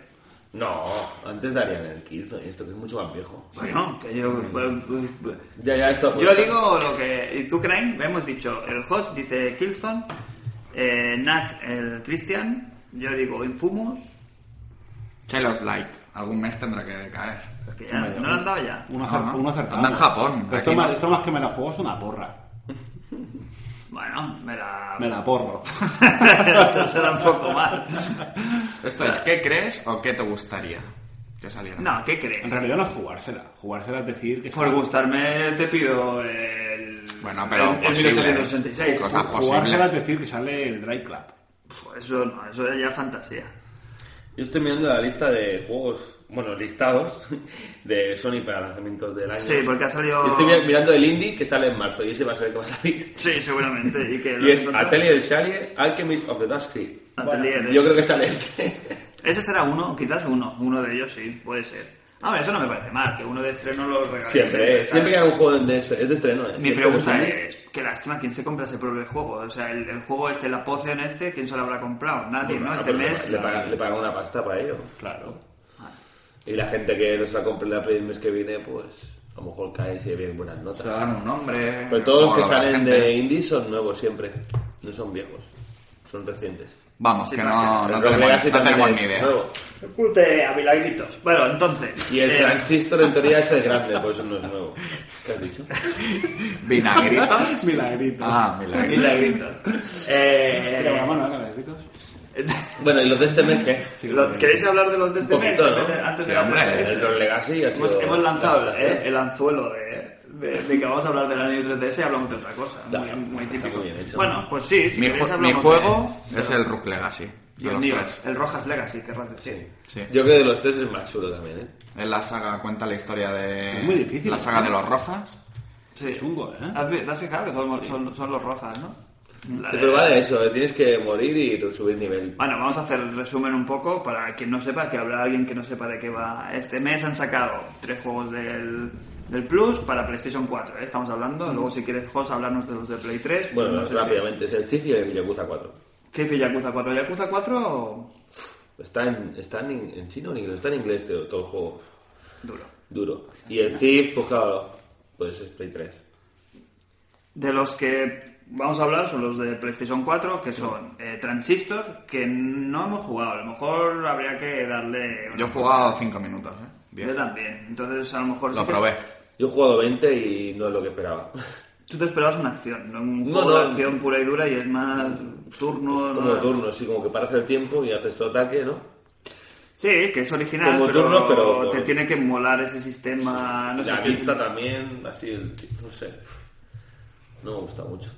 S5: No, antes darían el Killzone, esto que es mucho más viejo.
S2: Bueno, que yo... pues,
S5: Ya, ya, esto...
S2: Yo digo lo que... Y tú, Crane, hemos dicho, el host dice Kilson, eh, Nak, el Christian, yo digo Infumus,
S4: Child of Light, algún mes tendrá que caer.
S2: que ya, ¿no lo han dado ya?
S3: Uno,
S4: Ajá.
S3: acer- uno acertado.
S4: Anda en Japón.
S3: Pero Esto
S4: Aquí
S3: más,
S4: no.
S3: esto más que me la juego es una porra.
S2: Bueno, me la...
S3: Me la porro.
S2: Eso será un poco mal.
S4: Esto es, ¿qué crees o qué te gustaría que saliera?
S2: No, ¿qué crees?
S3: En realidad no es jugársela. Jugársela es decir que
S2: Por
S3: sea-
S2: gustarme te pido el...
S4: Bueno, pero
S2: el, el
S4: posibles.
S2: 1866.
S4: Cosas
S3: Jugársela es
S4: posibles.
S3: decir que sale el Dry Club.
S2: Puf, Eso no, eso es ya fantasía.
S5: Yo estoy mirando la lista de juegos, bueno, listados de Sony para lanzamientos del año.
S2: Sí, porque ha salido...
S5: Yo estoy mi- mirando el indie que sale en marzo y ese va a ser el que va a salir.
S2: Sí, seguramente. Y, que lo
S5: Y es
S2: encontré.
S5: Atelier Shalier, Alchemist of the Dusk Creek.
S2: Atelier, ese.
S5: Yo creo que sale este.
S2: Ese será uno, quizás uno. Uno de ellos sí, puede ser. Ah, bueno, eso no me parece mal, que uno de estreno lo regalen.
S5: Siempre, eh,
S2: ¿sabes?
S5: siempre que hay un juego de, es de estreno. eh.
S2: Mi
S5: Siempre
S2: pregunta
S5: los indies.
S2: es, qué lástima, ¿quién se compra ese propio juego? O sea, el, el juego este, la poción este, ¿quién se lo habrá comprado? Nadie, ¿no?
S5: Ah,
S2: Este
S5: pero le-
S2: mes...
S5: le, pagan, le pagan una pasta para ello.
S3: Claro.
S5: Y la gente que nos la compre la Play el mes que viene, pues a lo mejor cae si bien buenas
S4: Te
S5: notas.
S4: dan un nombre.
S5: Pero todos los
S4: como
S5: que
S4: la
S5: salen
S4: gente.
S5: de indie son nuevos siempre, no son viejos, son recientes.
S4: Vamos,
S2: Sí,
S4: que
S2: parece.
S4: no, no
S5: El Rogue
S4: tenemos,
S5: Legacy
S4: no
S5: también
S4: tenemos
S5: es
S4: ni idea.
S5: nuevo.
S2: Putea, milagritos. Bueno, entonces.
S5: Y el
S2: eh,
S5: transistor en teoría es el grande, por eso no es nuevo. ¿Qué has dicho?
S4: ¿Vinagritos?
S6: Milagritos.
S4: ah, milagritos.
S2: Milagritos. Eh,
S3: Pero la mano, ¿eh? Milagritos.
S5: Bueno, y los de este mes, ¿qué?
S2: ¿Lo- ¿Queréis hablar de los de este
S5: Un poquito,
S2: mes?
S5: ¿no?
S2: Antes
S4: Sí,
S2: de la
S4: hombre,
S2: tres.
S5: El Rogue Legacy ha sido...
S2: Hemos, hemos lanzado eh, el anzuelo de, de- de que vamos a hablar de la New 3DS y hablamos de otra cosa.
S5: Ya,
S2: Muy, muy
S5: está
S2: típico.
S5: muy bien hecho.
S2: Bueno, pues sí, si
S4: Mi,
S2: queréis
S4: ju- mi
S2: hablamos
S4: juego
S2: de-
S4: es
S2: de-
S4: el Rook Legacy. de
S2: y el
S4: los
S2: mío,
S4: tres.
S2: el Rojas Legacy, querrás decir.
S4: Sí.
S5: Yo creo que de los tres es el más chulo también, ¿eh?
S4: Es la saga, cuenta la historia de.
S3: Es muy difícil,
S2: ¿eh?
S4: La saga
S3: ¿no?
S4: de los Rojas.
S2: Sí.
S3: Chungo, ¿eh?
S2: ¿Has vi- ¿Te has fijado que son, son- son los Rojas, no? La de-
S5: Pero vale eso, eh, tienes que morir y subir nivel.
S2: Bueno, vamos a hacer el resumen un poco para quien no sepa, que habrá alguien que no sepa de qué va. Este mes han sacado tres juegos del, del Plus para PlayStation 4, ¿eh? estamos hablando. Luego, si quieres, Jos, hablarnos de los de Play 3.
S5: Bueno,
S2: No sé si-
S5: rápidamente, es el Cif y el Yakuza 4.
S2: ¿Qué dice Yakuza 4? ¿Yakuza 4?
S5: Está en, está en, en chino o en inglés, está en inglés todo, todo el juego
S2: Duro.
S5: duro. Y el Cif, pues claro, pues es Play 3.
S2: De los que vamos a hablar son los de PlayStation 4, que son eh, Transistor, que no hemos jugado. A lo mejor habría que darle... una-
S4: Yo he jugado 5 minutos, ¿eh?
S2: Yo
S4: Diez.
S2: también. Entonces, a lo mejor...
S4: Lo
S2: sí que-
S4: probé.
S5: Yo he jugado 20 y no es lo que esperaba.
S2: Tú te esperabas una acción, ¿no? Un
S5: No,
S2: juego de
S5: no.
S2: acción pura y dura y es más turno...
S5: Como
S2: ¿no?
S5: turno, así como que paras el tiempo y haces tu ataque, ¿no?
S2: Sí, que es original,
S5: Como
S2: pero,
S5: turno, pero-
S2: te tiene que molar ese sistema... Ah, No
S5: la
S2: sé, qué-
S5: vista también, así, el, no sé. No me gusta mucho.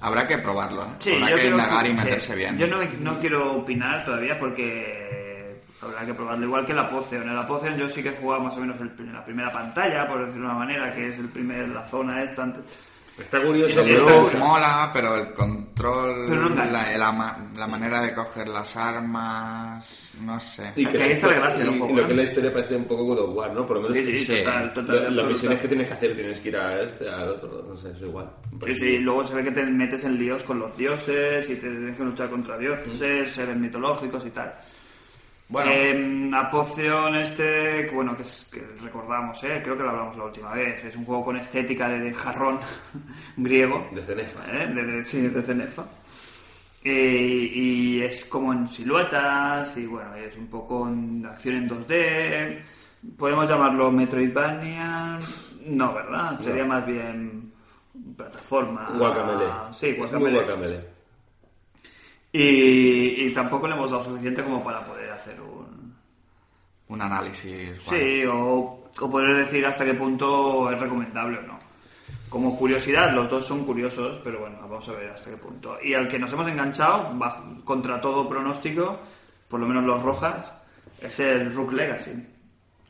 S4: Habrá que probarlo, ¿eh?
S2: Sí,
S4: Habrá
S2: yo
S4: que
S2: creo
S4: indagar
S2: que-
S4: y
S2: sí.
S4: meterse bien.
S2: Yo no, me- no quiero opinar todavía porque habrá que probarlo. Igual que la Poceon. En la Poceon yo sí que he jugado más o menos el- en la primera pantalla, por decirlo de una manera, que es el primer, la zona esta. antes-
S5: Está curioso,
S4: El
S5: pero
S4: look
S5: está-
S4: mola, pero el control,
S2: Pero no engancha.
S4: la, la ma- la manera de coger las armas, no sé.
S5: Y
S2: que ahí está la gracia del
S5: y-
S2: juego,
S5: y lo
S2: ¿no?
S5: que es la historia parece un poco God of War, ¿no? Por lo menos
S2: Sí, sí,
S4: Sí.
S2: total,
S5: la-
S2: total.
S5: las
S2: absoluta.
S5: misiones que tienes que hacer, tienes que ir a este, al otro, no sé, es igual. Pues
S2: Sí, sí, luego se ve que te metes en líos con los dioses y te tienes que luchar contra dioses, seres mitológicos y tal.
S4: Bueno,
S2: Eh, Apotheon este, que, bueno, que, es- que recordamos, ¿eh? creo que lo hablamos la última vez, es un juego con estética de, de jarrón griego.
S5: De Cenefa.
S2: ¿eh? De, de- sí, de Cenefa. Eh, y es como en siluetas, y bueno, es un poco en acción en 2D. ¿Podemos llamarlo Metroidvania? No, ¿verdad? Sería más bien plataforma.
S5: Guacamele.
S2: Ah, Sí,
S5: Es muy
S2: guacamele.
S5: guacamele.
S2: Y, y tampoco le hemos dado suficiente como para poder hacer un,
S4: un análisis. guay.
S2: Sí, o, o poder decir hasta qué punto es recomendable o no. Como curiosidad, los dos son curiosos, pero bueno, vamos a ver hasta qué punto. Y al que nos hemos enganchado, va- contra todo pronóstico, por lo menos los rojas, es el Rook Legacy.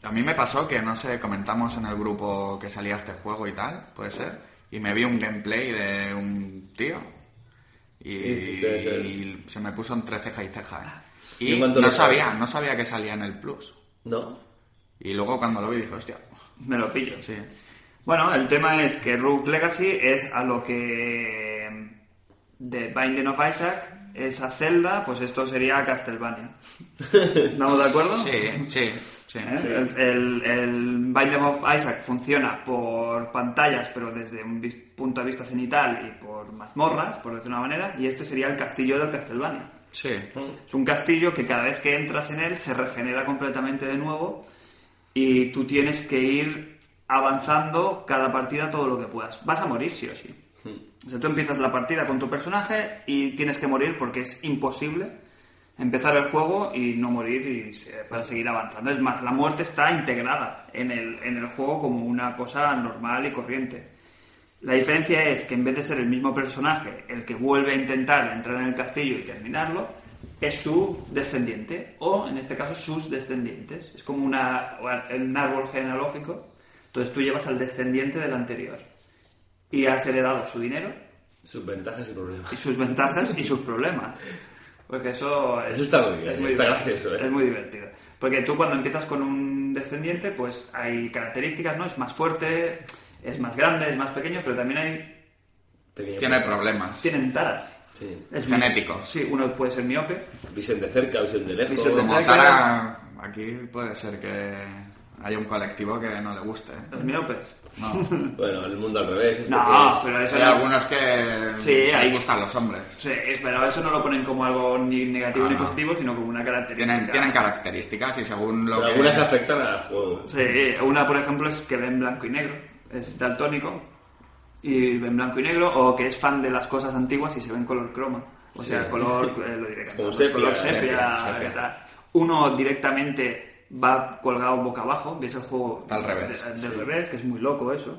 S4: A mí me pasó que, no sé, comentamos en el grupo que salía este juego y tal, puede ser, y me vi un gameplay de un tío y,
S5: Sí, puede ser.
S4: y se me puso entre ceja y ceja. ¿eh?
S5: ¿Y
S4: Y
S5: cuánto
S4: no
S5: le sale?
S4: sabía, no sabía que salía en el Plus.
S5: ¿No?
S4: Y luego cuando lo vi dije, hostia,
S2: Me lo pillo.
S4: sí.
S2: Bueno, el tema es que Rook Legacy es a lo que de Binding of Isaac es a Zelda, pues esto sería Castlevania. ¿Estamos de acuerdo?
S4: Sí, sí, sí.
S2: ¿Eh? El, el, el Binding of Isaac funciona por pantallas, pero desde un vis- punto de vista cenital y por mazmorras, por decirlo de una manera, y este sería el castillo del Castlevania.
S4: Sí.
S2: Es un castillo que cada vez que entras en él se regenera completamente de nuevo y tú tienes que ir avanzando cada partida todo lo que puedas. Vas a morir sí o sí. O sea, tú empiezas la partida con tu personaje y tienes que morir porque es imposible empezar el juego y no morir y se- para seguir avanzando. Es más, la muerte está integrada en el, en el juego como una cosa normal y corriente. La diferencia es que en vez de ser el mismo personaje el que vuelve a intentar entrar en el castillo y terminarlo, es su descendiente, o en este caso sus descendientes. Es como una, un árbol genealógico. Entonces tú llevas al descendiente del anterior y has heredado su dinero
S5: Sus ventajas y problemas.
S2: y sus ventajas y sus problemas. Porque eso, es-
S5: Eso está muy bien,
S2: es muy
S5: está
S2: divertido,
S5: gracioso, ¿eh?
S2: Es muy divertido. Porque tú cuando empiezas con un descendiente, pues hay características, ¿no? Es más fuerte, es más grande, es más pequeño, pero también hay
S5: Pequeño
S4: Tiene
S5: problema.
S4: problemas.
S2: tienen taras.
S5: Sí.
S2: Es
S4: Genético.
S2: miope. Sí, uno puede ser miope.
S5: Visión de cerca, visión de lejos.
S2: Visión de
S4: Como
S2: Tendría que
S4: Tara, aquí puede ser que hay un colectivo que no le guste. ¿eh?
S2: Los miopes.
S4: No.
S5: Bueno, el mundo al revés. esto que es-
S2: No, pero eso
S4: hay
S2: no-
S4: algunos que
S2: Sí,
S4: les
S2: hay-
S4: gustan los hombres.
S2: Sí, pero eso no lo ponen como algo ni negativo
S4: Ah,
S2: ni
S4: no.
S2: positivo, sino como una característica.
S4: Tienen, tienen características y según lo
S5: Pero
S4: que...
S5: algunas afectan al juego.
S2: Sí, una por ejemplo es que ven blanco y negro, es daltónico y ven blanco y negro, o que es fan de las cosas antiguas y se ven color croma, o sea, color, eh, lo diré cantando,
S5: Como
S2: es
S5: sepia,
S2: color sepia,
S4: sepia, sepia.
S2: ¿qué tal? Uno directamente va colgado boca abajo, ves el juego
S4: Está al revés.
S2: de- del revés, que es muy loco eso.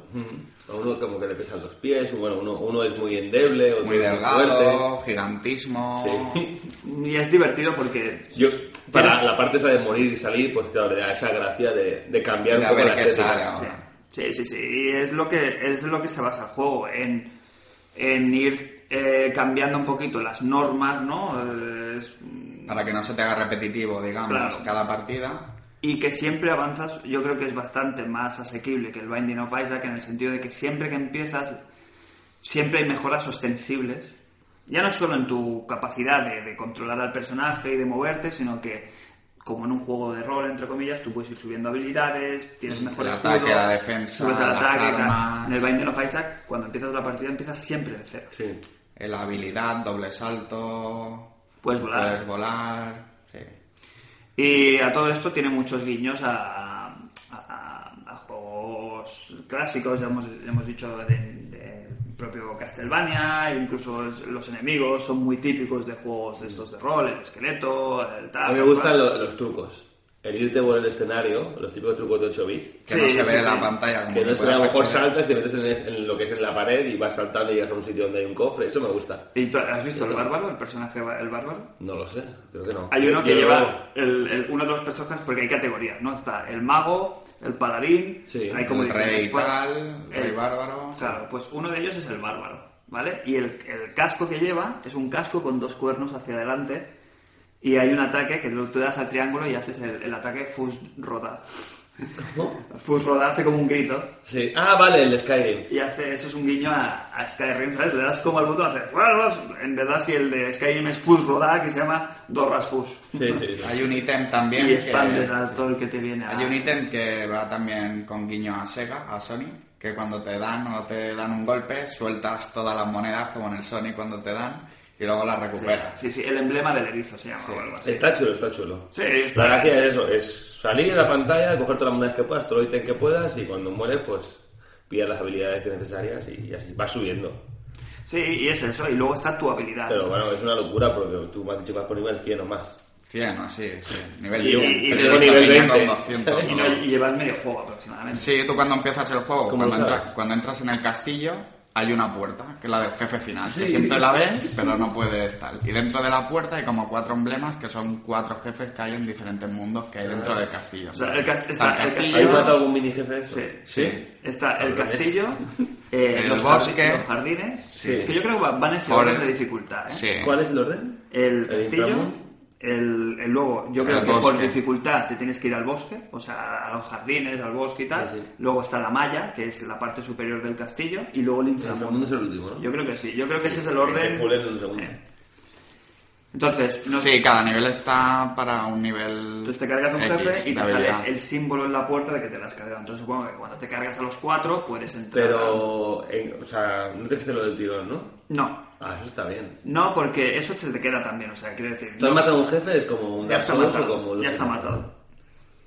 S5: A uno como que le pesan los pies, bueno, uno, uno es muy endeble, otro
S4: Muy
S5: es muy
S4: delgado, gigantismo...
S5: fuerte. Sí.
S2: Y es divertido porque
S5: Yo, para
S2: Tiene-
S5: la parte esa de morir y salir, pues claro, le da esa gracia de, de cambiar
S4: De
S5: un
S4: a
S5: poco
S4: ver
S5: la
S4: qué
S5: estética.
S4: sale ahora.
S2: Sí, sí, sí. Y es lo que, es lo que se basa el juego, en, en ir eh, cambiando un poquito las normas, ¿no? Eh, Es-
S4: Para que no se te haga repetitivo, digamos,
S2: Claro.
S4: cada partida.
S2: y que siempre avanzas, yo creo que es bastante más asequible que el Binding of Isaac en el sentido de que siempre que empiezas, siempre hay mejoras ostensibles. Ya no solo en tu capacidad de, de controlar al personaje y de moverte, sino que, como en un juego de rol, entre comillas, tú puedes ir subiendo habilidades, tienes mejor
S4: Mm, el
S2: escudo,
S4: ataque, la defensa,
S2: subes al
S4: las
S2: ataque y tal.
S4: armas.
S2: En el Binding of Isaac, cuando empiezas la partida, empiezas siempre de cero.
S5: Sí.
S4: Eh, La habilidad, doble salto...
S2: Puedes volar.
S4: Puedes volar, sí.
S2: Y a todo esto tiene muchos guiños a, a- a- a juegos clásicos, ya hemos, ya hemos dicho del propio Castlevania, incluso es- los enemigos son muy típicos de juegos de estos de rol, el esqueleto, el tal.
S5: A mí me
S2: tal,
S5: gustan
S2: tal.
S5: lo- los trucos. El irte por el escenario, los típicos trucos de 8 bits.
S4: que
S2: Sí,
S4: no se
S2: sí,
S4: ve
S2: sí.
S4: la pantalla. Como
S5: Que no
S4: que
S5: sé, a lo
S4: puedes
S5: mejor
S4: acceder.
S5: saltas, te metes en, el- en lo que es en la pared y vas saltando y llegas a un sitio donde hay un cofre. Eso me gusta.
S2: ¿Y tú has visto el bárbaro, el personaje ba- el bárbaro?
S5: No lo sé, creo que no.
S2: Hay uno que
S5: Yo-
S2: lleva el- el- uno de los personajes porque hay categorías, ¿no? Está el mago, el paladín,
S5: Sí,
S2: hay como
S4: el
S2: diferentes
S4: rey
S2: cuadros.
S4: tal, el rey bárbaro.
S2: Claro, pues uno de ellos es el bárbaro, ¿vale? Y el, el casco que lleva es un casco con dos cuernos hacia adelante y hay un ataque que tú das al triángulo y haces el, el ataque fus roda. fus roda hace como un grito
S5: Sí. Ah, vale, el de Skyrim.
S2: y hace eso es un guiño a, a Skyrim, ¿sabes? Le das como al botón, hace "Fuerros". en verdad si el de Skyrim es fus roda que se llama Dorras fus.
S5: Sí, sí, sí.
S4: Hay un ítem también
S2: Y
S4: que-
S2: expandes a todo el que te viene. a-
S4: Hay un ítem que va también con guiño a Sega, a Sony, que cuando te dan o te dan un golpe, sueltas todas las monedas como en el Sony cuando te dan y luego las
S2: Sí,
S4: recuperas.
S2: Sí, sí, el emblema del erizo se llama o algo así.
S5: Está chulo, está chulo.
S2: Sí, está-
S5: La gracia es eso, es salir de la pantalla, coger todas las monedas que puedas, todo lo ítem que puedas y cuando mueres, pues pillar las habilidades que necesarias y, y así vas subiendo.
S2: Sí, y es eso. Y luego está tu habilidad.
S5: Pero bueno, es una locura porque tú me has dicho que vas por nivel 100 o más.
S4: 100 o así, sí. Nivel
S5: Y-
S4: 100.
S5: y- y
S4: Pero
S5: luego
S4: esta
S5: nivel
S4: piña con
S5: 20.
S4: 200
S2: y,
S4: o-
S2: no, y llevar medio juego aproximadamente.
S4: Sí, tú cuando empiezas el juego,
S5: ¿Cómo
S4: cuando,
S5: lo sabes?
S4: entras- cuando entras en el castillo, hay una puerta, que es la del jefe final, que siempre la ves, pero no puedes tal. Y dentro de la puerta hay como cuatro emblemas, que son cuatro jefes que hay en diferentes mundos que hay dentro del castillo.
S2: O sea, el cas-
S4: Está
S2: está- el
S4: castillo,
S5: ¿Hay matado algún mini jefe de esto?
S2: Sí.
S4: Sí.
S2: Está el
S5: Cabrones.
S2: castillo, eh,
S4: El
S2: los,
S4: bosque.
S2: jard- los jardines,
S5: Sí.
S2: que yo creo que va- van en ese
S4: Forest.
S2: orden de dificultad. ¿eh?
S4: Sí.
S5: ¿Cuál es el orden?
S2: El castillo,
S5: inframundo?
S2: el, el luego, yo
S4: El
S2: creo que por
S4: bosque.
S2: dificultad te tienes que ir al bosque, o sea, a los jardines, al bosque y tal.
S5: Sí, sí.
S2: Luego está la malla, que es la parte superior del castillo, y luego el
S5: El inframundo
S2: inframundo.
S5: es el último, ¿no?
S2: Yo creo que sí, yo creo que ese es el
S5: Que te fulen en
S2: orden.
S5: un segundo.
S2: Eh. Entonces, no
S4: Sí, cada nivel está para un nivel.
S2: Entonces te cargas a un
S4: X
S2: jefe y te
S4: de habilidad.
S2: sale el símbolo en la puerta de que te las has cargado. Entonces supongo que cuando te cargas a los cuatro puedes entrar.
S5: Pero, en- o sea, no te hacer lo del tirón, ¿no?
S2: No,
S5: Ah, eso está bien.
S2: no, porque eso se te queda también. O sea, quiero decir.
S5: ¿Tú has
S2: no,
S5: matado a un jefe? ¿Es como un
S2: ya
S5: Dark
S2: está
S5: Souls o
S2: matado.
S5: como los
S2: Ya está
S5: otros?
S2: matado.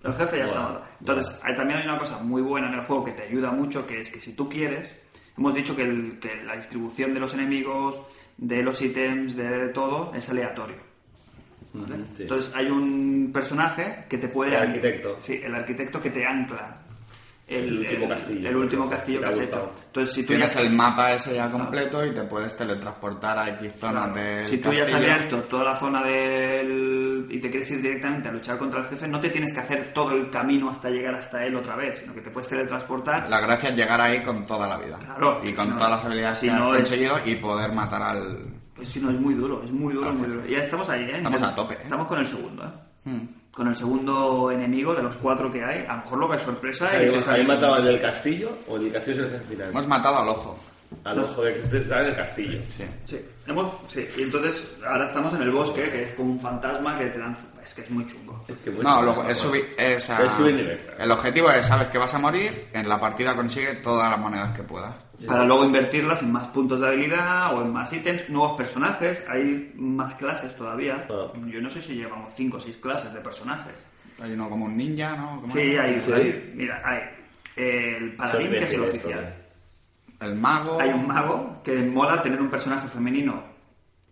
S2: El jefe ya está
S5: Bueno,
S2: matado. Entonces, hay- también hay una cosa muy buena en el juego que te ayuda mucho, que es que si tú quieres, hemos dicho que, el- que la distribución de los enemigos, de los ítems, de todo, es aleatorio.
S5: Ujú, sí.
S2: Entonces hay un personaje que te puede...
S5: El arquitecto.
S2: Sí, el arquitecto que te ancla.
S5: El último castillo.
S2: El último castillo
S5: Te
S2: que
S5: ha
S2: has
S5: gustado.
S2: hecho. Entonces si tú
S4: Tienes
S2: ya,
S4: el mapa ese ya completo y te puedes teletransportar a X zonas
S2: claro,
S4: del
S2: si tú ya has
S4: castillo.
S2: abierto toda la zona del... y te quieres ir directamente a luchar contra el jefe, no te tienes que hacer todo el camino hasta llegar hasta él otra vez, sino que te puedes teletransportar.
S4: La gracia es llegar ahí con toda la vida.
S2: Claro,
S4: y
S2: que
S4: con
S2: si no-
S4: todas las habilidades
S2: si
S4: que
S2: no
S4: has
S2: es-
S4: conseguido y poder matar al.
S2: Pues si no, es muy duro, es muy duro,
S4: Al
S2: muy
S4: jefe.
S2: duro. Ya estamos ahí, ¿eh?
S4: Estamos a tope, ¿eh? Hmm.
S2: Estamos con el segundo, ¿eh? Con el segundo enemigo de los cuatro que hay, a lo mejor lo que es sorpresa y te
S5: ¿Habéis
S2: sale-
S5: matado al del castillo o el del castillo es el jefe final?
S4: Hemos matado al ojo.
S5: Al ojo de que este está en el castillo.
S4: Sí.
S2: Sí, hemos, sí, y entonces ahora estamos en el bosque, que es como un fantasma que te lanza. Es que es muy chungo.
S5: Es que muy
S4: No,
S5: chulo,
S4: luego es
S5: ¿no?
S4: subir. eh, o sea,
S5: Es subir nivel, claro.
S4: El objetivo es, sabes que vas a morir, en la partida consigue todas las monedas que puedas.
S2: Para luego invertirlas en más puntos de habilidad o en más ítems, nuevos personajes, hay más clases todavía.
S5: Ah.
S2: Yo no sé si llevamos 5 o 6 clases de personajes.
S4: Hay uno como un ninja, ¿no? ¿Cómo
S2: Sí,
S4: era?
S2: hay,
S5: Sí.
S2: hay- mira, hay eh, el paladín, que es el
S5: imbéciles,
S2: oficial.
S5: total.
S4: El mago.
S2: Hay un mago que mola tener un personaje femenino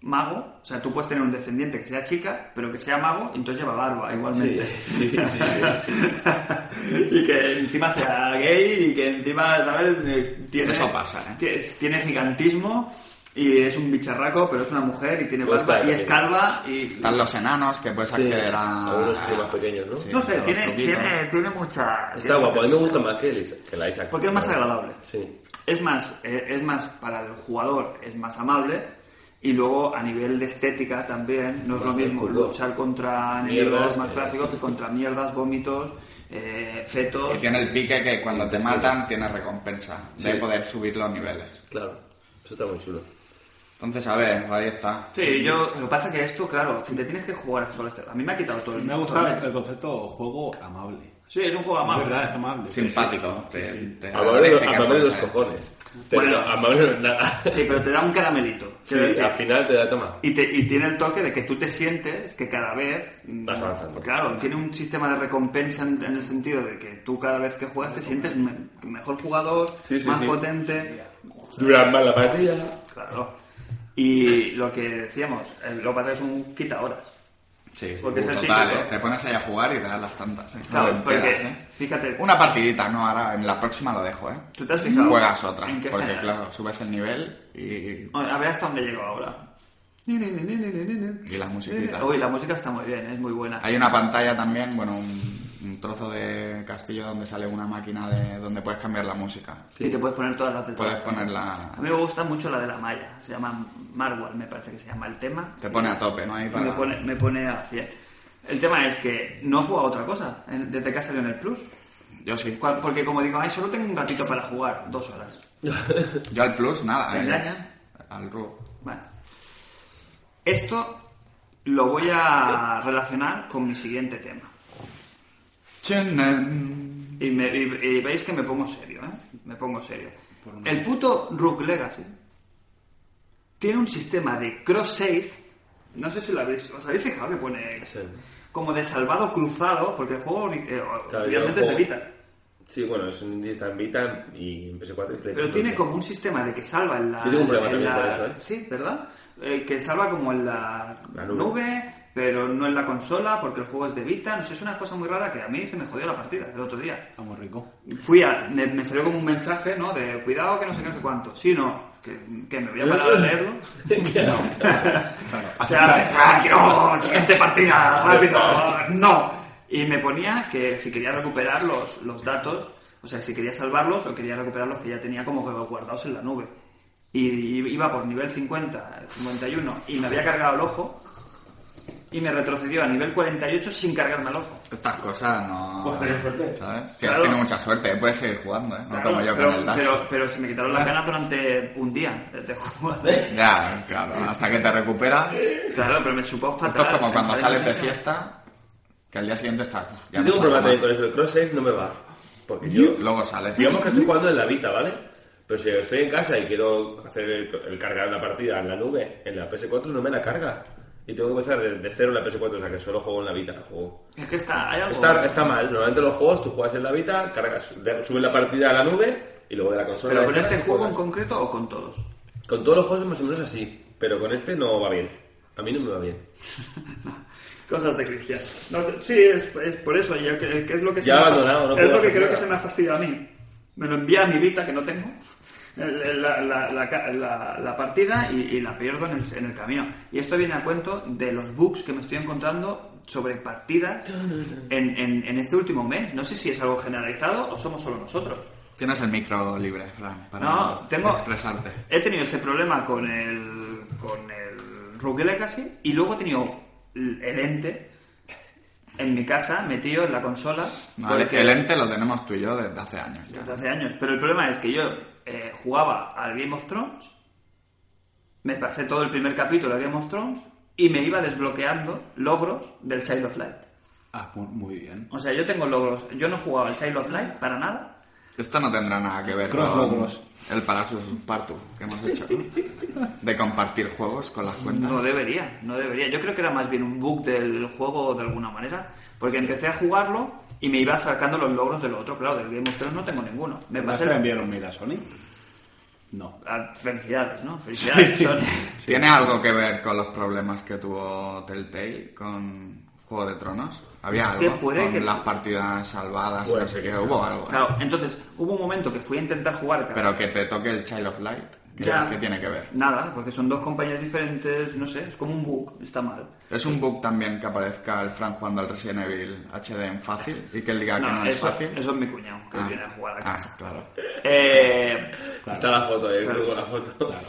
S2: mago. O sea, tú puedes tener un descendiente que sea chica, pero que sea mago, y entonces lleva barba igualmente.
S5: Sí, sí, sí, sí.
S2: y que encima sea gay y que encima, ¿sabes? Eh, Tiene,
S4: Eso pasa, ¿eh?
S2: tie- Tiene gigantismo y es un bicharraco, pero es una mujer y tiene
S5: Pues
S2: barba
S5: claro,
S2: y es
S5: sí.
S2: calva y...
S4: Están los enanos que puedes acceder a.
S5: Algunos sí más pequeños, ¿no?
S4: Sí.
S2: No sé,
S4: los
S2: tiene,
S4: truquitos.
S2: tiene, tiene mucha...
S5: Está
S2: tiene
S5: guapo, a
S2: mucha-
S5: mí me gusta más que el, Isaac- que la Isaac.
S2: Porque es más agradable.
S5: Sí.
S2: Es más, eh, es más para el jugador, es más amable. Y luego a nivel de estética también, no es lo
S5: Bueno,
S2: mismo
S5: culo.
S2: luchar contra
S5: Mierdas,
S2: enemigos más
S5: eh.
S2: clásicos que contra mierdas, vómitos, eh, fetos.
S4: Y tiene el pique que cuando te matan tiene recompensa de poder subir los niveles.
S5: Claro, eso está muy chulo.
S4: Entonces, a ver, ahí está.
S2: Sí, yo. Lo que pasa es que esto, claro, si te tienes que jugar solo este. A mí me ha quitado todo el
S3: Me ha gustado el concepto juego amable.
S2: Sí, es un juego amable.
S3: Es verdad, es amable.
S4: Simpático. Te, te
S5: Amable de
S4: agradece que
S5: amable de los
S4: haces, ¿eh?
S5: cojones.
S2: Bueno.
S5: Bueno, amable no es nada.
S2: Sí, pero te da un caramelito.
S5: Sí,
S2: quiero decir.
S5: al final te da toma.
S2: Y, te- y tiene el toque de que tú te sientes que cada vez... mm,
S5: Vas avanzando.
S2: Claro, tiene un sistema de recompensa en, en el sentido de que tú cada vez que juegas te sientes me- mejor jugador,
S5: Sí, sí,
S2: más
S5: sí.
S2: potente.
S5: Dura más la partida.
S2: Claro. Y lo que decíamos, el- lo que pasa es un quita horas.
S4: Sí,
S2: Porque es el
S4: total,
S2: típico.
S4: ¿eh? Te pones ahí a jugar y te das las tantas. ¿eh?
S2: Claro,
S4: No te
S2: porque
S4: enteras, ¿eh?
S2: fíjate,
S4: Una partidita, no, ahora en la próxima lo dejo, ¿eh?
S2: ¿Tú te has fijado?
S4: Juegas otra,
S2: ¿En qué
S4: porque
S2: genera?
S4: claro, subes el nivel y,
S2: a ver hasta dónde llego ahora.
S4: y la musiquita.
S2: Uy, la música está muy bien, es muy buena.
S4: Hay una pantalla también, bueno, un, un trozo de castillo donde sale una máquina de donde puedes cambiar la música.
S2: Y te puedes poner todas las de
S4: Puedes
S2: todas.
S4: ponerla...
S2: A mí me gusta mucho la de la Maya, se llama Marwell, me parece que se llama el tema.
S4: Te pone a tope, ¿no? Ahí para...
S2: me, pone, me pone a 100. El tema es que no he jugado a otra cosa en- desde que ha salido en el Plus.
S4: Yo sí.
S2: Cua- Porque como digo, ay, solo tengo un ratito para jugar, dos horas.
S4: Yo al plus, nada.
S2: ¿Te
S4: eh.
S2: engaña?
S4: Al ru.
S2: Bueno. Esto lo voy a relacionar con mi siguiente tema.
S4: Chenen.
S2: Y, me- y- y veis que me pongo serio, ¿eh? Me pongo serio. El puto Rook Legacy tiene un sistema de cross-save. No sé si lo habéis, os habéis fijado que pone
S5: Sí.
S2: como de salvado cruzado, porque el juego eh,
S5: yo
S2: finalmente
S5: juego-
S2: se evita.
S5: Sí, bueno, es un indie en Vita y en PS4 y Play.
S2: Pero tiene como un sistema de que salva en la.
S5: Yo tengo un problema
S2: en
S5: también
S2: la-
S5: con eso, ¿eh?
S2: Sí, ¿verdad? Eh, que salva como en la,
S5: La
S2: nube.
S5: nube.
S2: pero no en la consola, porque el juego es de Vita. No sé, es una cosa muy rara que a mí se me jodió la partida el otro día.
S3: Está muy rico.
S2: Fui a. Me, me salió como un mensaje, ¿no? De cuidado que no sé qué, no sé cuánto. Sí, no. Que, que me voy a parar a leerlo. O sea, ¡rápido! ¡Siguiente partida! ¡Rápido! ¡No! Y me ponía que si quería recuperar los, los datos, o sea, si quería salvarlos o quería recuperar los que ya tenía como que guardados en la nube. Y, y iba por nivel 50, 51, y me había cargado el ojo, y me retrocedió a nivel 48 sin cargarme el ojo.
S4: Estas cosas no...
S6: Pues tenés suerte.
S4: ¿Sabes? Si
S2: Claro.
S4: has tenido mucha suerte, puedes seguir jugando, ¿eh? No
S2: Claro,
S4: como yo
S2: pero,
S4: con el dash.
S2: pero, pero se me quitaron las ganas durante un día de jugar.
S4: Ya, claro, hasta que te recuperas.
S2: Claro, pero me supo fatal.
S4: Esto es como
S2: me
S4: cuando
S2: enfadé
S4: sales de
S2: muchísimo.
S4: fiesta, que al día siguiente estás. ya
S5: Yo
S4: no
S5: tengo un problema
S4: salgo
S5: también
S4: más.
S5: con eso. El cross-save no me va. Porque yo.
S4: Luego sales.
S5: Digamos que estoy jugando en la Vita, ¿vale? Pero si estoy en casa y quiero hacer el, el cargar la partida en la nube, en la PS4 no me la carga. Y tengo que empezar de, de cero en la PS4, o sea que solo juego en la Vita. Juego.
S2: Es que está, hay algo.
S5: Está, está mal. Normalmente los juegos tú juegas en la Vita, cargas, de- subes la partida a la nube y luego de la consola.
S2: ¿Pero con
S5: de
S2: este
S5: casa
S2: juego en
S5: juegas.
S2: concreto o con todos?
S5: Con todos los juegos es más o menos así, pero con este no va bien. A mí no me va bien.
S2: Cosas de Cristian. No, te- sí, es, es por eso. yo que, que es lo que se
S5: Ya
S2: me ha-
S5: abandonado, no
S2: Es
S5: puedo
S2: lo que
S5: hacer
S2: creo que
S5: nada.
S2: se me ha fastidiado a mí. Me lo envía a mi Vita, que no tengo, el- el- la, la- la ca- la- la partida y, y la pierdo en el, en el camino. Y esto viene a cuento de los bugs que me estoy encontrando sobre partidas en, en- en este último mes. No sé si es algo generalizado o somos solo nosotros.
S4: Tienes el micro libre, Fran, para
S2: No, tengo-
S4: expresarte.
S2: He tenido ese problema con el. con el Rogue Legacy y luego he tenido el el ente en mi casa, metido en la consola.
S4: Vale,
S2: porque-
S4: El ente lo tenemos tú y yo desde hace años ya.
S2: desde hace años. Pero el problema es que yo eh, jugaba al Game of Thrones, me pasé todo el primer capítulo de Game of Thrones y me iba desbloqueando logros del Child of Light.
S3: Ah, mu- muy bien.
S2: O sea, yo tengo logros. Yo no jugaba al Child of Light para nada.
S4: Esto no tendrá nada que ver
S3: Cross
S4: con
S3: logros.
S4: el Parasus Partu que hemos hecho. De compartir juegos con las cuentas.
S2: No debería, no debería. Yo creo que era más bien un bug del juego de alguna manera. Porque empecé a jugarlo y me iba sacando los logros del otro. Claro, del Game of Thrones no tengo ninguno. Me
S3: ¿Vas
S2: pasé
S3: a
S2: el...
S3: enviar un mail a Sony? No.
S2: Ah, Felicidades, ¿no? Felicidades, Sony.
S4: ¿Tiene algo que ver con los problemas que tuvo Telltale con Juego de Tronos? ¿Había
S2: Es que
S4: algo?
S2: puede
S4: con
S2: que-
S4: las partidas salvadas,
S5: Puede
S4: no sé
S5: ser.
S4: qué, hubo algo. ¿eh?
S2: Claro, entonces hubo un momento que fui a intentar jugar. claro,
S4: Pero que te toque el Child of Light, ¿qué,
S2: Ya.
S4: qué tiene que ver?
S2: Nada, porque son dos compañías diferentes, no sé, es como un bug, está mal.
S4: ¿Es un bug también que aparezca el Frank jugando al Resident Evil HD en fácil y que él diga que no es
S2: eso,
S4: fácil?
S2: eso es mi cuñado, que
S4: Ah,
S2: viene a jugar a
S4: ah,
S2: casa.
S4: claro.
S2: Eh,
S5: Está la foto, eh,
S2: Claro.
S5: con la foto.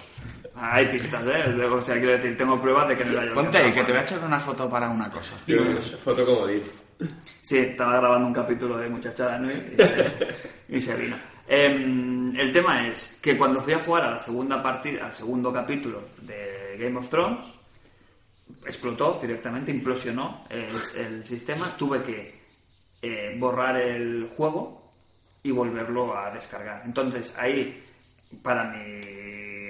S2: hay pistas, ¿eh? Luego, o sea, quiero decir, tengo pruebas de que no la llevo.
S4: Ponte ahí, que te voy a echar una foto para una cosa.
S5: Foto como dir.
S2: Sí, estaba grabando un capítulo de Muchachada ¿no? y, se, y se vino. Em, el tema es que cuando fui a jugar a la segunda partida, al segundo capítulo de Game of Thrones, explotó directamente, implosionó el, el sistema. Tuve que eh, borrar el juego y volverlo a descargar. Entonces ahí, para mi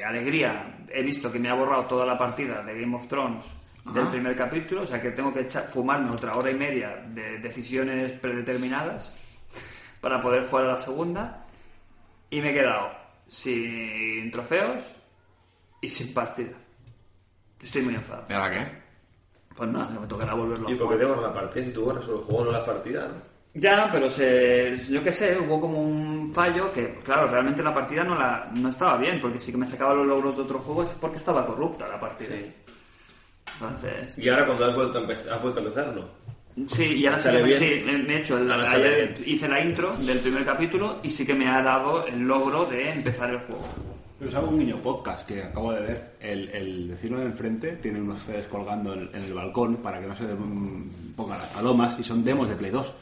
S2: alegría, he visto que me ha borrado toda la partida de Game of Thrones del
S4: Ah.
S2: primer capítulo, o sea que tengo que echa- fumarme otra hora y media de decisiones predeterminadas para poder jugar a la segunda y me he quedado sin trofeos y sin partida. Estoy muy enfadado.
S4: ¿Y ahora qué?
S2: Pues nada, me tocará volverlo
S5: ¿Y
S2: a
S5: por qué
S2: jugar.
S5: te borras la partida? Si tú borras el juego, no la partida, ¿no?
S2: Ya, pero se, yo qué sé, hubo como un fallo que, claro, realmente la partida no, la, no estaba bien, porque si que me sacaba los logros de otro juego es porque estaba corrupta la partida. Entonces...
S5: Y ahora cuando has vuelto a empezar, has vuelto a empezar ¿no?
S2: Sí, y ahora sí
S5: Sale
S2: que me,
S5: bien.
S2: sí, me- me he hecho el-
S5: Ahora sale
S2: ayer
S5: bien.
S2: hice la intro del primer capítulo y sí que me ha dado el logro de empezar el juego.
S3: Pero es algo un niño podcast que acabo de ver. El, el vecino de enfrente tiene unos CDs colgando en, en el balcón para que no se mm, pongan las palomas y son demos de Play 2.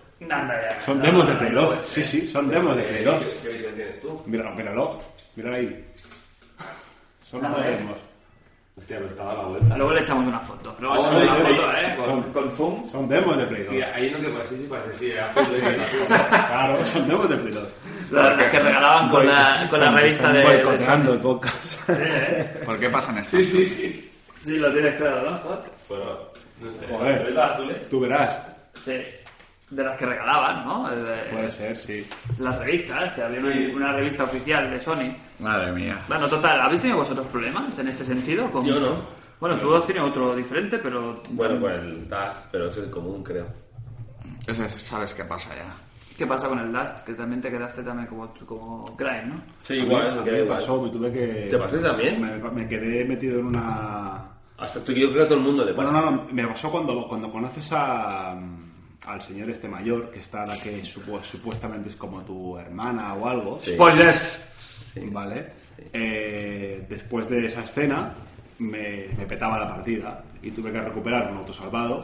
S3: Son demos de Play 2. Sí, Ah, sí, son demos de Play 2.
S5: Eh, ¿Qué visión tienes tú?
S3: Míralo, míralo. Míralo ahí. Son
S2: A
S3: los
S2: ver.
S3: demos.
S5: Hostia, pero estaba a la vuelta.
S2: Luego le echamos una foto. Luego le
S5: Ah,
S3: Son
S2: echamos una
S3: de-
S2: foto, ¿eh?
S3: son-
S5: zoom.
S3: Son demos de Play 2.
S5: ahí no te parece si parece sí, era foto de
S3: Claro, son demos de Play 2.
S2: La verdad es que regalaban con la, con la revista de, de Sony.
S3: Boicoteando el podcast.
S4: ¿Por qué pasan
S3: Sí,
S4: estas
S3: sí, sí.
S2: Sí, lo tienes claro, ¿no, Jos?
S5: Bueno, no sé.
S3: Joder.
S5: ¿Ves las azules?
S3: Tú verás.
S2: Sí. De las que regalaban, ¿no? De-
S5: Pues.
S3: Puede ser, sí.
S2: Las revistas, que había una, una revista oficial de Sony.
S4: Madre mía.
S2: Bueno, total, ¿habéis tenido vosotros problemas en ese sentido? Con-
S5: Yo no.
S2: Bueno, tú has tenido otro diferente, pero...
S5: Bueno, con el Dust, pero es el común, creo.
S4: Eso es- sabes qué pasa ya.
S2: ¿Qué pasa con el Last? Que también te quedaste también como, como Crime, ¿no?
S5: Sí,
S3: A mí- a mí me pasó, me tuve que...
S5: ¿Te pasó también?
S3: Me, me quedé metido en una...
S5: Hasta tú, yo creo que a todo el mundo le
S3: Bueno,
S5: pasa.
S3: no, no, me pasó cuando, cuando conoces a, al señor este mayor, que está la que supo- supuestamente es como tu hermana o algo.
S5: Sí.
S2: ¡Spoilers!
S3: ¿Vale? Eh, después de esa escena, me, me petaba la partida y tuve que recuperar un autosalvado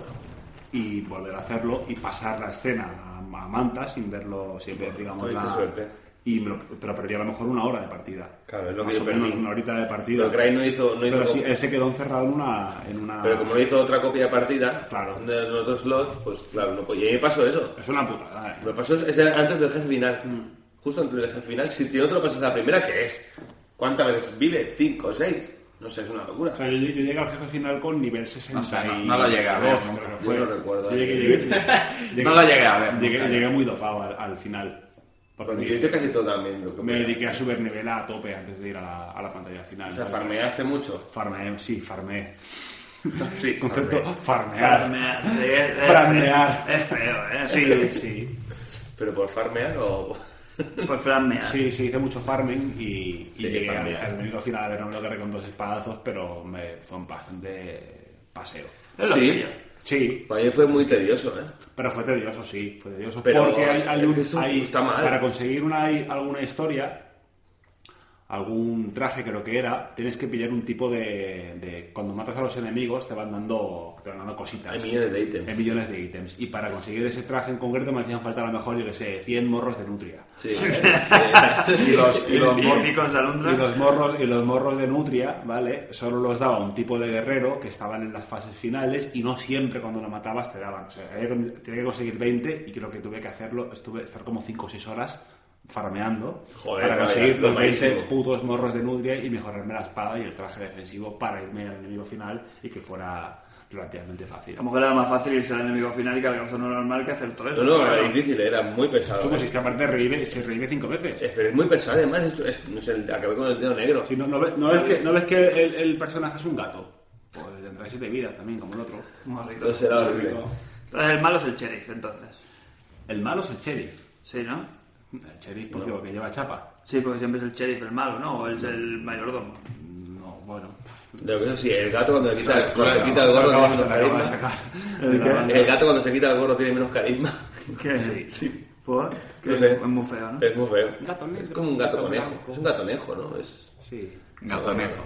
S3: y volver a hacerlo y pasar la escena a, a manta sin verlo, sin ver, digamos,
S5: tuviste
S3: la-
S5: suerte.
S3: Y me lo- pero perdí a lo mejor una hora de partida.
S5: Claro, es lo que
S3: Más
S5: yo
S3: o menos
S5: perdí.
S3: una horita de partida.
S5: Pero Cry no hizo... No hizo
S3: Pero sí, eh,
S5: como-
S3: él se quedó encerrado en una... En una
S5: Pero como no hizo otra copia de partida,
S3: Claro.
S5: en el otro slot, pues claro, no podía. Y me pasó eso.
S3: Es una putada, ¿eh?
S5: Me pasó es- es antes del jefe final. Justo antes del jefe final. Si te otro pasas a la primera, ¿qué es? ¿Cuántas veces vive? ¿Cinco? ¿Seis? No sé, es una locura.
S3: O sea, yo, yo llegué al jefe final con nivel 60
S4: O sea, no-
S3: y-
S4: no lo llegué a ver nunca.
S3: pero
S5: Yo no lo recuerdo,
S3: sí,
S5: eh.
S3: llegué, llegué- llegué-
S4: No lo llegué a ver
S3: Llegué,
S4: nunca.
S3: llegué muy dopado al, al final. Porque
S5: Porque yo hice
S3: me,
S5: casi todo también. Lo que
S3: me
S5: podía.
S3: dediqué a subir nivel a tope antes de ir a la, a la pantalla final.
S5: O sea,
S3: ¿sabes?
S5: farmeaste mucho.
S3: Farmeé, sí, farmeé.
S5: Sí,
S3: Concepto, farmear.
S2: Farmear, sí, es- es-
S3: Farmear.
S2: Es feo, ¿eh?
S3: Sí, sí.
S5: ¿Pero por farmear o...?
S2: Pues farmear.
S3: Sí, sí, hice mucho farming y, y
S5: Sí,
S3: llegué al,
S5: farmear.
S3: al único final, a ver, no me lo cargué con dos espadazos, pero me fue un bastante paseo.
S2: Es lo
S5: Sí.
S2: suyo.
S3: Sí,
S5: Para mí fue muy tedioso, ¿eh?
S3: Pero fue tedioso, sí, fue tedioso.
S5: Pero
S3: porque hay, hay un-
S5: eso
S3: hay-
S5: está mal.
S3: para conseguir una, hay alguna historia algún traje creo que era, tienes que pillar un tipo de, de- cuando matas a los enemigos te van dando te van dando cositas.
S5: Hay millones de
S3: Hay
S5: ítems.
S3: millones de ítems. Y para conseguir ese traje en concreto me hacían falta a lo mejor, yo que sé, 100 morros de nutria.
S5: Sí. sí.
S4: Y los, y los
S2: Y
S4: mor-
S2: picos de alondra.
S3: Y los morros y los morros de nutria, ¿vale? Solo los daba un tipo de guerrero que estaban en las fases finales y no siempre cuando lo matabas te daban. O sea, había que- tenía que conseguir 20 y creo que tuve que hacerlo, estuve estar como 5 o 6 horas farmeando
S5: Joder,
S3: para
S5: vaya,
S3: conseguir los 20
S5: malísimo.
S3: putos morros de nutria y mejorarme la espada y el traje defensivo para irme al enemigo final y que fuera relativamente fácil.
S2: A lo mejor era más fácil irse al enemigo final y cargarse uno normal que hacer todo eso.
S5: No, no,
S2: Pero
S5: era
S2: bueno,
S5: difícil, era muy pesado.
S3: Tú, pues, es que aparte revive- se revive 5 veces.
S5: Es- Pero es muy pesado, además, esto es, no sé, acabé con el dedo negro.
S3: Si no, no ves, no ves que, no ves que el, el personaje es un gato. Pues tendrá siete vidas también, como el otro.
S2: muy rico.
S5: Entonces era horrible.
S2: Entonces, el malo es el sheriff, entonces.
S3: El malo es el sheriff.
S2: Sí, ¿no?
S3: El sheriff, ¿por qué? Porque lleva chapa.
S2: Sí, porque siempre es el sheriff el malo, ¿no? O el, el mayordomo.
S3: No, bueno.
S5: Lo que sí, el gato cuando le quita,
S4: Claro,
S5: cuando se
S4: claro,
S5: quita el
S3: Se
S5: gorro
S3: acaba-
S5: tiene
S3: se
S5: menos
S3: la acaba de
S5: carisma.
S3: sacar.
S5: El gato cuando se quita el gorro tiene menos carisma.
S2: ¿Qué? Sí.
S5: Sí.
S2: ¿Por? Que
S5: No sé.
S2: Es muy feo, ¿no?
S5: Es muy feo.
S3: Gato negro,
S5: es como un gato,
S3: gato
S5: conejo.
S3: blanco.
S5: Es un gatonejo, ¿no? Es...
S3: Sí.
S4: Gatonejo.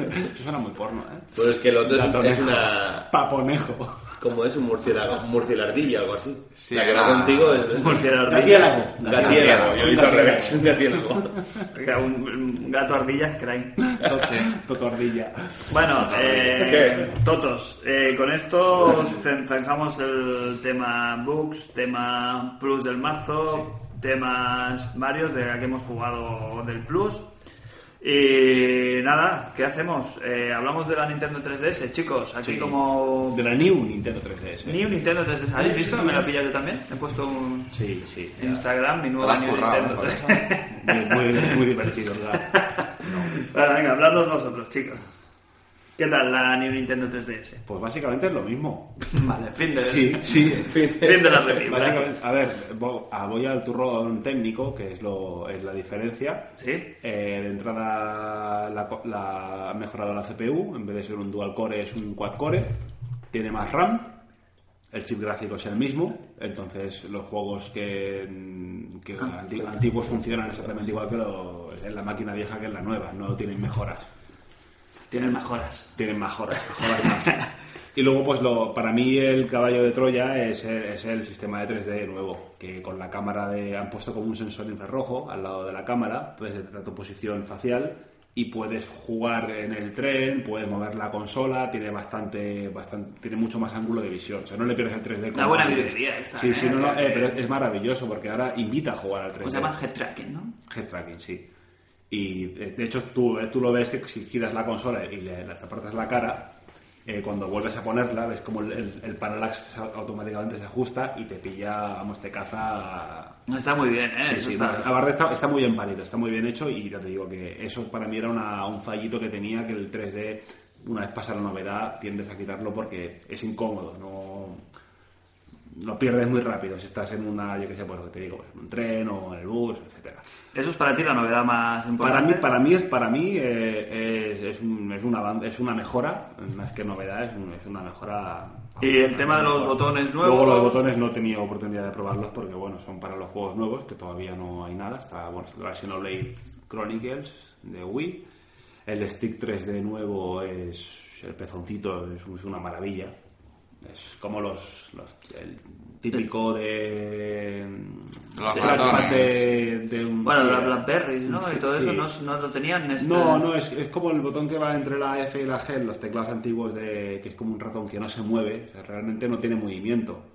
S3: Eso suena muy porno, ¿eh?
S5: Pero es que el otro es, un- es
S3: Gatonejo.
S5: una...
S3: Paponejo.
S5: Como es un murciélago, un murciélardilla o algo así.
S4: Sí,
S5: la que va
S4: era-
S5: contigo es es un
S2: Murciélago
S3: Gatiélago.
S5: gatiélago. Yo lo hice al revés, un gatiélago.
S2: ardilla. Un, un gato ardilla es cray.
S3: Totordilla.
S2: Bueno, eh, Totos, eh, con esto cen- zanjamos el tema books, tema plus del marzo, temas varios de la que hemos jugado del plus. Y nada, ¿qué hacemos? Eh, hablamos de la Nintendo 3DS, chicos, aquí como...
S3: De la New Nintendo 3DS.
S2: Ni un Nintendo 3DS, ¿habéis visto? ¿Me la pillas yo también? He puesto un...
S3: Sí, sí.
S2: en Instagram mi
S4: Te
S2: nuevo
S4: la has
S2: New
S4: currado,
S2: Nintendo
S4: ¿eh? Por
S2: 3DS.
S3: Muy, muy, muy divertido, ¿verdad?
S2: Bueno, venga, habladnos vosotros, chicos. ¿Qué tal la New Nintendo 3DS?
S3: Pues básicamente es lo mismo.
S2: Vale, fin de...
S3: Sí, sí.
S2: Fin de la review. gracias.
S3: Básicamente, a ver, vo- ah, voy al turrón técnico, que es, lo, es la diferencia.
S2: Sí.
S3: Eh, de entrada la, co- la- ha mejorado la CPU, en vez de ser un dual core es un quad core, tiene más RAM, el chip gráfico es el mismo, entonces los juegos que, que anti- antiguos funcionan exactamente igual que los- en la máquina vieja que en la nueva, no tienen mejoras
S2: Tienen mejoras.
S3: tienen más horas, mejoras más. Y luego, pues lo, para mí el caballo de Troya es el, es el sistema de 3D nuevo, que con la cámara de, han puesto como un sensor infrarrojo al lado de la cámara, puedes detectar tu posición facial y puedes jugar en el tren, puedes mover la consola, tiene bastante, bastante tiene mucho más ángulo de visión, o sea, no le pierdes el 3D. como
S2: buena
S3: antes.
S2: librería esta,
S3: Sí,
S2: ¿eh?
S3: sí, no, no, eh, pero es maravilloso porque ahora invita a jugar al 3D.
S2: Pues se llama head tracking, ¿no?
S3: Head tracking, sí. Y eh, de hecho tú, eh, tú lo ves que si giras la consola y le, le apartas la cara, eh, cuando vuelves a ponerla, ves como el, el- el parallax se- automáticamente se ajusta y te pilla, vamos, te caza...
S2: Está muy bien, ¿eh?
S3: Sí,
S2: Eso
S3: sí,
S2: está-
S3: no, la verdad está, está muy bien pálido, está muy bien hecho y ya te digo que eso para mí era una- un fallito que tenía que el 3D, una vez pasa la novedad, tiendes a quitarlo porque es incómodo, no lo pierdes muy rápido si estás en una, yo qué sé, pues lo que te digo, pues, en un tren o en el bus, etcétera.
S2: Eso es para ti la novedad más
S3: Para
S2: importante.
S3: mí, para mí, es- para mí eh, es, es un- es una, avan- es una mejora, más que novedad, es, un- es una mejora.
S2: Y el tema de los
S3: Mejor.
S2: botones nuevos.
S3: Luego los botones no he tenido oportunidad de probarlos porque, bueno, son para los juegos nuevos, que todavía no hay nada. Está, bueno, está la Xenoblade Chronicles de Wii. El Stick 3 de nuevo es el pezoncito, es, es una maravilla. Es como los, los- el típico de...
S4: Los
S3: de-
S4: ratones.
S3: de- de un-
S2: Bueno,
S3: sí,
S2: las Blackberry, ¿no? Y todo
S3: Sí.
S2: eso no, no lo tenían. Este...
S3: No, no, es, es como el botón que va entre la F y la G en los teclados antiguos, de, que es como un ratón que no se mueve, o sea, realmente no tiene movimiento.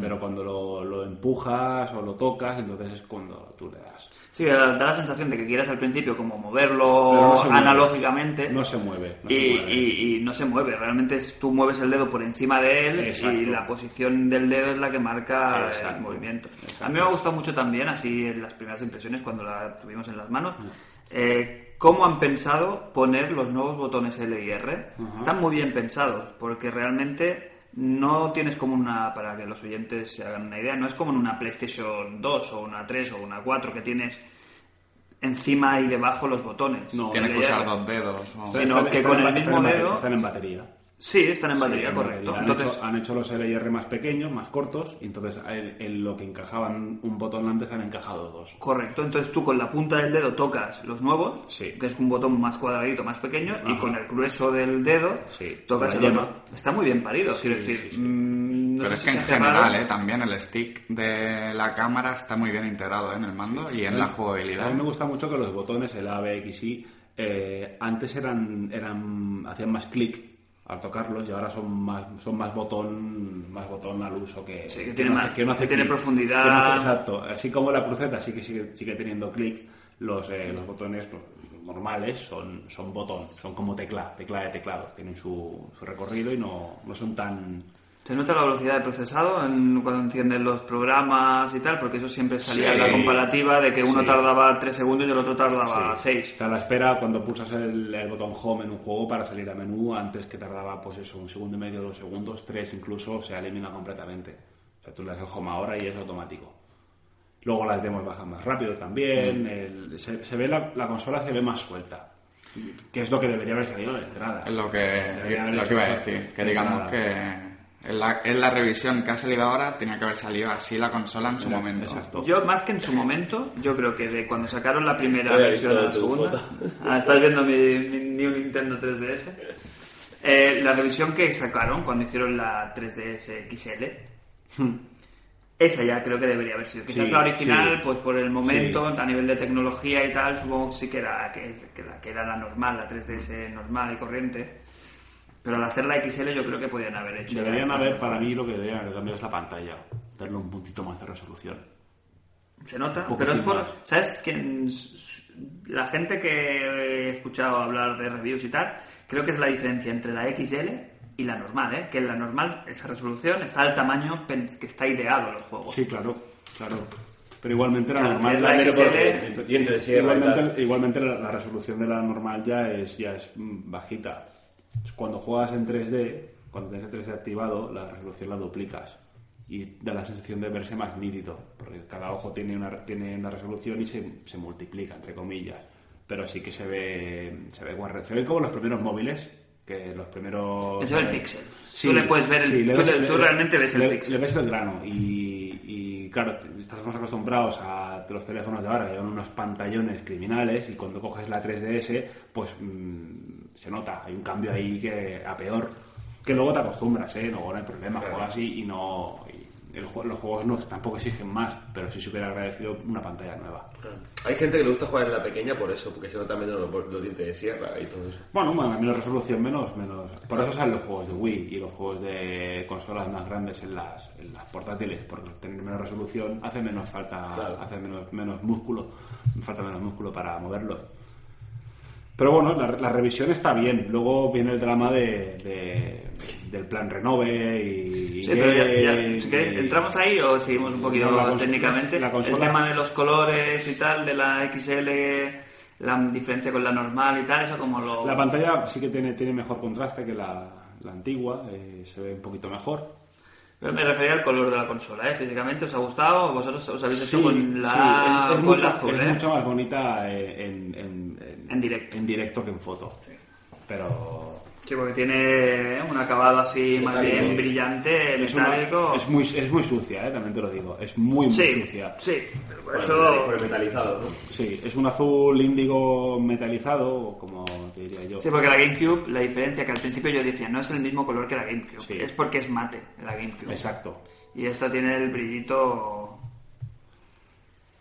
S3: Pero cuando lo, lo empujas o lo tocas, entonces es cuando tú le das.
S2: Sí, da da la sensación de que quieres al principio como
S3: Pero
S2: moverlo
S3: no se mueve.
S2: analógicamente.
S3: No se mueve. no se
S2: y,
S3: mueve.
S2: y- y no se mueve, realmente es- tú mueves el dedo por encima de él
S3: Exacto.
S2: y la posición del dedo es la que marca el
S3: Exacto.
S2: movimiento. A
S3: Exacto.
S2: mí me ha gustado mucho también, así en las primeras impresiones cuando la tuvimos en las manos, eh, cómo han pensado poner los nuevos botones L y R. Están muy bien pensados porque realmente no tienes como una, para que los oyentes se hagan una idea, no es como en una PlayStation 2 o una 3 o una 4 que tienes encima y debajo los botones.
S3: No,
S4: Tienes que
S2: L y R.
S4: usar dos dedos. o-
S2: Sí. sino que con el
S3: en ba-
S2: mismo
S3: en ba-
S2: dedo-
S3: Están en batería.
S2: Sí, están en batería,
S3: Sí,
S2: correcto.
S3: Han,
S2: Entonces,
S3: hecho, han hecho los LR más pequeños, más cortos, y entonces en, en lo que encajaban un botón antes han encajado dos.
S2: correcto. Entonces tú con la punta del dedo tocas los nuevos,
S3: Sí.
S2: que es un botón más cuadradito, más pequeño, y
S3: Ajá.
S2: con el grueso del dedo
S3: Sí,
S2: tocas
S3: con
S2: el
S3: la
S2: otro.
S3: yema.
S2: Está muy bien parido, quiero decir. mm, no
S4: Pero es
S2: sé
S4: que
S2: si
S4: en
S2: se hace raro.
S4: general, ¿eh? también el stick de la cámara está muy bien integrado ¿eh? en el mando y en la
S3: A
S4: jugabilidad.
S3: mí me gusta mucho que los botones, el A, B, X, Y, eh, antes eran, eran, hacían más clic al tocarlos y ahora son más, son más botón, más botón al uso que,
S2: Sí, que tiene más- que tiene
S3: clic,
S2: profundidad.
S3: que no hace- exacto. Así como la cruceta sí que sigue, sigue teniendo clic, los, eh, los botones los normales son, son botón, son como tecla, tecla de teclado. Tienen su, su recorrido y no, no son tan...
S2: ¿Se nota la velocidad de procesado en- cuando encienden los programas y tal? Porque eso siempre salía
S4: Sí.
S2: la comparativa de que uno
S3: Sí.
S2: tardaba 3 segundos y el otro tardaba
S3: Sí.
S2: 6.
S3: O sea, la espera cuando pulsas el, el botón home en un juego para salir a menú, antes que tardaba pues eso, un segundo y medio, dos segundos, tres incluso, se elimina completamente. O sea, tú le das el home ahora y es automático. Luego las demos bajan más rápido también,
S4: Mm.
S3: el- se, se ve la, la consola se ve más suelta, que es lo que debería haber salido de entrada.
S4: Es lo
S3: Debería
S4: que,
S3: haber
S4: lo que
S3: hecho
S4: iba a
S3: eso
S4: decir. Que
S3: de
S4: digamos
S3: entrada.
S4: que en la, en la revisión que ha salido ahora tenía que haber salido así la consola en su momento.
S3: Exacto.
S2: Yo, más que en su momento, yo creo que de cuando sacaron la primera
S5: Había
S2: versión a la
S5: visto tu
S2: segunda.
S5: foto.
S2: Ah, estás viendo mi, mi New Nintendo 3DS. Eh, la revisión que sacaron cuando hicieron la 3DS XL. hmm, Esa ya creo que debería haber sido. Quizás
S3: Sí,
S2: la original,
S3: sí.
S2: pues por el momento, a nivel de tecnología y tal, supongo que sí que era, que, que la, que era la normal, la 3DS normal y corriente. Pero al hacer la XL yo creo que podían haber hecho. ya
S3: Deberían
S2: esta-
S3: haber, para mí, lo que deberían haber cambiado es la pantalla, darle un puntito más de resolución.
S2: Se nota,
S3: Un
S2: pero es por...
S3: poquitín más.
S2: ¿Sabes? Que en s- la gente que he escuchado hablar de reviews y tal, creo que es la diferencia entre la XL y la normal, ¿eh? Que en la normal, esa resolución, está al tamaño pen- que está ideado el juego.
S3: Sí, claro, claro. Pero igualmente era
S5: Ah,
S2: Claro,
S3: normal.
S2: sí, la
S5: Pero
S2: XL.
S5: porque- y entre sierra y tal.
S3: Igualmente, igualmente la, la resolución de la normal ya es, ya es mm, bajita. Cuando juegas en 3D, cuando tienes el 3D activado, la resolución la duplicas. Y da la sensación de verse más nítido, porque cada ojo tiene una, tiene una resolución y se, se multiplica, entre comillas. Pero sí que se ve, se ve guarro. Se ven como los primeros móviles, que los primeros...
S2: Eso es el
S3: eh,
S2: píxel. Tú le puedes ver el-
S3: le
S2: tú le- tú realmente ves el
S3: le-
S2: píxel.
S3: le ves el grano y, y, claro, te- estamos acostumbrados a los teléfonos de ahora, llevan unos pantallones criminales y cuando coges la 3DS, pues mm, se nota, hay un cambio ahí que a peor, que luego te acostumbras, ¿eh? No, no hay problema,
S5: Claro.
S3: juegas y, y no... y el jue- los juegos no, tampoco exigen más, pero sí se hubiera agradecido una pantalla nueva.
S5: Hay gente que le gusta jugar en la pequeña por eso, porque se nota menos los, los dientes de sierra y todo eso.
S3: Bueno, bueno, menos resolución, menos, menos. Por eso salen los juegos de Wii y los juegos de consolas más grandes en las, en las portátiles, porque al tener menos resolución hace menos falta,
S5: Claro.
S3: hace menos, menos músculo, falta menos músculo para moverlos. Pero bueno, la, la revisión está bien. Luego viene el drama de, de- del plan Renove y.
S2: Sí, pero ya- ya-
S3: y-
S2: si queréis, ¿entramos ahí o seguimos un poquito
S3: No, la cons-
S2: técnicamente?
S3: la consola-
S2: El tema de los colores y tal, de la XL, la diferencia con la normal y tal, eso como lo...
S3: La pantalla sí que tiene, tiene mejor contraste que la, la antigua, eh, se ve un poquito mejor.
S2: Pero Me refería al color de la consola, ¿eh? Físicamente, ¿os ha gustado? ¿Vosotros os habéis hecho
S3: Sí,
S2: con la,
S3: sí, es, es
S2: con
S3: mucho,
S2: la azul,
S3: es
S2: eh?
S3: mucho más bonita eh, en, en,
S2: En directo.
S3: en directo que en foto. Pero
S2: Sí, porque tiene un acabado así más
S5: Metálico.
S2: bien brillante,
S3: es, una-
S2: metálico.
S3: es muy, es muy sucia, eh, también te lo digo. Es muy, muy
S2: sí,
S3: sucia.
S2: sí, pero por
S5: Bueno,
S2: eso...
S5: por el metalizado, ¿no?
S3: Sí, es un azul índigo metalizado, o como te diría yo.
S2: Sí, porque la GameCube, la diferencia que al principio yo decía, no es el mismo color que la GameCube,
S3: Sí.
S2: es porque es mate la GameCube.
S3: Exacto.
S2: Y esta tiene el brillito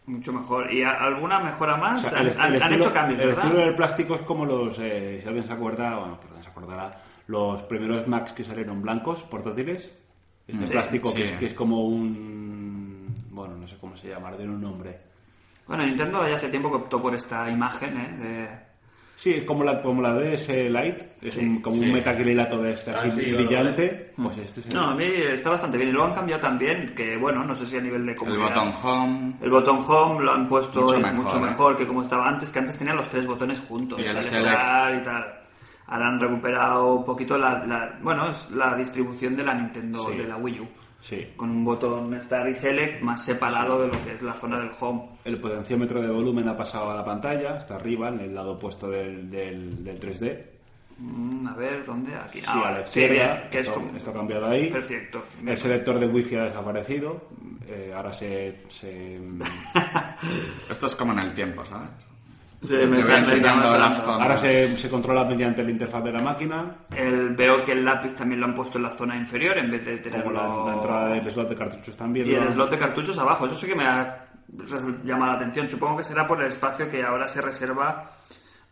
S2: mucho mejor. ¿Y a- alguna mejora
S3: O
S2: más?
S3: sea,
S2: han
S3: el-
S2: han-
S3: el
S2: han
S3: estilo-
S2: hecho cambios,
S3: El
S2: ¿verdad?
S3: estilo del plástico es como los, eh, si alguien se acuerda, bueno, perdón, se acordará, los primeros Macs que salieron blancos, portátiles. Este
S2: Sí,
S3: plástico
S4: sí.
S3: Que, es, que es como un... Bueno, no sé cómo se llama, tiene un nombre.
S2: Bueno, Nintendo ya hace tiempo que optó por esta imagen, ¿eh? De...
S3: Sí, es como la, como la DS Lite, es
S2: Sí,
S3: un- como
S4: sí.
S3: un metacrilato de este,
S5: Ah,
S3: así
S5: sí,
S3: brillante. Pues este es el-
S2: Mm. No, a mí está bastante bien. Y lo han cambiado también, que bueno, no sé si a nivel de
S4: El
S2: comunidad.
S4: botón home
S2: El botón home lo han puesto
S4: Mucho
S2: mucho,
S4: mejor,
S2: mejor,
S4: ¿eh?
S2: que como estaba antes, que antes tenían los tres botones juntos.
S4: Y el
S2: el
S4: select.
S2: estar y tal. Ahora han recuperado un poquito la, la- bueno, es la distribución de la Nintendo,
S3: Sí.
S2: de la Wii U.
S3: Sí.
S2: Con un botón Start y Select más separado de lo que es la zona del home.
S3: El potenciómetro de volumen ha pasado a la pantalla, está arriba, en el lado opuesto del, del, del 3D.
S2: Mm, a ver, ¿dónde? Aquí.
S3: Sí, a la
S2: sí,
S3: izquierda,
S2: bien, que es
S3: está,
S2: como-
S3: está cambiado ahí.
S2: Perfecto.
S3: El selector de wifi ha desaparecido. eh, ahora se, se-
S4: Esto es como en el tiempo, ¿sabes?
S2: Sí,
S4: Te
S2: me
S4: voy
S2: está- me está
S4: enseñando las
S2: mostrando.
S4: zonas.
S3: ahora se, se controla mediante la interfaz de la máquina,
S2: El- veo que el lápiz también lo han puesto en la zona inferior en vez de
S3: como
S2: tenerlo...
S3: la, la entrada del slot de cartuchos también.
S2: Y el
S3: ¿no?
S2: slot de cartuchos abajo, eso sí que me ha resu- llama la atención. Supongo que será por el espacio que ahora se reserva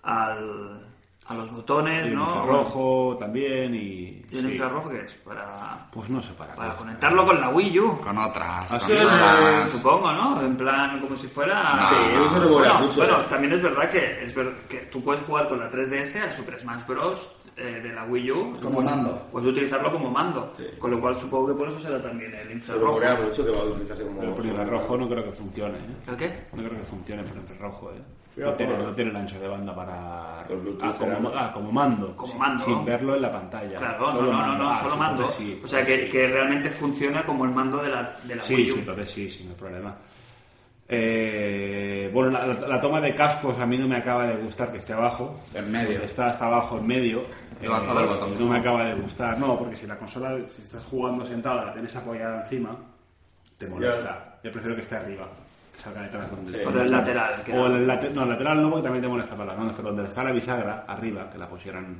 S2: al, a los botones,
S3: Y el
S2: ¿no?
S3: infrarrojo también y...
S2: ¿Y el
S3: sí.
S2: infrarrojo qué es? Para,
S3: Pues no sé para,
S2: para
S3: qué.
S2: conectarlo con la Wii U,
S4: Con otras
S3: Así
S4: consolas.
S2: Ah, supongo, ¿no? En plan, como si fuera...
S5: Sí, eso se demora
S2: bueno,
S5: mucho,
S2: bueno,
S5: ¿eh?
S2: también es verdad que es ver- que tú puedes jugar con la 3DS al Super Smash Bros. eh, de la Wii U.
S6: Como
S2: Puedes-
S6: mando.
S2: Puedes utilizarlo como mando.
S5: Sí.
S2: Con lo cual supongo que por eso será también el
S5: Se lo
S2: infrarrojo.
S5: rumorea mucho que va a utilizarse como.
S3: Pero por infrarrojo no creo que funcione, ¿eh?
S2: ¿El qué?
S3: No creo que funcione por infrarrojo, ¿eh?
S5: Cuidado,
S3: No tiene,
S5: por-
S3: no tiene el ancho de banda para...
S5: Por Bluetooth,
S3: ah, como,
S5: será.
S3: ah, como mando.
S2: Como
S3: sin-
S2: mando.
S3: Sin verlo en la pantalla.
S2: Claro, no, no, no, no,
S3: Ah,
S2: solo
S3: sí,
S2: mando.
S3: entonces sí.
S2: o sea, que, que realmente funciona como el mando de la, de la
S3: Sí,
S2: Wii U.
S3: sí, entonces sí, sin problema. Eh, bueno, la, la- la toma de cascos a mí no me acaba de gustar que esté abajo.
S4: En medio.
S3: Está hasta abajo, en medio. Eh,
S4: He lanzado el botón.
S3: No me acaba de gustar. No, porque si la consola, si estás jugando sentada, la tienes apoyada encima, te molesta. Yo prefiero que esté arriba. Que salga detrás donde...
S5: Sí.
S2: O del lateral, que
S3: O
S2: era-
S3: el late- no, el lateral no, porque también te molesta para las manos, pero donde está la bisagra, arriba, que la pusieran...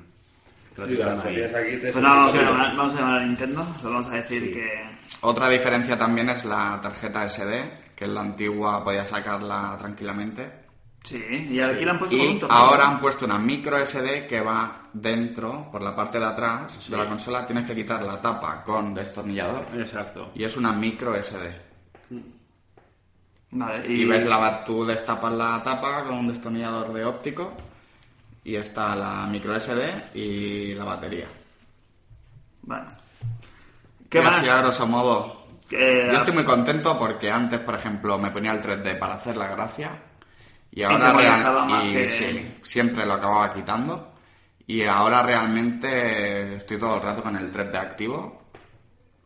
S3: que la
S5: Sí,
S3: tuvieran
S5: claro, si
S3: ahí.
S5: tienes aquí, tienes
S2: Pues nada, vamos a,
S5: un-
S2: llamar, vamos a llamar a Nintendo, solo vamos a decir que...
S4: Otra diferencia también es la tarjeta SD, que en la antigua podía sacarla tranquilamente.
S2: Sí, y aquí la han puesto con
S4: Y
S2: un tornillo.
S4: ahora han puesto una micro SD que va dentro, por la parte de atrás de la consola. Tienes que quitar la tapa con destornillador.
S3: Exacto.
S4: Y es una micro SD.
S2: Vale, y,
S4: Y ves la tú destapas la tapa con un destornillador de óptico y está la micro SD y la batería.
S2: Vale. ¿Qué
S4: Y Así a
S2: más?
S4: grosso modo.
S2: Que-
S4: Yo estoy muy contento porque antes, por ejemplo, me ponía el 3D para hacer la gracia y
S2: te
S4: ahora
S2: molestaba más
S4: y
S2: que-
S4: sí, siempre lo acababa quitando y ahora realmente estoy todo el rato con el 3D activo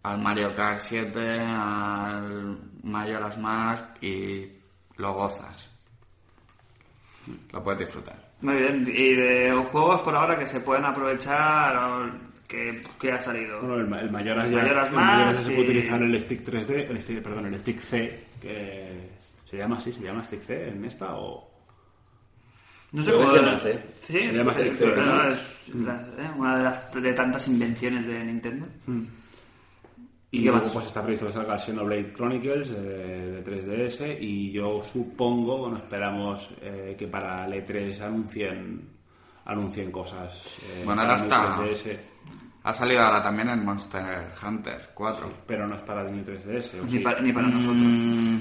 S4: al Mario Kart 7, al Majora's Mask y lo gozas. Lo puedes disfrutar.
S2: Muy bien, y de juegos por ahora que se pueden aprovechar, o que, que ha salido.
S3: Bueno, el, ma- el Mayoras
S2: El
S3: ya
S2: Mayoras
S3: el Mayoras
S2: más
S3: se
S2: y-
S3: puede utilizar el stick 3D, el stick, perdón, el stick C, que se llama así, se llama stick C en esta o
S2: No
S5: Creo que
S2: cómo
S5: se
S2: era.
S5: llama C.
S2: Sí,
S3: Se llama
S2: pues,
S3: C, creo que
S2: pero
S3: sí.
S2: es la- eh, una de las de tantas invenciones de Nintendo. ¿Y
S3: y
S2: qué
S3: luego,
S2: más?
S3: pues está previsto que salga el Xenoblade Chronicles eh, de 3DS y yo supongo, bueno, esperamos eh, que para el E3 anuncien anuncien cosas eh,
S4: Bueno,
S3: para
S4: ahora está.
S3: New 3DS,
S4: Ha salido ahora también el Monster Hunter 4.
S3: pero no es para el E New 3DS. ¿o
S2: Ni,
S3: sí?
S2: para, ni para nosotros.
S4: Mm,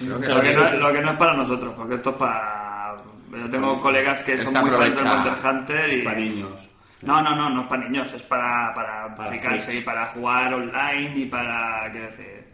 S4: creo que
S2: Lo que,
S4: sí.
S2: no, lo que no es para nosotros, porque esto es para... Yo tengo colegas que son
S4: Está
S2: muy fans del
S4: aprovechado.
S2: Monster Hunter y...
S3: Para niños.
S2: No, no, no, no es para niños, es para, para,
S3: Para
S2: fricarse
S3: freaks.
S2: y para jugar online y para... Quiero decir...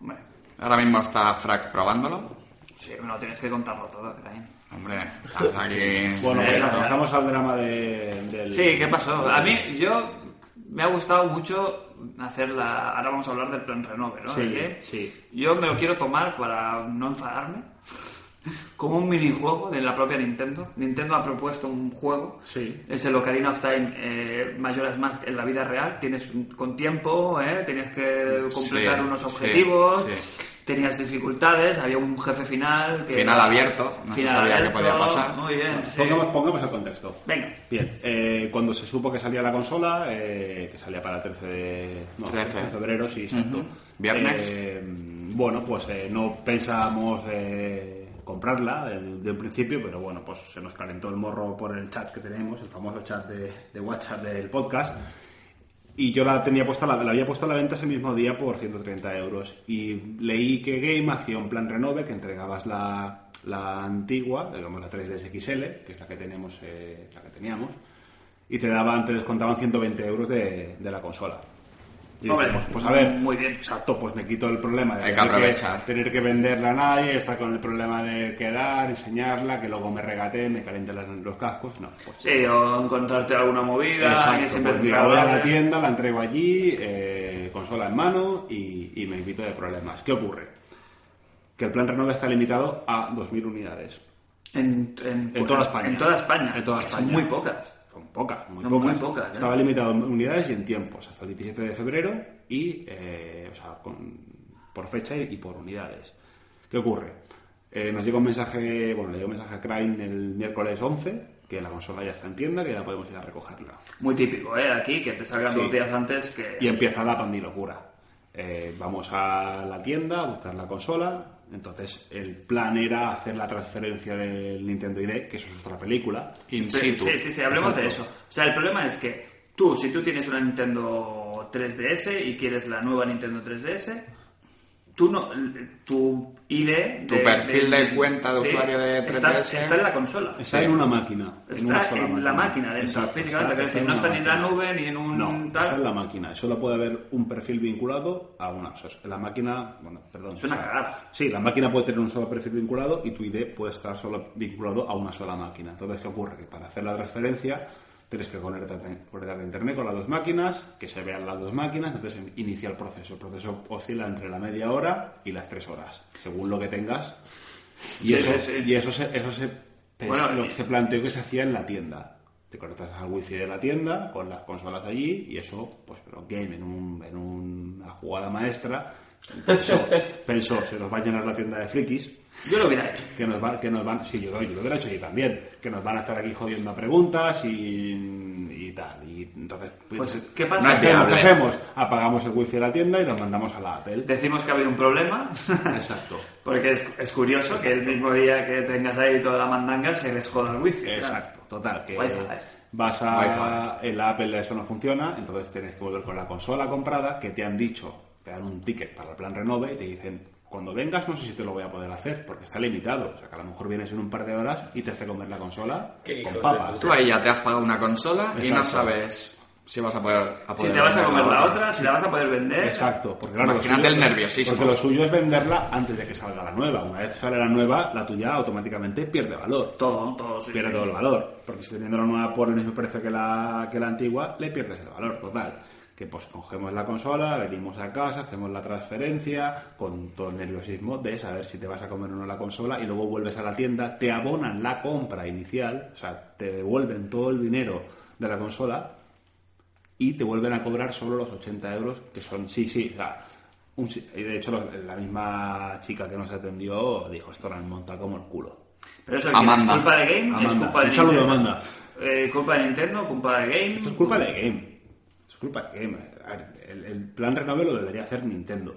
S2: Hombre,
S4: Ahora mismo está Frack probándolo.
S2: sí, no tienes que contarlo todo, Crane.
S4: Hombre, estás aquí.
S3: Bueno, pues
S2: Venga.
S3: pasamos al drama de, del...
S2: Sí, ¿qué pasó? A mí, yo... Me ha gustado mucho hacer la... Ahora vamos a hablar del plan Renove, ¿no?
S3: Sí,
S2: ¿De qué?
S3: sí.
S2: Yo me lo quiero tomar para no enfadarme. Como un minijuego de la propia Nintendo. Nintendo ha propuesto un juego.
S3: Sí.
S2: Es el Ocarina of Time eh, Majora's Mask en la vida real. Tienes un- con tiempo, ¿eh? tienes que completar
S4: Sí,
S2: unos
S4: sí,
S2: objetivos.
S4: sí.
S2: Tenías dificultades, había un jefe final. Que
S4: Final
S2: era-
S4: abierto, no se
S2: final
S4: sabía qué podía pasar.
S2: Muy bien. sí.
S3: Pongamos, pongamos el contexto.
S2: Venga.
S3: Bien, eh, cuando se supo que salía la consola, eh, que salía para el 13 de, no,
S4: 13.
S3: 13 de febrero, sí, exacto.
S4: Ujú. Viernes.
S3: Eh, bueno, pues eh, no pensábamos eh, comprarla eh, de, un principio, pero bueno, pues se nos calentó el morro por el chat que tenemos, el famoso chat de, de WhatsApp del podcast. Y yo la tenía puesta, la, la había puesto a la venta ese mismo día por 130 euros. Y leí que Game hacía un plan renove que entregabas la, la antigua, digamos la 3DS XL, que es la que, tenemos, eh, la que teníamos, y te daban, te descontaban 120 euros de, de la consola. Y
S2: Hombre,
S3: dijimos, pues a ver,
S2: muy bien.
S3: Exacto, pues me quito el problema de
S4: Hay que
S3: tener
S4: aprovechar.
S3: tener que venderla a nadie, estar con el problema de quedar, enseñarla, que luego me regate, me calienten las- los cascos. No, pues
S2: Sí, o encontrarte alguna movida. que
S3: Exacto,
S2: siempre
S3: pues
S2: te
S3: mira, voy a la
S2: salga.
S3: tienda, la entrego allí, eh, consola en mano y, y me invito de problemas. ¿Qué ocurre? Que el plan Renova está limitado a 2.000 unidades.
S2: En, en,
S3: En toda España.
S2: En toda España.
S3: En toda
S2: que
S3: España.
S2: Son muy pocas.
S3: Son pocas, muy
S2: No, muy
S3: pocas.
S2: pocas, ¿eh?
S3: Estaba limitado en unidades y en tiempos, hasta el 17 de febrero, y, eh, o sea, con- por fecha y, y por unidades. ¿Qué ocurre? Eh, nos llega un mensaje, bueno, le llega un mensaje a Crane el miércoles 11, que la consola ya está en tienda, que ya podemos ir a recogerla.
S2: Muy típico, ¿eh? Aquí, que te salgan
S3: Sí.
S2: dos días antes que...
S3: Y empieza la pandilocura. Eh, vamos a la tienda a buscar la consola. Entonces, el plan era hacer la transferencia del Nintendo ID, que eso es otra película.
S4: In
S2: Sí,
S4: situ.
S2: sí, sí, sí, hablemos de
S3: Exacto.
S2: eso. O sea, el problema es que tú, si tú tienes una Nintendo 3DS y quieres la nueva Nintendo 3DS, tú no, tu ID...
S4: Tu perfil de cuenta de usuario de
S2: está-
S4: 3DS.
S2: Está, en la consola.
S3: Está en una máquina. en una
S2: Está
S3: sola
S2: en la máquina, dentro,
S3: Exacto,
S2: físicamente, quiero decir,
S3: en
S2: no
S3: una
S2: está ni en la
S3: máquina.
S2: nube, ni en un
S3: No,
S2: tal.
S3: está en la máquina. Solo puede haber un perfil vinculado a una. O sea, la máquina. Bueno, perdón.
S2: Suena
S3: o sea,
S2: cagada.
S3: Sí, la máquina puede tener un solo perfil vinculado y tu ID puede estar solo vinculado a una sola máquina. Entonces, ¿qué ocurre? Que para hacer la transferencia tienes que conectarte, conectarte a internet con las dos máquinas, que se vean las dos máquinas, entonces inicia el proceso. El proceso oscila entre la media hora y las tres horas, según lo que tengas. Y
S2: Sí,
S3: eso,
S2: sí, sí.
S3: y eso se, eso se, es
S2: Bueno, eh,
S3: lo
S2: y-
S3: que se planteó que se hacía en la tienda. Te conectas al wifi de la tienda con las consolas allí y eso, pues, pero game en, un- en una jugada maestra. Pensó, pensó, se nos va a llenar la tienda de frikis,
S2: Yo lo hubiera hecho.
S3: que nos, va, que nos van, sí, yo, lo- yo lo hubiera hecho yo también, que nos van a estar aquí jodiendo a preguntas y, y tal. Y entonces,
S2: Pues, ¿qué
S3: ¿qué
S2: pasa?
S4: no
S3: hacemos?
S4: viable.
S3: ¿Qué hacemos? Apagamos el wifi de la tienda y nos mandamos a la Apple.
S2: Decimos que ha habido un problema.
S3: Exacto.
S2: Porque es, es curioso que el mismo día que tengas ahí toda la mandanga se desjoda el wifi. claro.
S3: Exacto, total, que
S2: Wi-Fi.
S3: vas a en la Apple eso no funciona, entonces tienes que volver con la consola comprada que te han dicho, te dan un ticket para el plan renove y te dicen, cuando vengas no sé si te lo voy a poder hacer porque está limitado, o sea que a lo mejor vienes en un par de horas y te hace comer la consola
S5: Qué hijos
S3: con
S5: de
S3: papas.
S4: Tú ahí ya te has pagado una consola y
S3: Exacto.
S4: no sabes si vas a poder...
S2: Si
S4: a poder
S2: te vas a
S4: vender
S2: comer la otra, si la vas a poder vender.
S3: Exacto, porque claro, lo
S4: Imagínate
S3: suyo-
S4: el nerviosismo.
S3: Porque lo suyo es venderla antes de que salga la nueva. Una vez sale la nueva, la tuya automáticamente pierde valor.
S2: Todo, todo. sí,
S3: pierde
S2: sí.
S3: todo el valor. Porque si teniendo la nueva por el mismo precio que la, que la antigua, le pierdes el valor total. Que pues cogemos la consola, venimos a casa, hacemos la transferencia, con todo el nerviosismo de saber si te vas a comer o no la consola, y luego vuelves a la tienda, te abonan la compra inicial, o sea, te devuelven todo el dinero de la consola y te vuelven a cobrar solo los 80 euros, que son, sí, sí, o sea, un sí- y de hecho los- la misma chica que nos atendió dijo, esto lo han montado como el culo.
S2: Pero eso ¿quién es
S4: Amanda.
S2: culpa de Game, es
S3: Amanda.
S2: culpa de
S3: Un saludo,
S2: Nintendo.
S3: Amanda.
S2: Eh, culpa de Nintendo, culpa de Game.
S3: Esto es culpa de Game. Esto es culpa de Game. A ver, el, el plan renove lo debería hacer Nintendo.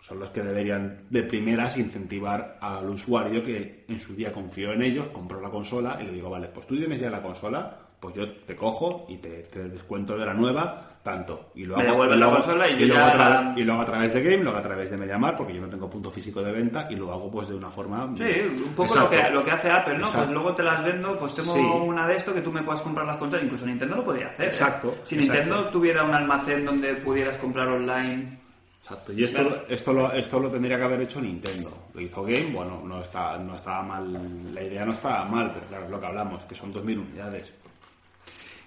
S3: Son los que deberían de primeras incentivar al usuario que en su día confió en ellos, compró la consola y le digo, vale, pues tú tienes ya la consola, pues yo te cojo y te, te descuento de la nueva tanto. Y lo
S2: Me
S3: hago-
S2: devuelven
S3: y lo
S2: la
S3: hago-
S2: consola y yo
S3: lo
S2: ya
S3: hago a
S2: la-
S3: tra- y lo hago a través de Game, lo hago a través de Mediamar, porque yo no tengo punto físico de venta y lo hago pues de una forma...
S2: Sí, un poco lo que,
S3: Exacto.
S2: lo que hace Apple, ¿no?
S3: Exacto.
S2: Pues luego te las vendo, pues tengo
S3: Sí.
S2: una de esto que tú me puedas comprar las consolas. Incluso Nintendo lo podría hacer. ¿eh?
S3: Exacto,
S2: Si
S3: exacto.
S2: Nintendo tuviera un almacén donde pudieras comprar online.
S3: Exacto, y esto,
S2: Claro.
S3: esto, lo, esto lo tendría que haber hecho Nintendo. Lo hizo Game, bueno, no está, no estaba mal, la idea no estaba mal, pero claro, es lo que hablamos, que son 2.000 unidades.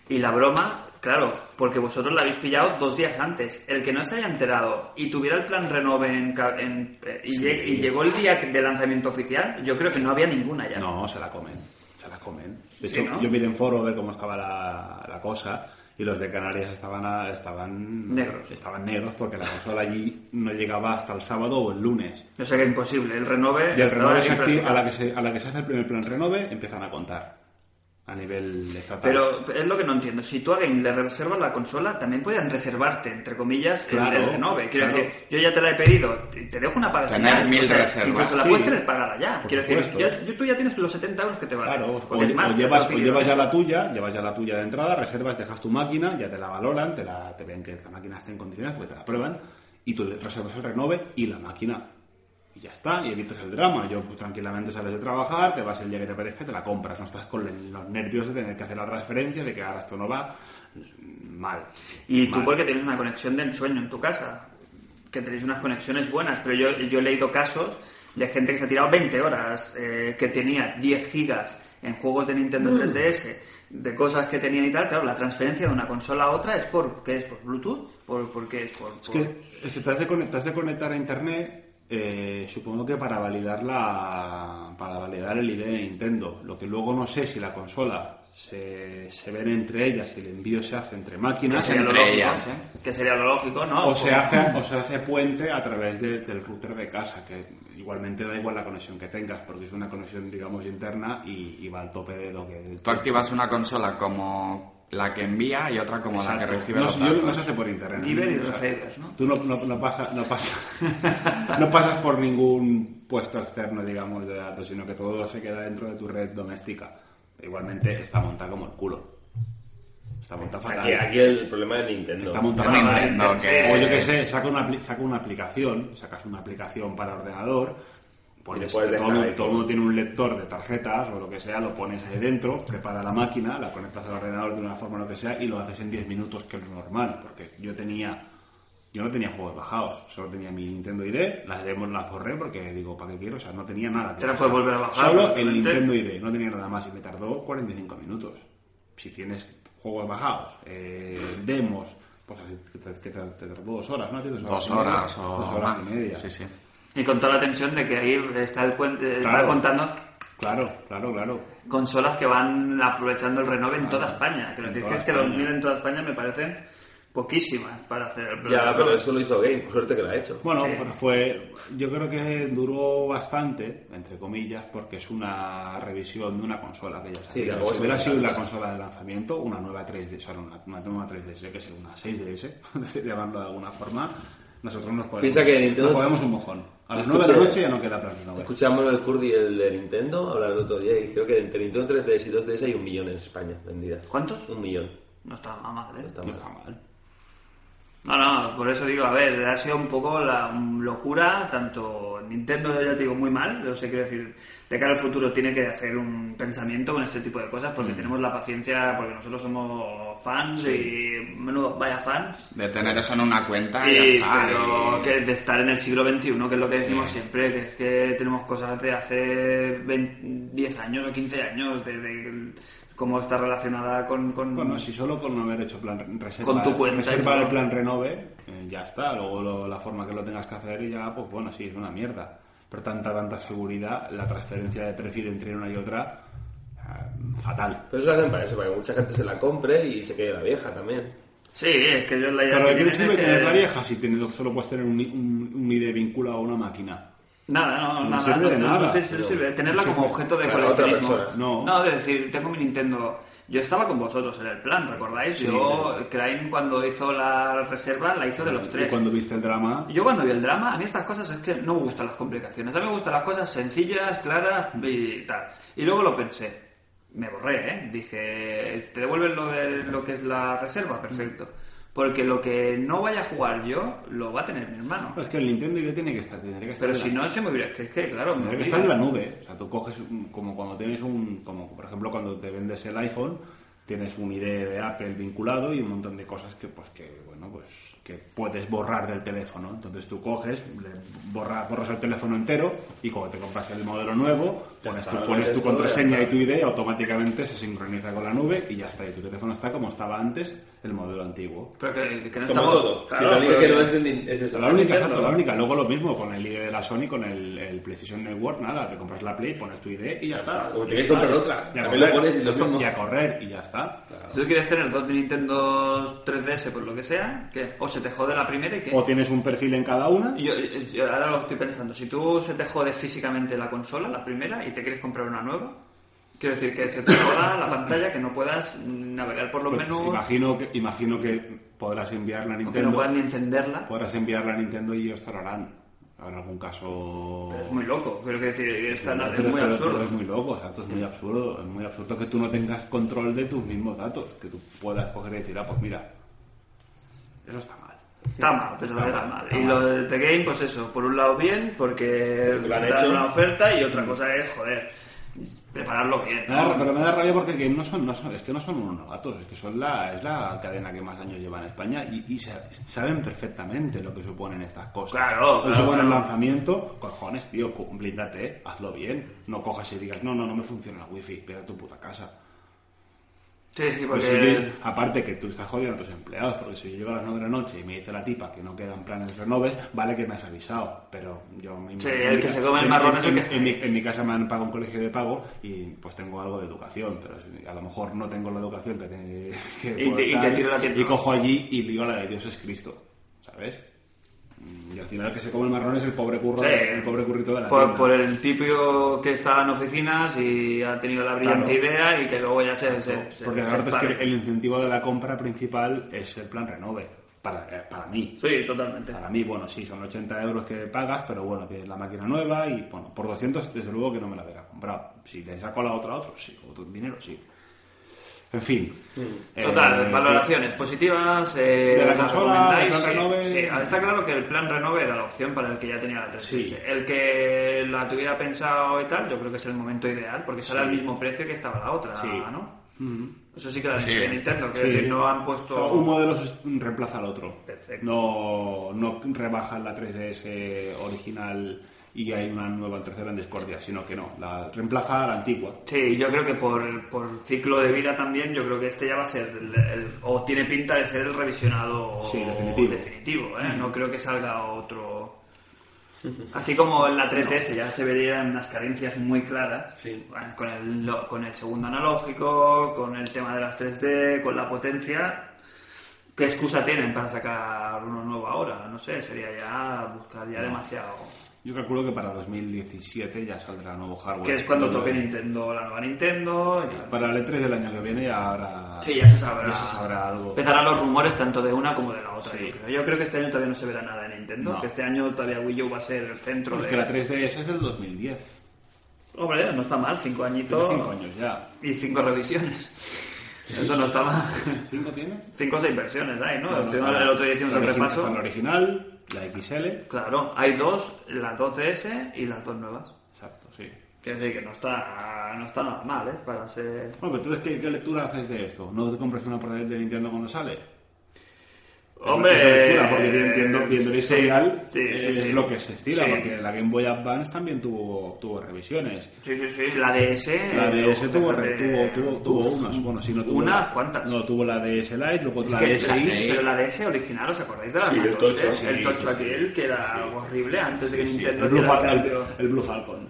S2: Y la broma, claro, porque vosotros la habéis pillado dos días antes. El que no se haya enterado y tuviera el plan Renove en, ca- en- eh, y, lle- y llegó el día de lanzamiento oficial, yo creo que no había ninguna ya.
S3: No, se la comen, se la comen. De
S2: Sí,
S3: hecho,
S2: ¿no?
S3: yo miré en foro a ver cómo estaba la, la cosa y los de Canarias estaban, a- estaban
S2: Negros.
S3: Estaban negros porque la consola allí no llegaba hasta el sábado o el lunes.
S2: O sea que imposible. El Renove.
S3: Y el
S2: estaba
S3: renove se acti-
S2: impresionante.
S3: a, la que se, a la que se hace el primer plan renove empiezan a contar a nivel estatal.
S2: Pero es lo que no entiendo. Si tú a Game le reservas la consola, también pueden reservarte, entre comillas, el-
S3: Claro,
S2: el, Renove. Quiero
S3: claro.
S2: decir, yo ya te la he pedido, te, te dejo una paga
S4: Tener
S2: señal,
S4: mil
S2: o sea,
S4: reservas.
S2: Incluso la
S3: Sí.
S2: puedes tener pagada ya.
S3: Por
S2: Quiero decir,
S3: supuesto.
S2: ya- yo- tú ya tienes los 70 euros que te valen.
S3: Claro, o,
S2: Porque es
S3: lle-
S2: más
S3: o
S2: que
S3: llevas,
S2: lo has
S3: o
S2: pedido.
S3: llevas ya la tuya, llevas ya la tuya de entrada, reservas, dejas tu máquina, ya te la valoran, te, la, te ven que la máquina está en condiciones, porque te la prueban, y tú reservas el renove y la máquina. Y ya está, y evitas el drama. Yo pues, tranquilamente sales de trabajar, te vas el día que te parezca y te la compras. No estás con el- los nervios de tener que hacer la transferencia, de que ahora esto no va mm, mal.
S2: Y tú
S3: Mal.
S2: porque tienes una conexión de ensueño en tu casa, que tenéis unas conexiones buenas, pero yo, yo he leído casos de gente que se ha tirado 20 horas, eh, que tenía 10 gigas en juegos de Nintendo 3DS, de cosas que tenía y tal, claro, la transferencia de una consola a otra es por, ¿qué es? ¿Por Bluetooth? ¿Por, por qué es? Por,
S3: Es
S2: por-
S3: que, es que te, has de conectar, te has de conectar a internet, eh, supongo que para validar la para validar el ID de Nintendo. Lo que luego no sé si la consola se, se ven entre ellas y el envío se hace entre máquinas.
S4: Es
S2: Sería lo
S4: entre
S2: lógico,
S4: ellas, ¿eh?
S2: Que sería lo lógico, ¿no?
S3: O se, hace, o se hace puente a través de- del router de casa, que igualmente da igual la conexión que tengas, porque es una conexión, digamos, interna y, y va al tope de lo que...
S4: Tú activas una consola como la que envía y otra como la que
S3: Exacto.
S4: recibe
S3: no,
S4: los
S3: yo-
S4: datos.
S3: no se hace por internet.
S2: Giver y
S3: O sea,
S2: receiver, ¿no?
S3: Tú no, no, no pasa- no pasa- no pasas por ningún puesto externo, digamos, de datos, sino que todo se queda dentro de tu red doméstica. Igualmente está montada como el culo. Está montada fatal.
S5: Aquí, aquí el problema de Nintendo.
S3: Está montada
S4: También
S3: fatal.
S4: Nintendo, que-
S3: O yo qué sé, saca una, apli- saca una aplicación, sacas una aplicación para ordenador, pones, todo,
S5: puedes dejar ahí.
S3: todo el mundo tiene un lector de tarjetas o lo que sea, lo pones ahí dentro, prepara la máquina, la conectas al ordenador de una forma o lo que sea y lo haces en 10 minutos, que es lo normal, porque yo tenía... Yo no tenía juegos bajados, solo tenía mi Nintendo ID, las demos las borré porque digo, ¿para qué quiero? O sea, no tenía nada.
S2: Te las puedes volver a bajar,
S3: Solo el
S2: obviamente.
S3: Nintendo ID, no tenía nada más y me tardó 45 minutos. Si tienes juegos bajados, eh, demos, pues así que te, que te- te tardó dos horas, ¿no? Tienes
S4: Dos
S3: y media,
S4: horas o
S3: dos horas
S4: más.
S3: y media.
S4: Sí, sí.
S2: Y con toda la tensión de que ahí está el cuen- eh,
S3: Claro.
S2: va contando
S3: Claro, claro, claro.
S2: consolas que van aprovechando el renove en toda España. Que lo
S3: En
S2: que
S3: toda
S2: es que
S3: España.
S2: 2000 en toda España me parecen poquísimas para hacer el
S5: Ya, pero eso lo hizo Game, por suerte que lo ha hecho.
S3: Bueno,
S2: Sí.
S3: pero fue. Yo creo que duró bastante, entre comillas, porque es una revisión de una consola que ya se
S5: Sí,
S3: hacía.
S5: tampoco
S3: Si
S5: es
S3: hubiera
S5: una
S3: sido la
S5: tanta.
S3: consola de lanzamiento, una nueva 3DS, solo una, una nueva 3DS, yo que sé, una 6DS, por llamarlo de alguna forma, nosotros nos podemos,
S5: Piensa que Nintendo-
S3: nos podemos un mojón. A las
S5: Escucha-
S3: 9 de la noche ya no queda práctica.
S5: Escuchamos el Curdy, el de Nintendo, hablar el otro día y creo que entre Nintendo 3DS y 2DS hay un millón en España vendidas.
S2: ¿Cuántos?
S5: Un millón.
S2: No está nada mal, ¿eh?
S5: No está
S3: No
S5: mal.
S3: está mal.
S2: No, no, por eso digo, a ver, ha sido un poco la locura, tanto Nintendo, ya te digo, muy mal, yo sé, quiero decir, de cara al futuro tiene que hacer un pensamiento con este tipo de cosas,
S3: Mm.
S2: porque tenemos la paciencia, porque nosotros somos fans y, menudo, vaya fans,
S4: De tener eso en una cuenta y,
S2: y,
S4: ya está.
S2: pero
S4: y-
S2: que de estar en el siglo XXI, que es lo que decimos siempre, que es que tenemos cosas de hace 20 10 años o 15 años, de, de cómo está relacionada con... con-
S3: Bueno, si solo con haber hecho plan reserva,
S2: Con tu cuenta y
S3: reserva
S2: todo.
S3: el plan renove, eh, ya está. Luego lo- la forma que lo tengas que hacer y ya, pues bueno, sí, es una mierda. Pero tanta, tanta seguridad, la transferencia de perfil entre una y otra, ah, fatal.
S5: Pero eso lo hacen para eso, para que mucha gente se la compre y se quede la vieja también.
S2: Sí, es que yo la idea que
S3: Pero ¿de qué te
S2: tienes
S3: sirve
S2: es que-
S3: tener la vieja si tienes, solo puedes tener un, i- un- un ID vinculado a una máquina?
S2: Nada, no,
S3: No
S2: nada.
S3: sirve de
S2: no, no,
S3: nada.
S2: no sirve- no sirve. Tenerla como objeto de
S5: Para otra
S2: coleccionismo.
S5: persona.
S3: No.
S2: de decir, tengo mi Nintendo. Yo estaba con vosotros en el plan, ¿recordáis? Yo, Crane, cuando hizo la reserva, la hizo de los
S3: Y
S2: tres.
S3: cuando viste el drama,
S2: Yo cuando vi el drama, a mí estas cosas es que no me gustan las complicaciones. A mí me gustan las cosas sencillas, claras y tal. Y luego lo pensé. Me borré, ¿eh? Dije, ¿te devuelven lo de lo que es la reserva? Perfecto. Porque lo que no vaya a jugar yo, lo va a tener mi hermano.
S3: es que el Nintendo ID tiene que estar, tendría que estar
S2: Pero
S3: Pues, en la-
S2: si no, se me hubiera... Que es que, claro, me
S3: Tendría que
S2: obliga.
S3: estar en la nube. O sea, tú coges, un- como cuando tienes un. Como por ejemplo, cuando te vendes el iPhone, tienes un ID de Apple vinculado y un montón de cosas que, pues, que, bueno, pues, que puedes borrar del teléfono. Entonces tú coges, le borra- borras el teléfono entero y cuando te compras el modelo nuevo,
S5: Ya
S3: pones,
S5: está,
S3: tu,
S5: lo
S3: pones
S5: ves
S3: tu
S5: todo, ya
S3: contraseña y
S5: está.
S3: tu ID, automáticamente se sincroniza con la nube y ya está. Y tu teléfono está como estaba antes, el modelo antiguo.
S2: Pero que, que no
S5: Como
S2: estamos...
S5: todo.
S2: Claro, pues,
S5: Sí, la
S2: pero
S5: única que
S2: que-
S5: no es, en- es esa.
S3: La única,
S5: Nintendo,
S3: exacto, la
S5: ¿no?
S3: única. Luego lo mismo con el ID de la Sony, con el, el PlayStation Network, nada, te compras la Play, pones tu ID y ya está.
S5: Como
S3: Y
S5: te quieres
S3: ya
S5: comprar
S3: está.
S5: otra,
S3: Y a,
S5: también lo
S3: correr,
S5: pones y lo
S3: esto,
S5: mismo.
S3: y a correr y ya está.
S2: Si tú quieres tener dos Nintendo 3DS, por pues lo que sea, que o se te jode la primera y que...
S3: O tienes un perfil en cada una.
S2: Yo, yo- yo ahora lo estoy pensando. Si tú se te jode físicamente la consola, la primera, y te quieres comprar una nueva, quiero decir que se te joda la pantalla, que no puedas navegar por los
S3: Pues,
S2: menús,
S3: imagino, que, imagino que podrás enviarla a
S2: o que no
S3: Nintendo.
S2: puedas ni encenderla.
S3: podrás enviarla a Nintendo y ellos te lo harán. En algún caso.
S2: Pero es muy loco. Creo que decir, está,
S3: Pero-
S2: es
S3: pero-
S2: muy
S3: pero-
S2: absurdo.
S3: pero es muy loco, exacto, es muy absurdo. Es muy absurdo que tú no tengas control de tus mismos datos. Que tú puedas coger y decir, ah, pues mira, eso está mal.
S2: Está mal, pero
S3: Está
S2: está
S3: mal,
S2: mal.
S3: está
S2: Y
S3: mal.
S2: lo de The Game, pues eso, por un lado bien, porque
S5: Porque lo han
S2: dan
S5: hecho.
S2: una oferta y otra cosa es, joder, prepararlo bien.
S3: Me da- pero me da rabia porque que no son, no son- es que no son unos novatos, es que son la, es la cadena que más años lleva en España y, y sa- saben perfectamente lo que suponen estas cosas.
S2: Claro,
S3: Lo que
S2: claro,
S3: supone el
S2: claro.
S3: lanzamiento, cojones, tío, cu- blíndate, eh, hazlo bien. No cojas y digas, no, no, no me funciona la wifi, vete a tu puta casa.
S2: Sí, sí,
S3: Pues
S2: porque...
S3: si yo- aparte que tú estás jodiendo a tus empleados, porque si yo llego a las 9 de la noche y me dice la tipa que no quedan planes de renoves, vale que me has avisado, pero yo... me-
S2: Sí,
S3: en
S2: el
S3: mi
S2: que
S3: ca-
S2: se come el
S3: en-
S2: marrón
S3: en-
S2: es el
S3: en-
S2: que está.
S3: en, mi, en mi casa me han pagado un colegio de pago y pues tengo algo de educación, pero si- a lo mejor no tengo la educación que... te- que
S2: Y te-
S3: puedo
S2: y
S3: dar,
S2: te tiro la tienda.
S3: Y cojo allí y digo la de Dios es Cristo, ¿sabes? Y al final el que se come el marrón es el pobre curro,
S2: Sí.
S3: el pobre currito de la
S2: por,
S3: tienda.
S2: por el típico que está en oficinas y ha tenido la brillante idea y que luego ya se... se- se-
S3: Porque
S2: se
S3: la verdad es
S2: espara.
S3: que el incentivo de la compra principal es el plan renove, para, eh, para mí.
S2: Sí, totalmente.
S3: Para mí, bueno, sí, son 80 euros que pagas, pero bueno, tienes la máquina nueva y, bueno, por 200 desde luego que no me la hubiera comprado. Si le saco la otra a otro, sí, otro dinero, sí. En fin. Eh,
S2: Mm. Total,
S3: eh,
S2: valoraciones positivas, eh,
S3: De la
S2: las
S3: consola,
S2: recomendáis,
S3: del plan
S2: sí,
S3: renove.
S2: sí. Ah, está claro que el plan renove era la opción para el que ya tenía la 360.
S3: Sí.
S2: El que la tuviera pensado y tal, yo creo que es el momento ideal, porque sale al mismo precio que estaba la otra,
S3: Sí. Mm.
S2: ¿no? Eso sí que la
S4: Sí.
S2: tiene Nintendo, que
S3: Sí.
S2: no han
S3: O sea,
S2: puesto...
S3: un modelo sus- reemplaza al otro.
S2: Perfecto.
S3: No, no rebajan la 3DS original y hay una nueva tercera en discordia, sino que no, la reemplaza a la antigua.
S2: Sí, yo creo que por, por ciclo de vida también, yo creo que este ya va a ser, el, el- o tiene pinta de ser el revisionado
S3: Sí, definitivo.
S2: definitivo, ¿eh? No creo que salga otro... Así como en la 3DS ya se verían unas carencias muy claras,
S5: Sí.
S2: bueno, con, el, lo- con el segundo analógico, con el tema de las 3D, con la potencia, ¿qué excusa tienen para sacar uno nuevo ahora? No sé, sería ya buscar ya demasiado...
S3: Yo calculo que para 2017 ya saldrá nuevo hardware.
S2: Que es cuando
S3: Pero,
S2: toque
S3: eh,
S2: Nintendo, la nueva Nintendo... y tal.
S3: Para el E3 del año que viene ya habrá...
S2: Sí, ya se sabrá.
S3: ya se sabrá algo.
S2: Empezarán los rumores tanto de una como de la otra.
S3: Sí.
S2: Yo, creo. Yo creo que este año todavía no se verá nada de Nintendo.
S3: No.
S2: Que este año todavía Wii U va a ser el centro de...
S3: Pues que la 3DS es del 2010.
S2: Hombre, no está mal, cinco
S3: Tiene
S2: añitos
S3: 5 años ya.
S2: y cinco revisiones. Eso no está mal.
S3: ¿5 tiene?
S2: cinco o seis versiones hay, ¿no?
S3: No, no
S2: Estoy-
S3: está mal.
S2: el otro día hicimos
S3: La
S2: el
S3: origi-
S2: repaso.
S3: está La original, la XL.
S2: Claro, hay dos, las dos DS y las dos nuevas.
S3: Exacto, sí.
S2: Que sí, que no está, no está nada mal, ¿eh? Para ser...
S3: Bueno, pero entonces, ¿qué, qué lectura haces de esto? ¿No te compras una portátil de Nintendo cuando sale? Es la
S2: Hombre... eh,
S3: lectura, porque yo entiendo, viendo el
S2: sí,
S3: historial,
S2: sí, sí,
S3: es
S2: sí.
S3: lo que se estila,
S2: Sí.
S3: porque la Game Boy Advance también tuvo, tuvo revisiones.
S2: Sí, sí, sí, la DS...
S3: La
S2: eh,
S3: DS tuvo,
S2: de-
S3: tuvo, tuvo, tuvo unas, bueno, sí, no tuvo.
S2: Unas
S3: la-
S2: cuantas.
S3: No, tuvo la DS Lite, luego
S2: Es
S3: la
S2: que
S3: DSi.
S2: la-
S4: sí.
S2: pero la DS original, ¿os acordáis de la
S5: Sí,
S2: Mac
S5: el
S2: OS?
S5: tocho, sí,
S2: el tocho
S3: sí, sí.
S2: aquel que era horrible antes de que
S3: Sí,
S2: Nintendo
S3: el, Blue Fal-
S2: hiciera
S3: el-
S2: el cambio.
S3: el Blue Falcon.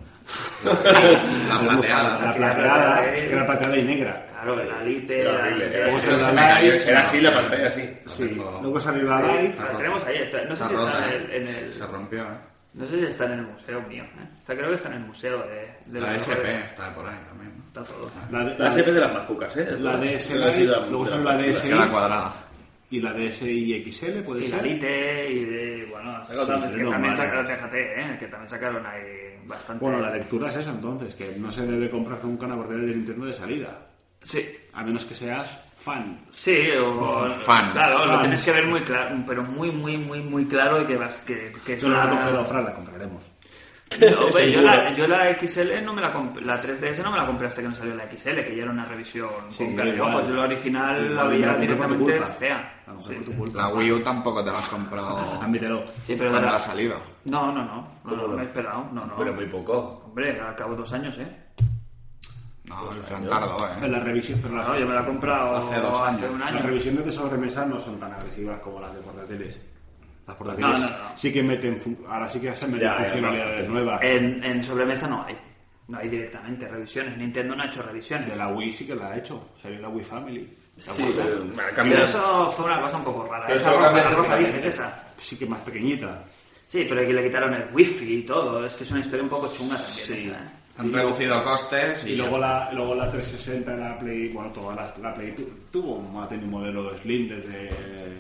S4: La
S3: El Blue Falcon,
S4: plateada.
S3: La
S2: Que era
S3: plateada,
S2: plateada,
S3: que era plateada y negra.
S2: Claro, la Lite,
S5: Era
S2: la-
S5: horrible,
S2: la-
S5: era
S4: Pues
S5: así.
S4: se me cayó ese
S5: Era así la
S4: nombre.
S5: pantalla, así.
S4: Lo
S3: Sí.
S4: tengo-
S3: Luego salió la Lite.
S2: la tenemos ahí, está- no sé
S4: Está
S2: si está
S4: rota,
S2: en el,
S4: eh.
S2: en el-
S4: Se rompió, eh.
S2: no sé si está en el museo mío, ¿eh? Está- creo que está en el museo de, de
S4: La
S2: los-
S4: SP está por ahí también. ¿no?
S2: Está todo.
S3: La, la-
S5: La CP de las macucas, ¿eh?
S3: la DS
S5: Yo así
S3: Lite,
S5: la-
S3: luego
S5: la
S3: salió la
S5: macuca.
S3: DSi.
S4: Que la cuadrada.
S3: Y la DSi XL, puede
S2: Y la
S3: ser.
S2: Lite y de, bueno, ha sacado
S3: Sí,
S2: tantas que
S3: pero no
S2: también
S3: vale.
S2: sacaron, fíjate, ¿eh? que también sacaron ahí bastante.
S3: Bueno, la lectura es eso entonces, que no se debe comprar nunca una portátil de Nintendo de salida.
S2: Sí,
S3: A menos que seas fan.
S2: Sí, o
S4: Fans.
S2: Claro, lo
S3: Fans.
S2: tienes que ver muy claro, pero muy, muy, muy, muy claro de que vas, que, que es
S3: Yo no la he
S2: una-
S3: comprado, Fran, la compraremos.
S2: No, hombre, yo,
S5: Seguro.
S2: la, yo la XL no me la compré, la 3DS no me la compré hasta que no salió la XL, que ya era una revisión
S3: Sí,
S2: con carne y
S3: igual.
S2: ojos. Yo la original
S3: Igual,
S2: la veía
S3: me la compré por tu
S2: directamente
S3: culpa.
S2: fea.
S3: La compré
S2: Sí,
S3: por tu culpa.
S4: La
S2: Ah.
S4: Wii U tampoco te la has comprado
S3: Admítelo.
S2: Sí, pero
S4: cuando
S2: la-
S4: la ha salido.
S2: No, no, no, no,
S5: ¿Cómo
S2: no,
S5: no?
S2: me he esperado, no, no.
S5: Pero muy poco.
S2: Hombre, al cabo de dos años, ¿eh?
S4: No, el Fran tardó, eh.
S3: Las revisiones, pero las,
S2: No, yo me la he comprado
S4: Hace dos años.
S2: un
S3: las
S2: año.
S3: revisiones de sobremesa no son tan agresivas como las de portátiles. Las portátiles
S2: No, no, no.
S3: sí que meten, fun- ahora sí que se meten
S5: Ya, ya,
S3: funcionalidades
S5: no.
S3: nuevas.
S2: En, en sobremesa no hay. No hay directamente revisiones. Nintendo no ha hecho revisiones.
S3: De la Wii sí que la ha hecho. Salió la Wii Family. ¿Te
S5: Sí,
S3: acuerdas?
S5: pero me ha
S2: Pero
S5: cambiado.
S2: eso fue una cosa un poco rara.
S5: Pero
S2: Esa
S5: eso
S2: roja,
S5: cambia
S2: la roja
S5: estéticamente.
S2: dices esa.
S3: Sí que más pequeñita.
S2: Sí, pero que le quitaron el wifi y todo. Es que es una historia un poco chunga también esa, ¿eh?
S4: Han reducido costes y,
S3: Y luego la, luego la 360, la Play, bueno, toda la, la Play tu- tuvo, ha tenido un modelo Slim desde,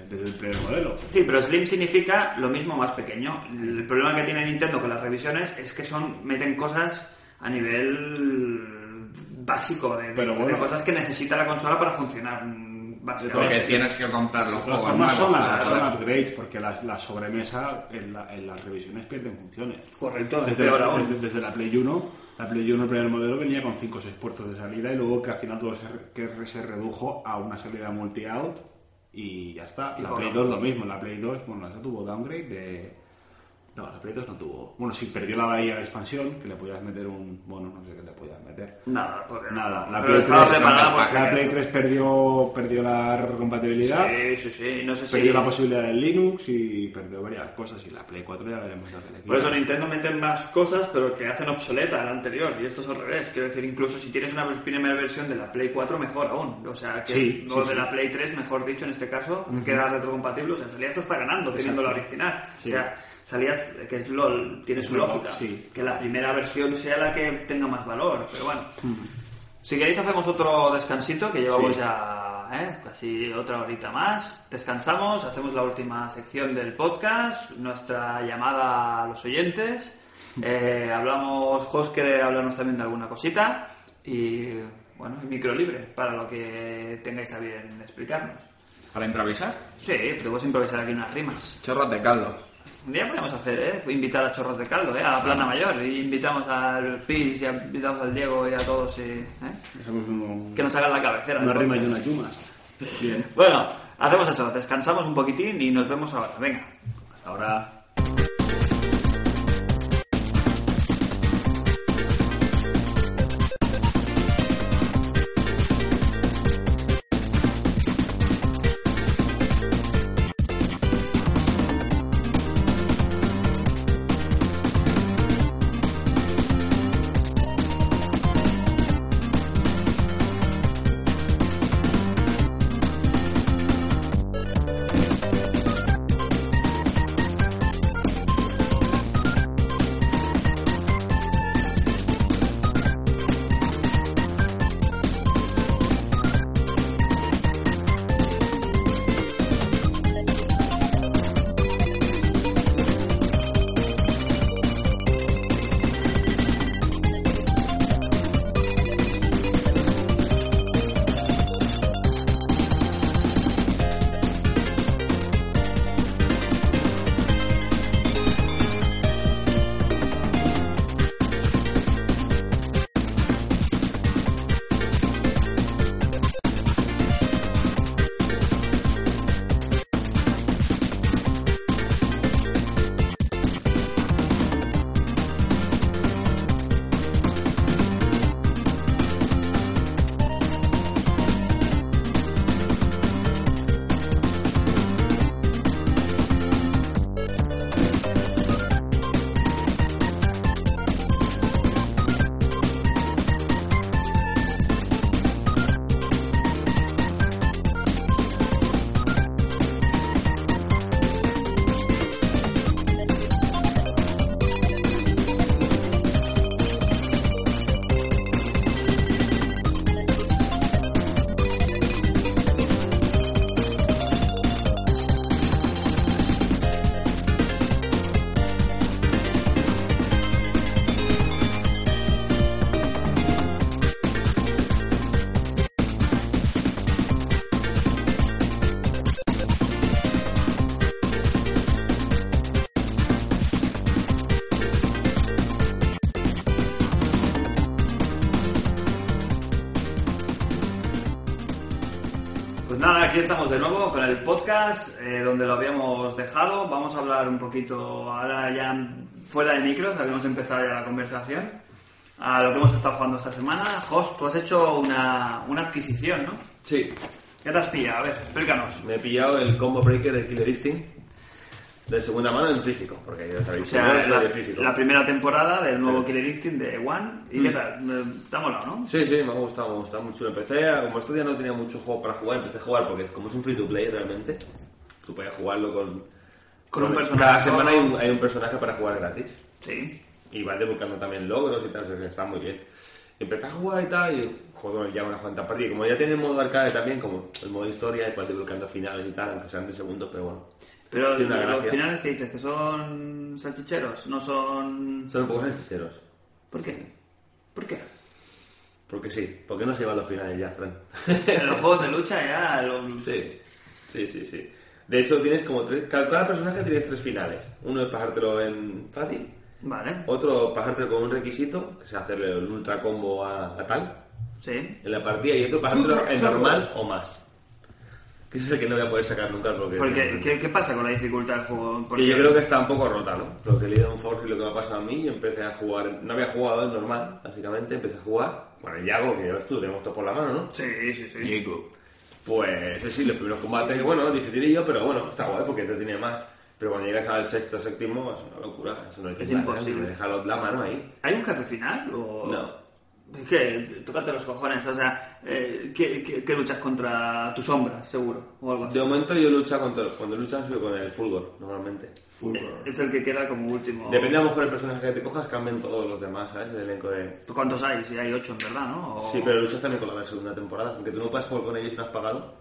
S3: desde el primer modelo.
S2: Sí, pero Slim significa lo mismo más pequeño. El problema que tiene Nintendo con las revisiones es que son meten cosas a nivel básico de,
S3: Pero
S2: de
S3: bueno.
S2: cosas que necesita la consola para funcionar mm,
S4: porque
S2: básicamente.
S4: tienes que comprar los
S3: Pero
S4: juegos
S3: formas
S4: nuevos.
S3: son,
S4: para
S3: las, son
S4: poder-
S3: upgrades, porque las, la sobremesa en, la- en las revisiones pierden funciones.
S2: Correcto, es
S3: Desde,
S2: peor
S3: la,
S2: aún.
S3: desde, desde la Play 1, la Play 1 el primer modelo venía con 5 o 6 puertos de salida y luego que al final todo se, re- que re- se redujo a una salida multi-out y ya está.
S2: Y
S3: La
S2: poco.
S3: Play 2 lo mismo, la Play 2, bueno, esa tuvo downgrade de... No, la Play 2 no tuvo. Bueno, sí, perdió la bahía de expansión, que le podías meter un. Bueno, no sé qué le podías meter.
S2: Nada, porque
S3: Nada, la
S2: Pero
S3: Play 3,
S2: estaba preparada por si
S3: la
S2: acaso.
S3: Play 3 perdió, perdió la recompatibilidad,
S2: Sí, sí, sí. No sé si.
S3: perdió la posibilidad del Linux y perdió varias cosas. Y la Play 4 ya veremos la que le
S2: Por
S3: quita.
S2: eso Nintendo meten más cosas, pero que hacen obsoleta la anterior. Y esto es al revés. Quiero decir, incluso si tienes una primera versión de la Play 4, mejor aún. O sea, que
S3: Sí,
S2: o
S3: sí,
S2: de
S3: sí.
S2: la Play 3, mejor dicho, en este caso, que era retrocompatible. O sea, salías hasta ganando teniendo la original. O sea, salías, que es LOL, tiene su
S3: Es verdad,
S2: lógica.
S3: sí.
S2: Que la primera versión sea la que tenga más valor. Pero bueno. Si queréis hacemos otro descansito, que llevamos
S3: Sí.
S2: ya ¿eh? casi otra horita más. Descansamos, hacemos la última sección del podcast, nuestra llamada a los oyentes. Eh, hablamos, Jos quiere hablarnos también de alguna cosita. Y bueno, y micro libre, para lo que tengáis a bien explicarnos.
S4: Para improvisar,
S2: Sí, podemos improvisar aquí unas rimas.
S4: chorros de caldo.
S2: Un día podemos hacer, ¿eh? Invitar a Chorros de Caldo, ¿eh? A la Plana Mayor. Y invitamos al Pis, y invitamos al Diego y a todos. y, ¿eh?
S3: Hacemos un-
S2: Que nos hagan la cabecera.
S3: una
S2: del
S3: rima y
S2: podcast.
S3: unas yumas. Bien,
S2: Bueno, hacemos eso, descansamos un poquitín y nos vemos ahora. Venga.
S3: hasta ahora.
S2: Pues nada, aquí estamos de nuevo con el podcast eh, donde lo habíamos dejado. Vamos a hablar un poquito ahora ya fuera de micros, habíamos empezado ya la conversación. A lo que hemos estado jugando esta semana. Jos, tú has hecho una, una adquisición, ¿no?
S5: Sí,
S2: ¿Qué te has pillado? A ver, explícanos.
S5: me he pillado el combo breaker de Killer Instinct de segunda mano en físico, porque ya
S2: O
S5: sabéis,
S2: sea,
S5: primero es
S2: la,
S5: de físico.
S2: la primera temporada del nuevo
S5: Sí. Mm.
S2: Killer Instinct de One. ¿Y qué tal? Eh, Te ha molado, ¿no?
S5: Sí, sí, me ha gustado, me ha gustado mucho. Empecé, a- como estos días no tenía mucho juego para jugar, empecé a jugar porque como es un free to play realmente, tú puedes jugarlo con...
S2: Con un
S5: Cada
S2: personaje
S5: semana hay
S2: solo.
S5: un, hay un personaje para jugar gratis.
S2: Sí.
S5: Y vas desbloqueando también logros y tal, o sea, que está muy bien. Empecé a jugar y tal, y juego ya unas cuantas partidas. Y Como ya tiene el modo arcade también, como el modo historia, y vas desbloqueando finales y tal, aunque sean de segundos, pero bueno.
S2: Pero
S5: Tiene una
S2: los
S5: gracia.
S2: finales que dices que son salchicheros, no son.
S5: Son un poco sinceros.
S2: ¿Por qué? ¿Por qué?
S5: Porque sí, porque no se llevan los finales ya, Fran.
S2: En los juegos de lucha ya. lo-
S5: Sí, sí, sí, sí. De hecho, tienes como tres... Cada, cada personaje tienes tres finales. Uno es pasártelo en fácil,
S2: Vale.
S5: otro pasártelo con un requisito, que es hacerle el ultra combo a, a tal,
S2: Sí.
S5: en la partida, y otro pasártelo en normal o más. Que ese es el que no voy a poder sacar nunca porque...
S2: Porque, ¿qué, qué pasa con la dificultad del juego? Porque
S5: Que yo creo que está un poco rota, ¿no? Lo que he leído en Forge y lo que me ha pasado a mí, yo empecé a jugar, no había jugado en normal, básicamente, empecé a jugar, bueno, el Yago, que ya ves tú, lo tenemos todo por la mano, ¿no?
S2: Sí, sí, sí.
S4: Diego.
S5: Pues sí, sí, los primeros combates, bueno, dificilillo, pero bueno, está guay porque te tiene más. Pero cuando llegas al sexto, séptimo, es una locura, eso no hay que
S2: Es
S5: jugar, ¿eh?
S2: imposible. Oh.
S5: Déjalo la mano ahí.
S2: ¿Hay un jefe final o...?
S5: No.
S2: Es que tocarte los cojones, o sea, eh, que, que- que luchas contra tus sombras, seguro, o algo así.
S5: De momento yo lucha contra, cuando luchas yo con el Fulgor, normalmente.
S2: Eh, Es el que queda como último.
S5: Depende a lo mejor del personaje que te cojas, cambian todos los demás, ¿sabes? El elenco de...
S2: Pues, ¿Cuántos hay? Si hay ocho, en verdad, ¿no? O-
S5: Sí, pero luchas también con la de la segunda temporada, aunque tú no puedas jugar con ellos y no has pagado.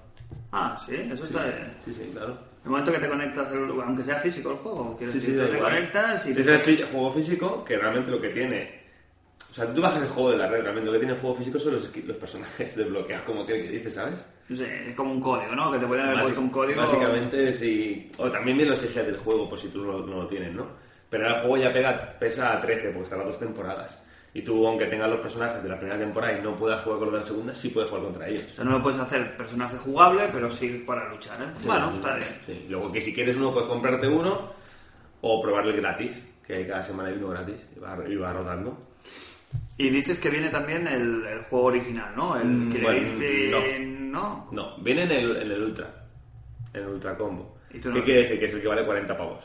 S2: Ah, sí, eso está bien.
S5: Sí, sí, claro.
S2: El momento que te conectas, el- aunque sea físico el juego, quiero
S5: Sí, sí,
S2: decir,
S5: da
S2: te
S5: igual.
S2: conectas y...
S5: Es
S2: te-
S5: el fi- juego físico que realmente lo que tiene. O sea, tú bajas el juego de la red, realmente lo que tiene el juego físico son los, esqui- los personajes desbloqueados, como aquel que dice, ¿sabes?
S2: no sé, es como un código, ¿no? Que te pueden haber
S5: Básic-
S2: puesto un pues código...
S5: Básicamente, sí. O también bien los ejes del juego, por si tú no, no lo tienes, ¿no? Pero ahora el juego ya pega, pesa a 13, porque están las dos temporadas. Y tú, aunque tengas los personajes de la primera temporada y no puedas jugar con los de la segunda, sí puedes jugar contra ellos.
S2: O sea, no lo puedes hacer personaje jugable, pero sí para luchar, ¿eh? bueno,
S5: Sí,
S2: está
S5: sí,
S2: bien.
S5: sí. Luego que si quieres uno puedes comprarte uno o probarlo gratis, que cada semana hay uno gratis y va, y va rotando.
S2: Y dices que viene también el, el juego original, ¿no? El
S5: Mm,
S2: que
S5: bueno,
S2: leíste... No.
S5: No, viene en el, en el Ultra, en el Ultra Combo.
S2: ¿Y
S5: ¿Qué
S2: tú no lo
S5: quiere decir? Que es el que vale 40 pavos.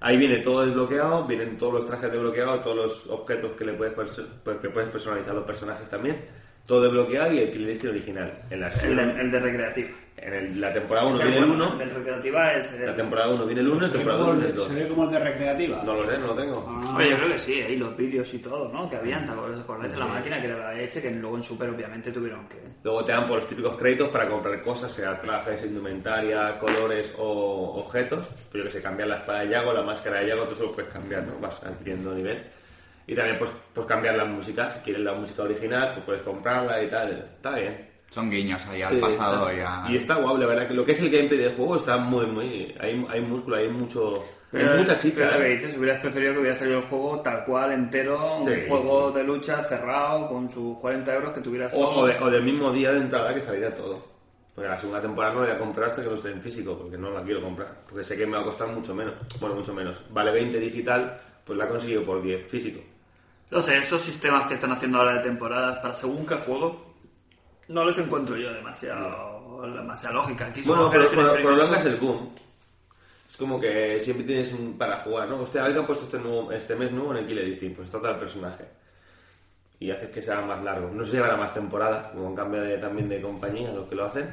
S5: Ahí viene todo desbloqueado, vienen todos los trajes desbloqueados, todos los objetos que le puedes, perso- pues, que puedes personalizar los personajes también, todo desbloqueado y el Kill List original. En, la,
S2: El, de- el de recreativa.
S5: en el- la temporada 1
S2: Ese,
S5: viene el
S2: bueno,
S5: 1,
S2: El de recreativa es... el-
S5: la temporada 1 viene el 1 y la temporada 2 viene el 2.
S6: Se ve como el de recreativa.
S5: No lo sé, no lo tengo.
S2: Oye, yo creo que sí, ahí los vídeos y todo, ¿no? Que habían, ¿te acuerdas? ¿Os acordáis de la máquina que era la leche? Que luego en Super obviamente tuvieron que...
S5: Luego te dan por los típicos créditos para comprar cosas, sea trajes, indumentaria, colores o objetos. Pero yo que sé, cambiar la espada de Yago, la máscara de Yago, tú solo puedes cambiar, ¿no? Vas adquiriendo nivel. Y también pues, pues cambiar las músicas. Si quieres la música original, pues puedes comprarla y tal. Está bien.
S4: Son guiños ahí al
S5: Sí,
S4: pasado y
S5: está-
S4: a...
S5: Y está guau, la verdad que lo que es el gameplay del juego está muy, muy... Hay, hay músculo, hay mucho...
S2: Pero,
S5: hay mucha chicha,
S2: pero lo
S5: ¿eh?
S2: que dices, hubieras preferido que hubiera salido el juego tal cual, entero, un
S5: Sí,
S2: juego de lucha cerrado, con sus 40 euros que tuvieras
S5: O, o de- o del mismo día de entrada que saliera todo. Porque la segunda temporada no la voy a comprar hasta que no esté en físico, porque no la quiero comprar. Porque sé que me va a costar mucho menos. Bueno, mucho menos. Vale 20 digital, pues la he conseguido por 10 físico.
S2: No sé, estos sistemas que están haciendo ahora de temporadas para según qué juego, no los encuentro yo demasiado, demasiada lógica. Aquí
S5: Bueno,
S2: supongo que
S5: pero
S2: han hecho un
S5: por lo
S2: experimento.
S5: es el boom. Es como que siempre tienes un para jugar, ¿no? Hostia, a ver qué han puesto este, nuevo- este mes nuevo en el Killer Instinct. Pues trata el personaje. Y haces que sea más largo. No sé si habrá más temporada, como en cambio de- también de compañía, los que lo hacen.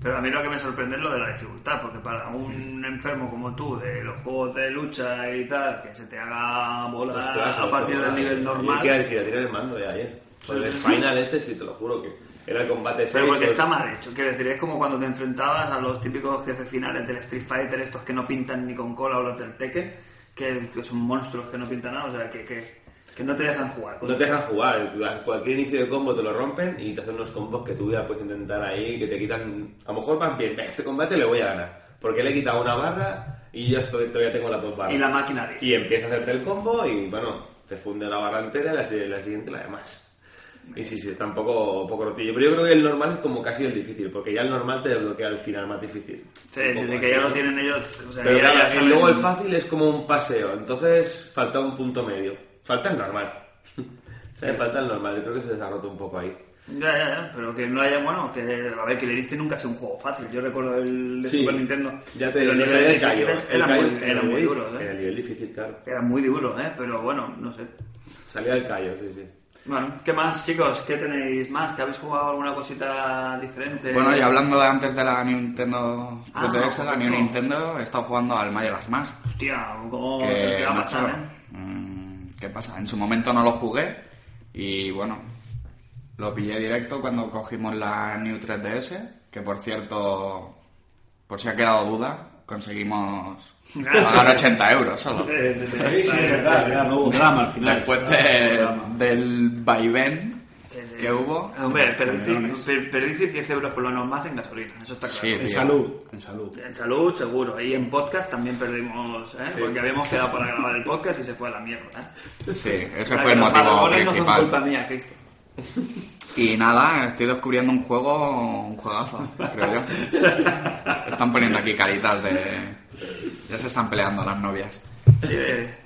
S2: Pero a mí lo que me sorprende es lo de la dificultad, porque para un enfermo como tú, de los juegos de lucha y tal, que se te haga volar
S5: Ostras,
S2: Ah, a partir del
S5: ostras,
S2: nivel
S5: eh.
S2: normal,
S5: Yo quería, quería tirar el mando de ayer. Con el final este, sí, te lo juro que era el combate
S2: pero
S5: 6.
S2: porque está mal hecho. Quiero decir, es como cuando te enfrentabas a los típicos jefes finales del Street Fighter, estos que no pintan ni con cola o los del Tekken, que, que son monstruos que no pintan nada, o sea, que, que, que no te dejan jugar.
S5: No te dejan jugar. la- Cualquier inicio de combo te lo rompen y te hacen unos combos que tú ya puedes intentar ahí, que te quitan... A lo mejor van bien, "Venga, este combate le voy a ganar. Porque le he quitado una barra y yo estoy, todavía tengo las dos barras.
S2: Y la máquina dice.
S5: Y empieza a hacerte el combo y, bueno, te funde la barra entera y la, si- la siguiente la demás. Y sí, sí, está un poco, un poco rotillo. Pero yo creo que el normal es como casi el difícil, porque ya el normal te desbloquea el final más difícil.
S2: Sí,
S5: Un
S2: sí,
S5: poco
S2: de que
S5: así,
S2: ya lo
S5: ¿no?
S2: tienen ellos. O sea,
S5: Pero
S2: ya- ya
S5: claro, el-
S2: saben-
S5: luego el fácil es como un paseo, entonces falta un punto medio. Falta el normal. o sea, falta el normal, yo creo que se les ha roto un poco ahí.
S2: Ya, ya, ya, pero que no haya, bueno, que a ver, que le diste nunca ha sido un juego fácil. Yo recuerdo el de
S5: Sí.
S2: Super Nintendo.
S5: Ya te
S2: Los
S5: digo,
S2: niveles
S5: el callo.
S2: difíciles
S5: el
S2: eran
S5: callo
S2: muy, eran muy duros,
S5: En
S2: ¿eh?
S5: el nivel difícil, claro.
S2: Eran muy duros, ¿eh? Pero bueno, no sé.
S5: Salía el callo, sí, sí.
S2: Bueno, ¿qué más, chicos? ¿Qué tenéis más? ¿Que habéis jugado alguna cosita diferente?
S4: Bueno, y hablando de antes de la Nintendo
S2: este- Ah,
S4: DS, la New
S2: correcto.
S4: Nintendo, he estado jugando al Majora's Mask.
S2: Hostia, ¿cómo
S4: que
S2: se va a
S4: no
S2: pasar,
S4: sé,
S2: eh?
S4: mm, ¿Qué pasa? En su momento no lo jugué y bueno, lo pillé directo cuando cogimos la New 3DS, que por cierto, por si ha quedado duda, conseguimos pagar 80 euros solo.
S2: Sí, sí,
S6: Sí, sí, es verdad, que era luego drama al final.
S4: Después
S6: Era
S4: de,
S6: luego drama.
S4: del vaivén
S2: Sí, sí. Ah.
S4: que hubo.
S2: Hombre, perdisteis
S6: Camiones.
S2: per- perdisteis 10 euros por lo menos más en gasolina, eso está claro.
S4: Sí,
S6: En
S4: tío.
S6: salud, en salud.
S2: En salud, seguro. Y en podcast también perdimos, ¿eh? Porque habíamos quedado para grabar el podcast y se fue a la mierda. ¿eh?
S4: Sí,
S2: O
S4: ese
S2: sea,
S4: fue
S2: que
S4: el
S2: los
S4: motivo
S2: madrugones no son
S4: principal.
S2: culpa mía, Cristo.
S4: Y nada, estoy descubriendo un juego, un juegazo, creo yo. Están poniendo aquí caritas de... Ya se están peleando las novias.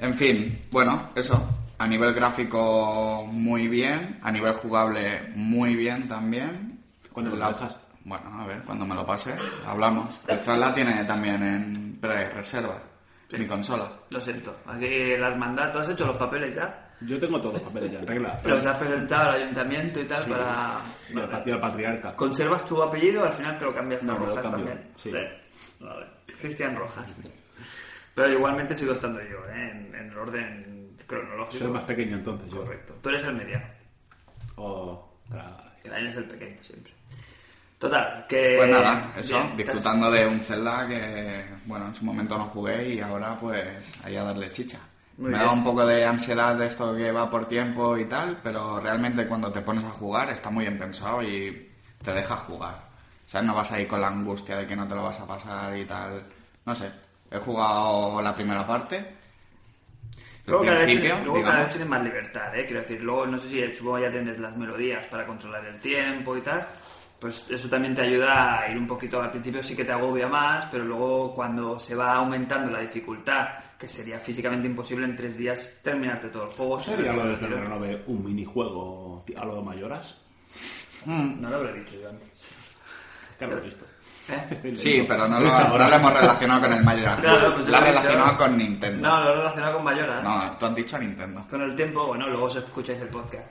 S4: En fin, bueno, eso. A nivel gráfico, muy bien. A nivel jugable, muy bien también.
S6: ¿Cuándo lo
S4: La-
S6: dejas?
S4: Bueno, a ver, cuando me lo pase, hablamos. El Fran la tiene también en pre-reserva, mi consola.
S2: Lo siento. Aquí la hermandad, ¿tú has hecho los papeles ya?
S6: Yo tengo todos los papeles ya, en regla.
S2: Los has presentado al ayuntamiento y tal para...
S6: Y al pa- y al patriarca.
S2: ¿Conservas tu apellido al final te lo cambias a
S6: No, me lo
S2: Rojas
S6: cambio,
S2: también?
S6: sí.
S2: Vale. Cristian Rojas. Pero igualmente sigo estando yo, ¿eh? en, en el orden cronológico.
S6: Soy más pequeño entonces, yo.
S2: Correcto. Tú eres el mediano.
S6: Oh, tra-
S2: Él es el pequeño siempre. Total, que...
S4: Pues nada, eso,
S2: Eh, Bien,
S4: disfrutando de un Zelda que, bueno, en su momento no jugué y ahora pues ahí a darle chicha.
S2: Muy
S4: Me
S2: bien.
S4: da un poco de ansiedad de esto que va por tiempo y tal, pero realmente cuando te pones a jugar está muy bien pensado y te deja jugar. O sea, no vas ahí con la angustia de que no te lo vas a pasar y tal. No sé, he jugado la primera parte. El
S2: Luego, cada vez,
S4: principio,
S2: tiene- luego cada vez
S4: digamos.
S2: tienes más libertad, ¿eh? Quiero decir, luego no sé si supongo ya tienes las melodías para controlar el tiempo y tal, pues eso también te ayuda a ir un poquito, al principio sí que te agobia más, pero luego cuando se va aumentando la dificultad, que sería físicamente imposible en tres días terminarte todo el juego.
S6: ¿No sería lo de
S2: sin-
S6: tener ¿no? un minijuego a lo de mayoras?
S2: No lo habré dicho yo antes.
S6: Claro, listo. Estoy
S4: ¿Eh? Sí,
S6: leyendo.
S4: pero no lo, no lo hemos relacionado con el Majora's
S2: Claro,
S4: Mask.
S2: pues
S4: lo has
S2: lo he
S4: relacionado
S2: dicho.
S4: con Nintendo.
S2: No, lo he relacionado con Mayora.
S4: No, tú has dicho Nintendo.
S2: Con el tiempo, bueno, luego os escucháis el podcast.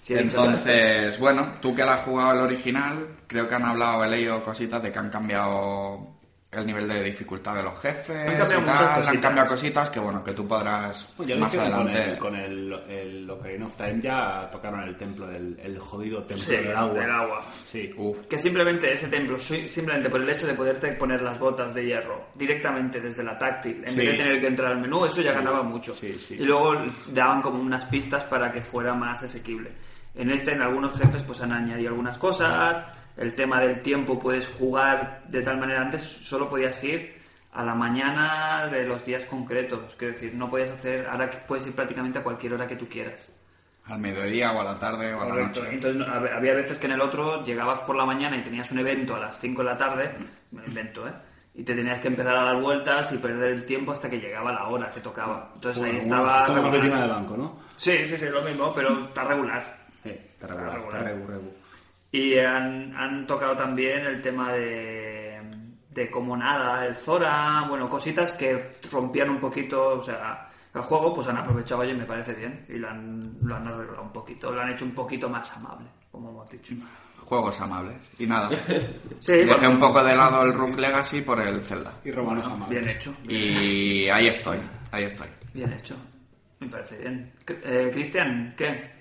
S2: Sí, he dicho
S4: Entonces, bueno, tú que la has jugado el original, creo que han hablado, he leído cositas de que han cambiado el nivel de dificultad de los jefes.
S2: Han cambiado
S4: y
S2: muchas
S4: tal, Han
S2: cositas.
S4: cambiado cositas que, bueno, que tú podrás
S6: Pues ya
S4: más
S6: viste que con el,
S4: adelante.
S6: con el, el Ocarina of Time ya tocaron el templo, del el jodido templo
S2: Sí,
S6: del agua.
S2: del agua.
S6: Sí.
S4: Uf,
S2: Que simplemente ese templo, si- simplemente por el hecho de poderte poner las botas de hierro directamente desde la táctil, en
S6: Sí.
S2: vez de tener que entrar al menú, eso ya ganaba mucho.
S6: sí, sí.
S2: Y luego daban como unas pistas para que fuera más asequible. En este, en algunos jefes, pues han añadido algunas cosas. El tema del tiempo, puedes jugar de tal manera. Antes solo podías ir a la mañana de los días concretos. Quiero decir, no podías hacer. Ahora puedes ir prácticamente a cualquier hora que tú quieras.
S4: al mediodía o a la tarde o a la
S2: Correcto.
S4: noche.
S2: Entonces no- hab- había veces que en el otro llegabas por la mañana y tenías un evento a las 5 de la tarde, me lo invento, ¿eh? Y te tenías que empezar a dar vueltas y perder el tiempo hasta que llegaba la hora que tocaba. Entonces ahí
S6: Como-
S2: estaba...
S6: Como la
S2: regular.
S6: rutina de banco, ¿no?
S2: Sí, sí, sí, lo mismo, pero está regular.
S6: Está
S2: regular,
S6: regular,
S2: está
S6: regular,
S2: Y han, han tocado también el tema de, de como nada, el Zora, bueno, cositas que rompían un poquito, o sea, el juego pues han aprovechado, oye, me parece bien, y lo han, lo han arreglado un poquito, lo han hecho un poquito más amable, como hemos dicho.
S4: Juegos amables. Y nada.
S2: Sí,
S4: Dejé
S2: cuando-
S4: un poco de lado el Rook Legacy por el Zelda.
S6: Y romanos amables.
S2: Bien hecho,
S4: Y ahí estoy, ahí estoy.
S2: bien hecho. Me parece bien. C- eh, Cristian, ¿qué?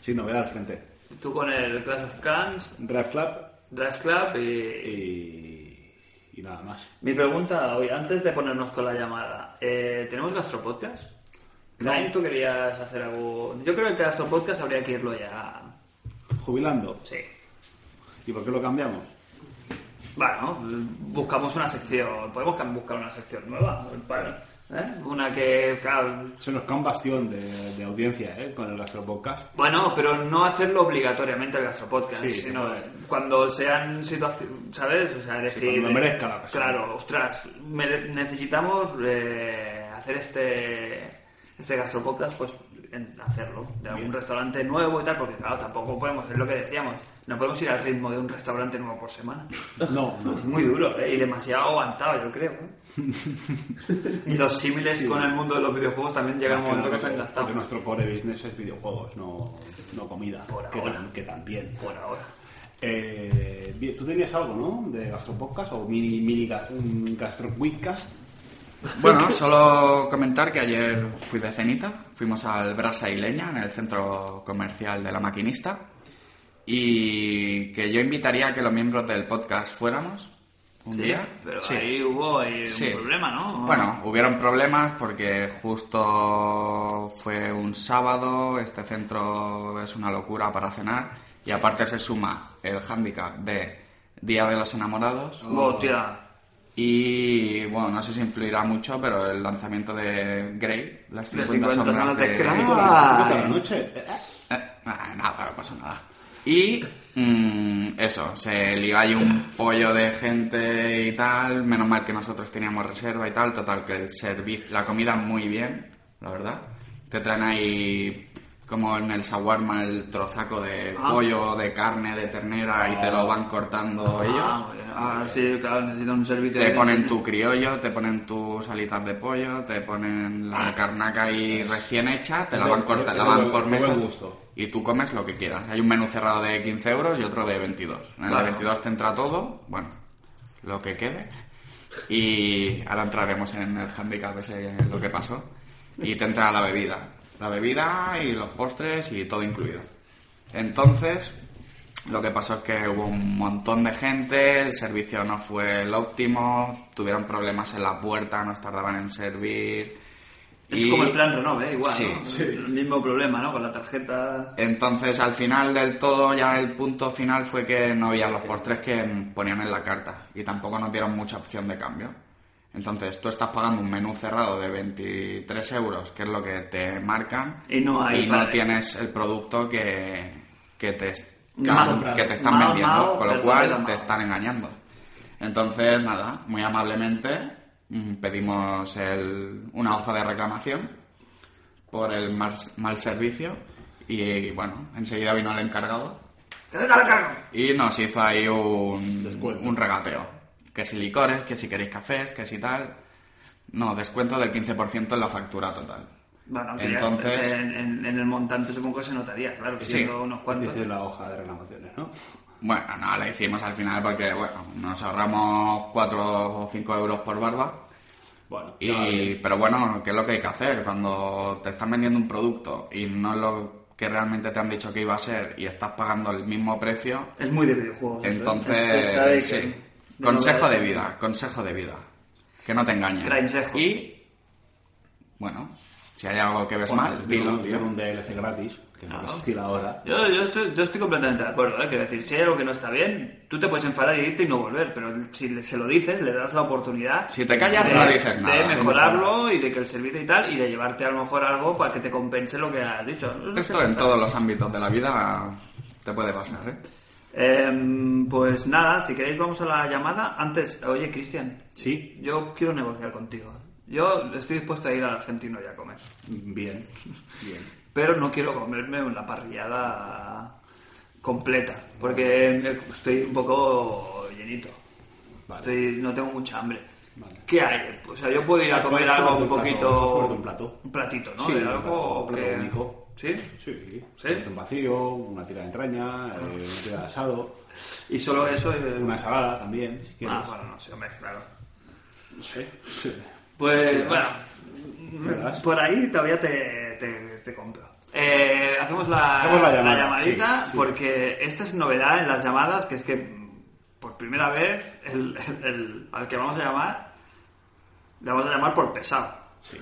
S6: Sin novedad al frente.
S2: Tú con el Clash of Clans,
S6: Drive Club
S2: Drive Club y...
S6: y, y nada más.
S2: Mi pregunta hoy, antes de ponernos con la llamada, eh, ¿tenemos gastropodcast? Ryan, tú querías hacer algo... Yo creo que el gastropodcast habría que irlo ya...
S6: Jubilando.
S2: Sí.
S6: ¿Y por qué lo cambiamos?
S2: Bueno, buscamos una sección... Podemos cam- buscar una sección nueva. para- ¿eh? Una que... claro,
S6: Se nos cae un bastión de, de audiencia, ¿eh? Con el gastropodcast.
S2: Bueno, pero no hacerlo obligatoriamente el gastropodcast,
S6: Sí,
S2: sino
S6: se puede.
S2: cuando sean situaciones, ¿sabes? O sea, decir...
S6: cuando lo merezca la ocasión.
S2: Claro, ostras, mere- necesitamos eh, hacer este este gastropodcast, pues en- hacerlo de algún restaurante nuevo y tal, porque claro, tampoco podemos, es lo que decíamos, no podemos ir al ritmo de un restaurante nuevo por semana.
S6: No, no.
S2: Es muy duro, ¿eh? y demasiado aguantado, yo creo. ¿eh? y los símiles con el mundo de los videojuegos también llega un
S6: Porque
S2: momento que se
S6: nuestro-
S2: han gastado.
S6: porque nuestro core business es videojuegos, no, no comida.
S2: Por
S6: que,
S2: ahora.
S6: tam- que también.
S2: Por ahora.
S6: Eh, bien, Tú tenías algo, ¿no? De gastropodcast o mini, mini ga- un gastroweekcast.
S4: Bueno, solo comentar que ayer fui de cenita, fuimos al Brasa y Leña, en el centro comercial de La Maquinista, y que yo invitaría a que los miembros del podcast fuéramos un
S2: Sí,
S4: día.
S2: pero
S4: Sí.
S2: ahí hubo eh,
S4: Sí.
S2: un problema, ¿no?
S4: Bueno, hubieron problemas porque justo fue un sábado, este centro es una locura para cenar, y aparte se suma el hándicap de Día de los Enamorados.
S2: Hostia.
S4: Y bueno, no sé si influirá mucho, pero el lanzamiento de Grey, las
S2: Las
S4: 50 sombras de...
S2: Ah,
S3: Ah.
S2: sombras de Grey.
S6: Cinco de la- cinco de la noche. Eh,
S4: Eh, ah, no, pero no pasa nada. Y mm, eso, se lió ahí un pollo de gente y tal. Menos mal que nosotros teníamos reserva y tal. Total, que el servicio, la comida muy bien, la verdad. Te traen ahí como en el shawarma el trozaco de
S2: Ah.
S4: pollo, de carne, de ternera y te lo van cortando ellos.
S2: Ah, bueno. Ah, sí, claro, necesitan un servicio.
S4: Te
S2: de-
S4: ponen tu criollo, te ponen tus alitas de pollo, te ponen
S2: Ah.
S4: la carnaca ahí recién hecha, te la
S3: de-
S4: van corta,
S3: es
S4: la
S3: de
S4: van
S3: buen-
S4: por
S3: de buen
S4: mesas
S3: gusto.
S4: y tú comes lo que quieras. Hay un menú cerrado de 15 euros y otro de 22. En el de
S2: Claro.
S4: 22 te entra todo, bueno, lo que quede. Y ahora entraremos en el handicap ese, en lo que pasó. Y te entra la bebida. La bebida y los postres y todo incluido. Entonces, lo que pasó es que hubo un montón de gente, el servicio no fue el óptimo, tuvieron problemas en la puerta, nos tardaban en servir.
S2: Es
S4: y-
S2: como el plan Renove, igual.
S4: Sí,
S2: ¿no? El mismo problema, ¿no? Con la tarjeta.
S4: Entonces, al final del todo, ya el punto final fue que no había los postres que ponían en la carta y tampoco nos dieron mucha opción de cambio. Entonces, tú estás pagando un menú cerrado de 23 euros, que es lo que te marcan,
S2: Y no hay
S4: no
S2: para-
S4: tienes el producto que, que te,
S2: Mal
S4: están, que te están
S2: comprado.
S4: vendiendo,
S2: Mal, mal,
S4: con lo
S2: verdadero
S4: cual te
S2: mal.
S4: están engañando. Entonces, nada, muy amablemente mm, pedimos el- una hoja de reclamación por el mal, mal servicio y bueno, enseguida vino el encargado
S2: ¡Que venga la carga!
S4: y nos hizo ahí un, un regateo. Que si licores, que si queréis cafés, que si tal. No, descuento del 15% en la factura total.
S2: Bueno, que ya
S4: Entonces,
S2: en, en- en el montante supongo que se notaría, claro, que
S4: Sí.
S2: siendo unos cuantos.
S6: Dice la hoja de reclamaciones, ¿no?
S4: bueno, no, la hicimos al final porque bueno, nos ahorramos 4 o 5 euros por barba.
S6: Bueno,
S4: Y, pero bueno, ¿qué es lo que hay que hacer? Cuando te están vendiendo un producto y no es lo que realmente te han dicho que iba a ser y estás pagando el mismo precio,
S2: Es muy de videojuegos. eso, ¿eh? Es-
S4: Entonces,
S2: está de que-
S4: sí.
S2: de
S4: consejo
S2: novedad.
S4: de vida, consejo de vida. Que no te engañen.
S2: Cransejo.
S4: Y, bueno, si hay algo que ves mal, dilo, tío.
S6: un DLC gratis, que no
S2: Claro.
S6: existirá ahora.
S2: Yo, yo estoy, yo estoy completamente de acuerdo, ¿eh? Quiero decir, si hay algo que no está bien, tú te puedes enfadar y irte y no volver, pero si le- se lo dices, le das la oportunidad.
S4: Si te callas,
S2: de-
S4: no dices
S2: de
S4: nada.
S2: mejorarlo y de que el servicio y tal, y de llevarte a lo mejor algo para que te compense lo que has dicho.
S4: Esto en todos los ámbitos de la vida te puede pasar, ¿eh?
S2: Em, pues nada, si queréis vamos a la llamada. Antes, oye, Cristian,
S6: Sí,
S2: yo quiero negociar contigo. Yo estoy dispuesto a ir al argentino ya a comer.
S6: bien, bien.
S2: pero no quiero comerme una parrillada completa, porque me- estoy un poco llenito.
S6: Vale.
S2: Estoy- no tengo mucha hambre.
S6: Vale.
S2: ¿Qué hay? Pues, O sea, yo puedo ir a
S6: Puedes
S2: comer
S6: comerte
S2: algo un
S6: un plato, puedes
S2: poquito...
S6: comerte un plato.
S2: Un platito, ¿no?
S6: Sí,
S2: De
S6: un
S2: algo
S6: plato, un plato
S2: que-
S6: único.
S2: ¿Sí?
S6: Sí,
S2: ¿Sí?
S6: un vacío, una tira de entraña, eh, una tira de asado,
S2: Y solo eso... eh,
S6: una ensalada también, si quieres.
S2: Ah, bueno, no sé, hombre, claro.
S6: No sé.
S2: Pues, bueno,
S6: verás.
S2: por ahí todavía te, te, te compro. Eh, hacemos la,
S6: Hacemos la llamada,
S2: llamadita
S6: sí, sí.
S2: porque esta es novedad en las llamadas, que es que mm, por primera vez el, el- el- al que vamos a llamar, le vamos a llamar por pesado.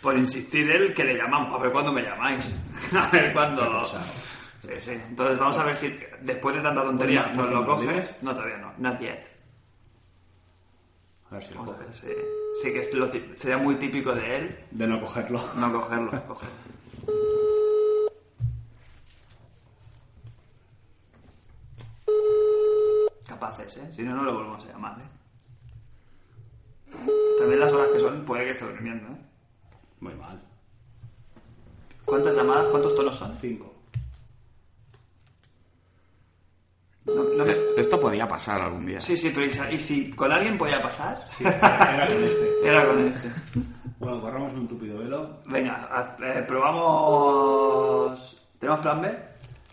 S2: por insistir él que le llamamos, a ver cuándo me llamáis. a ver cuándo...
S6: pesado.
S2: Sí, sí. Entonces vamos a ver si después de tanta tontería
S6: ¿Podemos-
S2: nos lo
S6: podemos
S2: coge.
S6: libre?
S2: No, todavía no. Not yet.
S6: A ver si lo
S2: Vamos a
S6: coge.
S2: ver, sí, sí que es lo ti- sería muy típico de él
S6: De no cogerlo.
S2: no cogerlo. cogerlo. Capaces, ¿eh? Si no, no lo volvemos a llamar, ¿eh? También las horas que son, puede que esté durmiendo, ¿eh?
S6: Muy mal.
S2: ¿Cuántas llamadas, cuántos tonos son?
S6: Cinco.
S2: No- no me-
S4: Eh, Esto podía pasar algún día.
S2: Sí, sí, pero ¿y si- ¿y si con alguien podía pasar?
S6: Sí, era con este.
S2: Era con este.
S6: Bueno, corramos un tupido velo.
S2: Venga, haz- eh, probamos... ¿Tenemos plan B?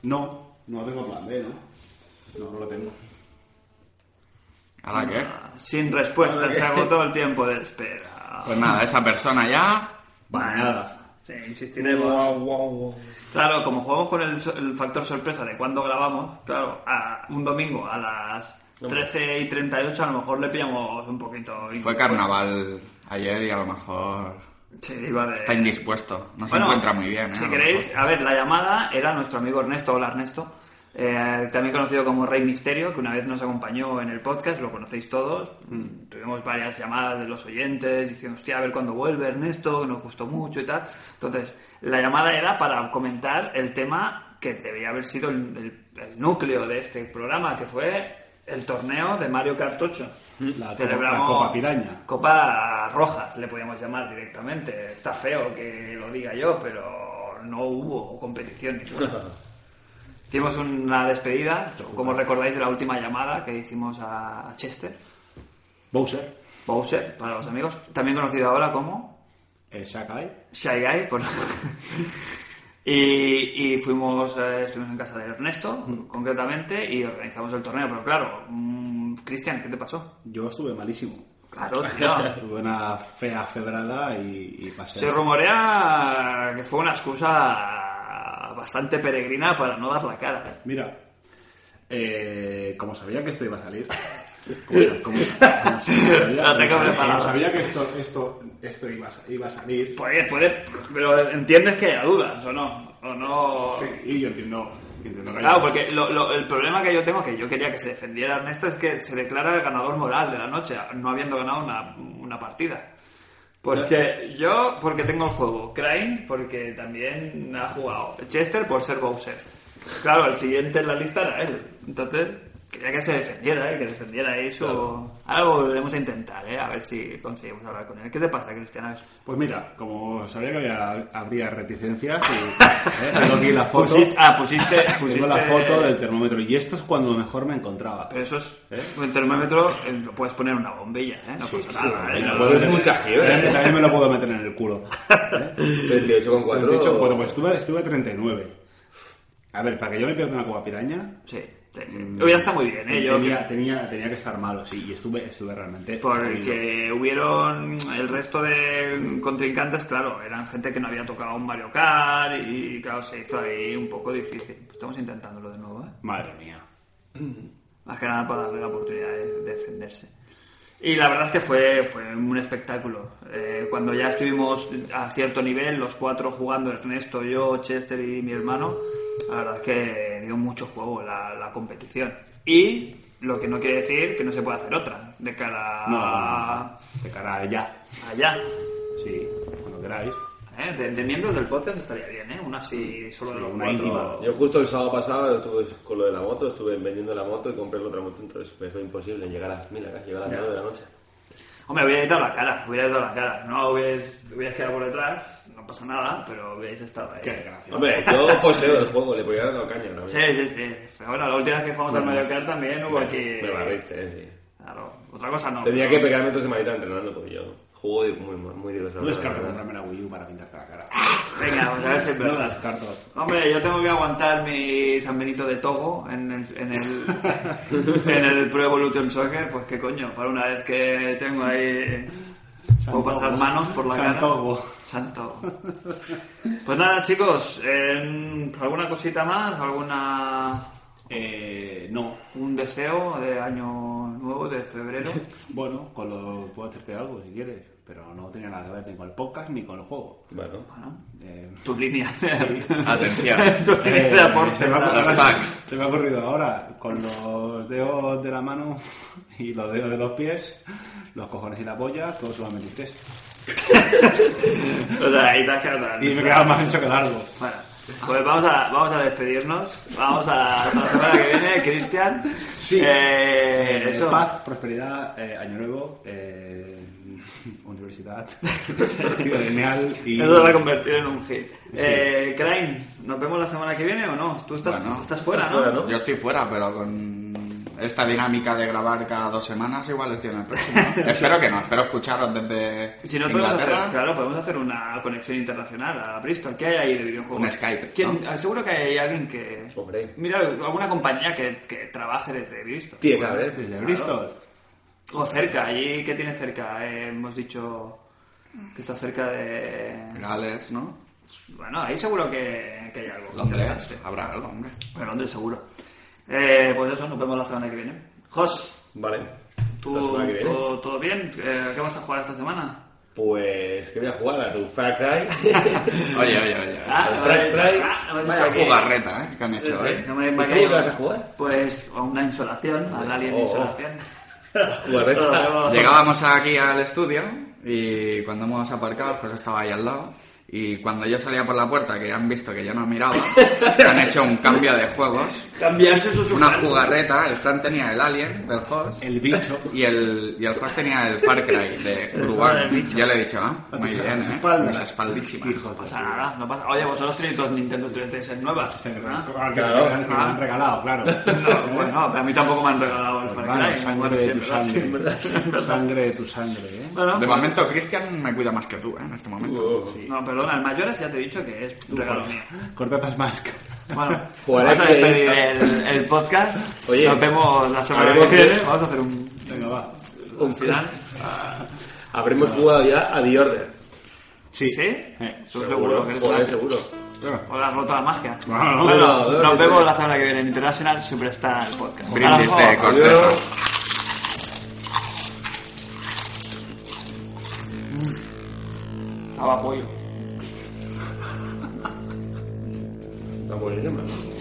S6: No, no tengo plan B, ¿no? No, no lo tengo.
S4: ¿Ahora qué?
S2: Sin respuesta, se agotó el tiempo de espera.
S4: Pues nada, esa persona ya...
S2: Bueno,
S6: nada.
S2: Sí, insistiremos. Claro, como jugamos con el, so- el factor sorpresa de cuándo grabamos, claro, a- un domingo a las 13 y 38 a lo mejor le pillamos un poquito...
S4: Fue carnaval ayer y a lo mejor
S2: Sí, iba de-
S4: está indispuesto. No se
S2: Bueno,
S4: encuentra muy bien, ¿eh?
S2: Si
S4: a lo
S2: queréis, a ver, la llamada era nuestro amigo Ernesto, hola Ernesto, eh, también conocido como Rey Misterio, que una vez nos acompañó en el podcast, lo conocéis todos. Mm, Tuvimos varias llamadas de los oyentes diciendo, hostia, a ver cuándo vuelve Ernesto, que nos gustó mucho y tal. Entonces, la llamada era para comentar el tema que debía haber sido el, el- el núcleo de este programa, que fue el torneo de Mario Kart 8.
S3: La Copa- la Copa Piraña.
S2: Copa Rojas, le podíamos llamar directamente. Está feo que lo diga yo, pero no hubo competición ninguna. Hicimos una despedida, como recordáis de la última llamada que hicimos a a Chester,
S3: Bowser,
S2: Bowser, para los amigos, también conocido ahora como
S6: eh,
S3: el Shakai.
S2: Shy Guy, por- y, y fuimos, eh, estuvimos en casa de Ernesto, concretamente, y organizamos el torneo. Pero claro, mm, Cristian, ¿qué te pasó?
S3: Yo estuve malísimo.
S2: Claro, tío.
S3: Tuve una fea febrada y, y pasé.
S2: Se rumorea que fue una excusa bastante peregrina para no dar la cara.
S3: Mira, eh, como sabía que esto iba a salir, como, sa- como sa- como sabía,
S2: No
S3: eh,
S2: tengo
S3: como sabía-
S2: preparado.
S3: como sabía que esto, esto, esto iba, a, sa- iba a salir,
S2: Puede, puede, pero entiendes que haya dudas, ¿o no? ¿O no?
S3: sí, y yo entiendo, entiendo que
S2: Claro, pues-
S3: haya-
S2: porque lo- lo- el problema que yo tengo, que yo quería que se defendiera Ernesto, es que se declara el ganador moral de la noche, no habiendo ganado una, una partida. Porque yo, porque tengo el juego, Crane, porque también ha jugado, Chester por ser Bowser. Claro, el siguiente en la lista era él. Entonces, quería que se defendiera, ¿eh? que defendiera eso. Ahora lo volveremos a intentar, ¿eh? a ver si conseguimos hablar con él. ¿Qué te pasa, Cristian? A ver.
S3: Pues mira, como sabía que había- habría reticencias, y, eh, tengo aquí la foto,
S2: Pusiste- ah, pusiste, pusiste
S3: tengo la foto del termómetro y esto es cuando mejor me encontraba.
S2: Pero eso es.
S3: ¿Eh?
S2: El termómetro eh, lo puedes poner en una bombilla, ¿eh? No pasa nada, ¿eh?
S5: sí,
S2: No-
S5: bueno, es mucha
S3: Eh,
S5: fiebre.
S3: También me lo puedo meter en el culo. ¿eh?
S5: 28,4.
S3: De hecho, bueno, pues estuve, estuve a 39. A ver, para que yo me pierda una copa piraña, mm,
S2: Sí, sí, sí.
S5: Mm.
S2: Hubiera estado muy bien, ¿eh? Yo,
S3: tenía, tenía, tenía que estar malo, sí, y estuve, estuve realmente. jodido.
S2: porque hubieron el resto de contrincantes, claro, eran gente que no había tocado un Mario Kart y, claro, se hizo ahí un poco difícil. Estamos intentándolo de nuevo, ¿eh?
S3: Madre mía.
S2: Más que nada para darle la oportunidad de defenderse. Y la verdad es que fue, fue un espectáculo. Eh, cuando ya estuvimos a cierto nivel, los cuatro jugando, Ernesto, yo, Chester y mi hermano, la verdad es que dio mucho juego la, la competición. Y lo que no quiere decir que no se puede hacer otra, de cara
S3: No,
S2: a-
S3: de cara a ya.
S2: allá.
S3: Sí, cuando queráis.
S2: ¿Eh? De, de miembros del podcast estaría bien, ¿eh? Una así solo de los
S3: una
S2: cuatro.
S3: íntima.
S5: Yo justo el sábado pasado estuve con lo de la moto, estuve vendiendo la moto y compré la otra moto, entonces me fue imposible llegar a las mil, acá, llegar a las 9 de la noche.
S2: Hombre, hubierais dado la cara, hubierais dado la cara. No hubierais, te hubierais quedado por detrás, no pasa nada, pero hubierais estado ahí.
S3: Qué desgracia.
S5: Hombre, yo poseo el juego, le podía haber dado caña también.
S2: Sí, sí, sí. Pero bueno, la última vez que jugamos al Mario Kart también hubo aquí...
S5: Me barriste, eh, sí.
S2: Claro, otra cosa no.
S5: Tenía que
S2: pero-
S5: pegarme dos semanitas entrenando, porque yo juego de- muy, muy diverso.
S3: No descarto comprarme la Wii U para pintarte la cara.
S2: Venga, vamos a ver si es
S3: No
S2: verdad.
S3: descarto.
S2: Hombre, yo tengo que aguantar mi San Benito de Togo en el, en el, en el Pro Evolution Soccer, pues qué coño, para una vez que tengo ahí... Puedo
S3: Santogo.
S2: pasar manos por la
S3: Santogo.
S2: cara. Santogo. Pues nada, chicos, eh, ¿alguna cosita más? ¿Alguna...
S3: Eh, no.
S2: un deseo de año nuevo, de febrero?
S3: Bueno, con lo, puedo hacerte algo si quieres, pero no tenía nada que ver ni con el podcast ni con el juego.
S5: Bueno,
S2: Bueno,
S3: Eh,
S2: tu línea.
S4: Atención.
S2: tu línea de este aporte.
S3: se, me ha
S2: nada.
S3: ocurrido-
S4: Los tags.
S3: se me ha ocurrido ahora, con los dedos de la mano y los dedos de los pies, los cojones y la polla, todo solamente tres.
S2: O sea, ahí te has quedado atrás.
S3: Y me quedaba más ancho que largo.
S2: Bueno, pues vamos a, vamos a despedirnos. Vamos a hasta la semana que viene, Cristian.
S3: Sí.
S2: Eh,
S3: Eh,
S2: eso.
S3: Paz, prosperidad, eh, año nuevo, eh, universidad, genial y...
S2: Eso se va a convertir en un hit. Eh, Crane, ¿nos vemos la semana que viene o no? Tú estás,
S4: Bueno.
S2: estás fuera, ¿no?
S5: Fuera, ¿no?
S4: Yo estoy fuera, pero con esta dinámica de grabar cada dos semanas igual estoy en el próximo. espero que no, espero escucharos desde
S2: Si no podemos hacer,
S4: Inglaterra.
S2: claro, podemos hacer una conexión internacional a Bristol. ¿Qué hay ahí de videojuegos?
S4: Un Skype,
S2: ¿Quién- Ah,
S4: ¿no?
S2: Seguro que hay alguien que...
S5: Hombre.
S2: Mira, alguna compañía que, que trabaje desde Bristol.
S5: tiene que haber.
S3: Desde Bristol.
S2: O cerca, allí, ¿qué tiene cerca? Eh, hemos dicho que está cerca de...
S4: Gales, ¿no?
S2: Bueno, ahí seguro que, que hay algo.
S4: Londres,
S2: interesante.
S4: habrá algo, hombre.
S2: Bueno, Londres seguro. Eh, pues eso, nos vemos la semana que viene. Jos,
S5: Vale.
S2: ¿tú,
S5: La semana que viene.
S2: todo, todo bien? Eh, ¿Qué vas a jugar esta semana?
S5: Pues que voy a jugar a tu Far Cry.
S4: Oye, oye, oye.
S2: Ah,
S5: Pues el
S2: lo has
S5: Fry
S2: hecho-
S5: Fry.
S2: ah, lo has
S4: Vaya
S2: hecho aquí.
S4: jugarreta, ¿eh? Que han hecho hoy.
S2: No me- me
S5: ¿Y
S2: ha
S5: tú
S2: caído-
S5: qué vas a jugar?
S2: Pues a una insolación, al Alien
S5: Oh.
S2: Insolación.
S5: Jugarreta.
S4: Llegábamos aquí al estudio y cuando hemos aparcado, pues estaba ahí al lado. Y cuando yo salía por la puerta, que ya han visto que yo no miraba, han hecho un cambio de juegos.
S2: Cambiarse eso es
S4: Una
S2: mal.
S4: jugarreta, el Fran tenía el Alien del Host
S6: El bicho.
S4: y el, y el Host tenía el Far Cry de Uruguay.
S2: del bicho.
S4: Ya le he dicho, ah, muy bien, ¿eh?
S6: espaldas.
S4: Mis espaldísimas.
S6: Hijo de
S2: No pasa nada, no pasa. Oye, vosotros tenéis dos Nintendo 3DS nuevas.
S6: Se me-
S2: ¿verdad?
S6: que me
S5: Claro.
S6: han- que me han regalado, claro.
S2: No, bueno, no, pero a mí tampoco me han regalado el
S6: Hermano,
S2: Far Cry.
S6: sangre
S2: Bueno,
S6: de
S2: sí,
S6: tu
S2: ¿verdad? Sí,
S6: sangre.
S2: ¿verdad? Sí, ¿verdad?
S6: Sangre de tu sangre, ¿eh?
S2: Bueno,
S4: De
S2: pues-
S4: momento, Cristian me cuida más que tú, ¿eh? En este momento.
S5: Uh,
S2: No, perdona, el mayores ya te he dicho que es un regalo mío.
S6: Cortatas más.
S2: Bueno,
S5: Jugarás
S2: vamos a
S5: de
S2: despedir el,
S5: esto.
S2: el podcast.
S5: Oye,
S2: Nos vemos la semana que
S5: hablemos
S2: viene.
S5: de-
S2: Vamos a hacer un,
S6: Venga, va.
S2: un final.
S5: Habremos jugado ya a The Order.
S2: ¿Sí? Estoy seguro que
S5: Joder,
S2: eres
S5: seguro.
S2: O la has roto la magia.
S6: Bueno, no,
S2: bueno,
S5: no, no,
S2: nos
S5: no,
S2: vemos
S5: no.
S2: la semana que viene en International Superstar Podcast.
S4: Brindis
S2: Ahora,
S4: de
S2: oh,
S4: corteza.
S5: Adiós.
S2: Estaba pollo.
S5: 嗯 Está buenísimo.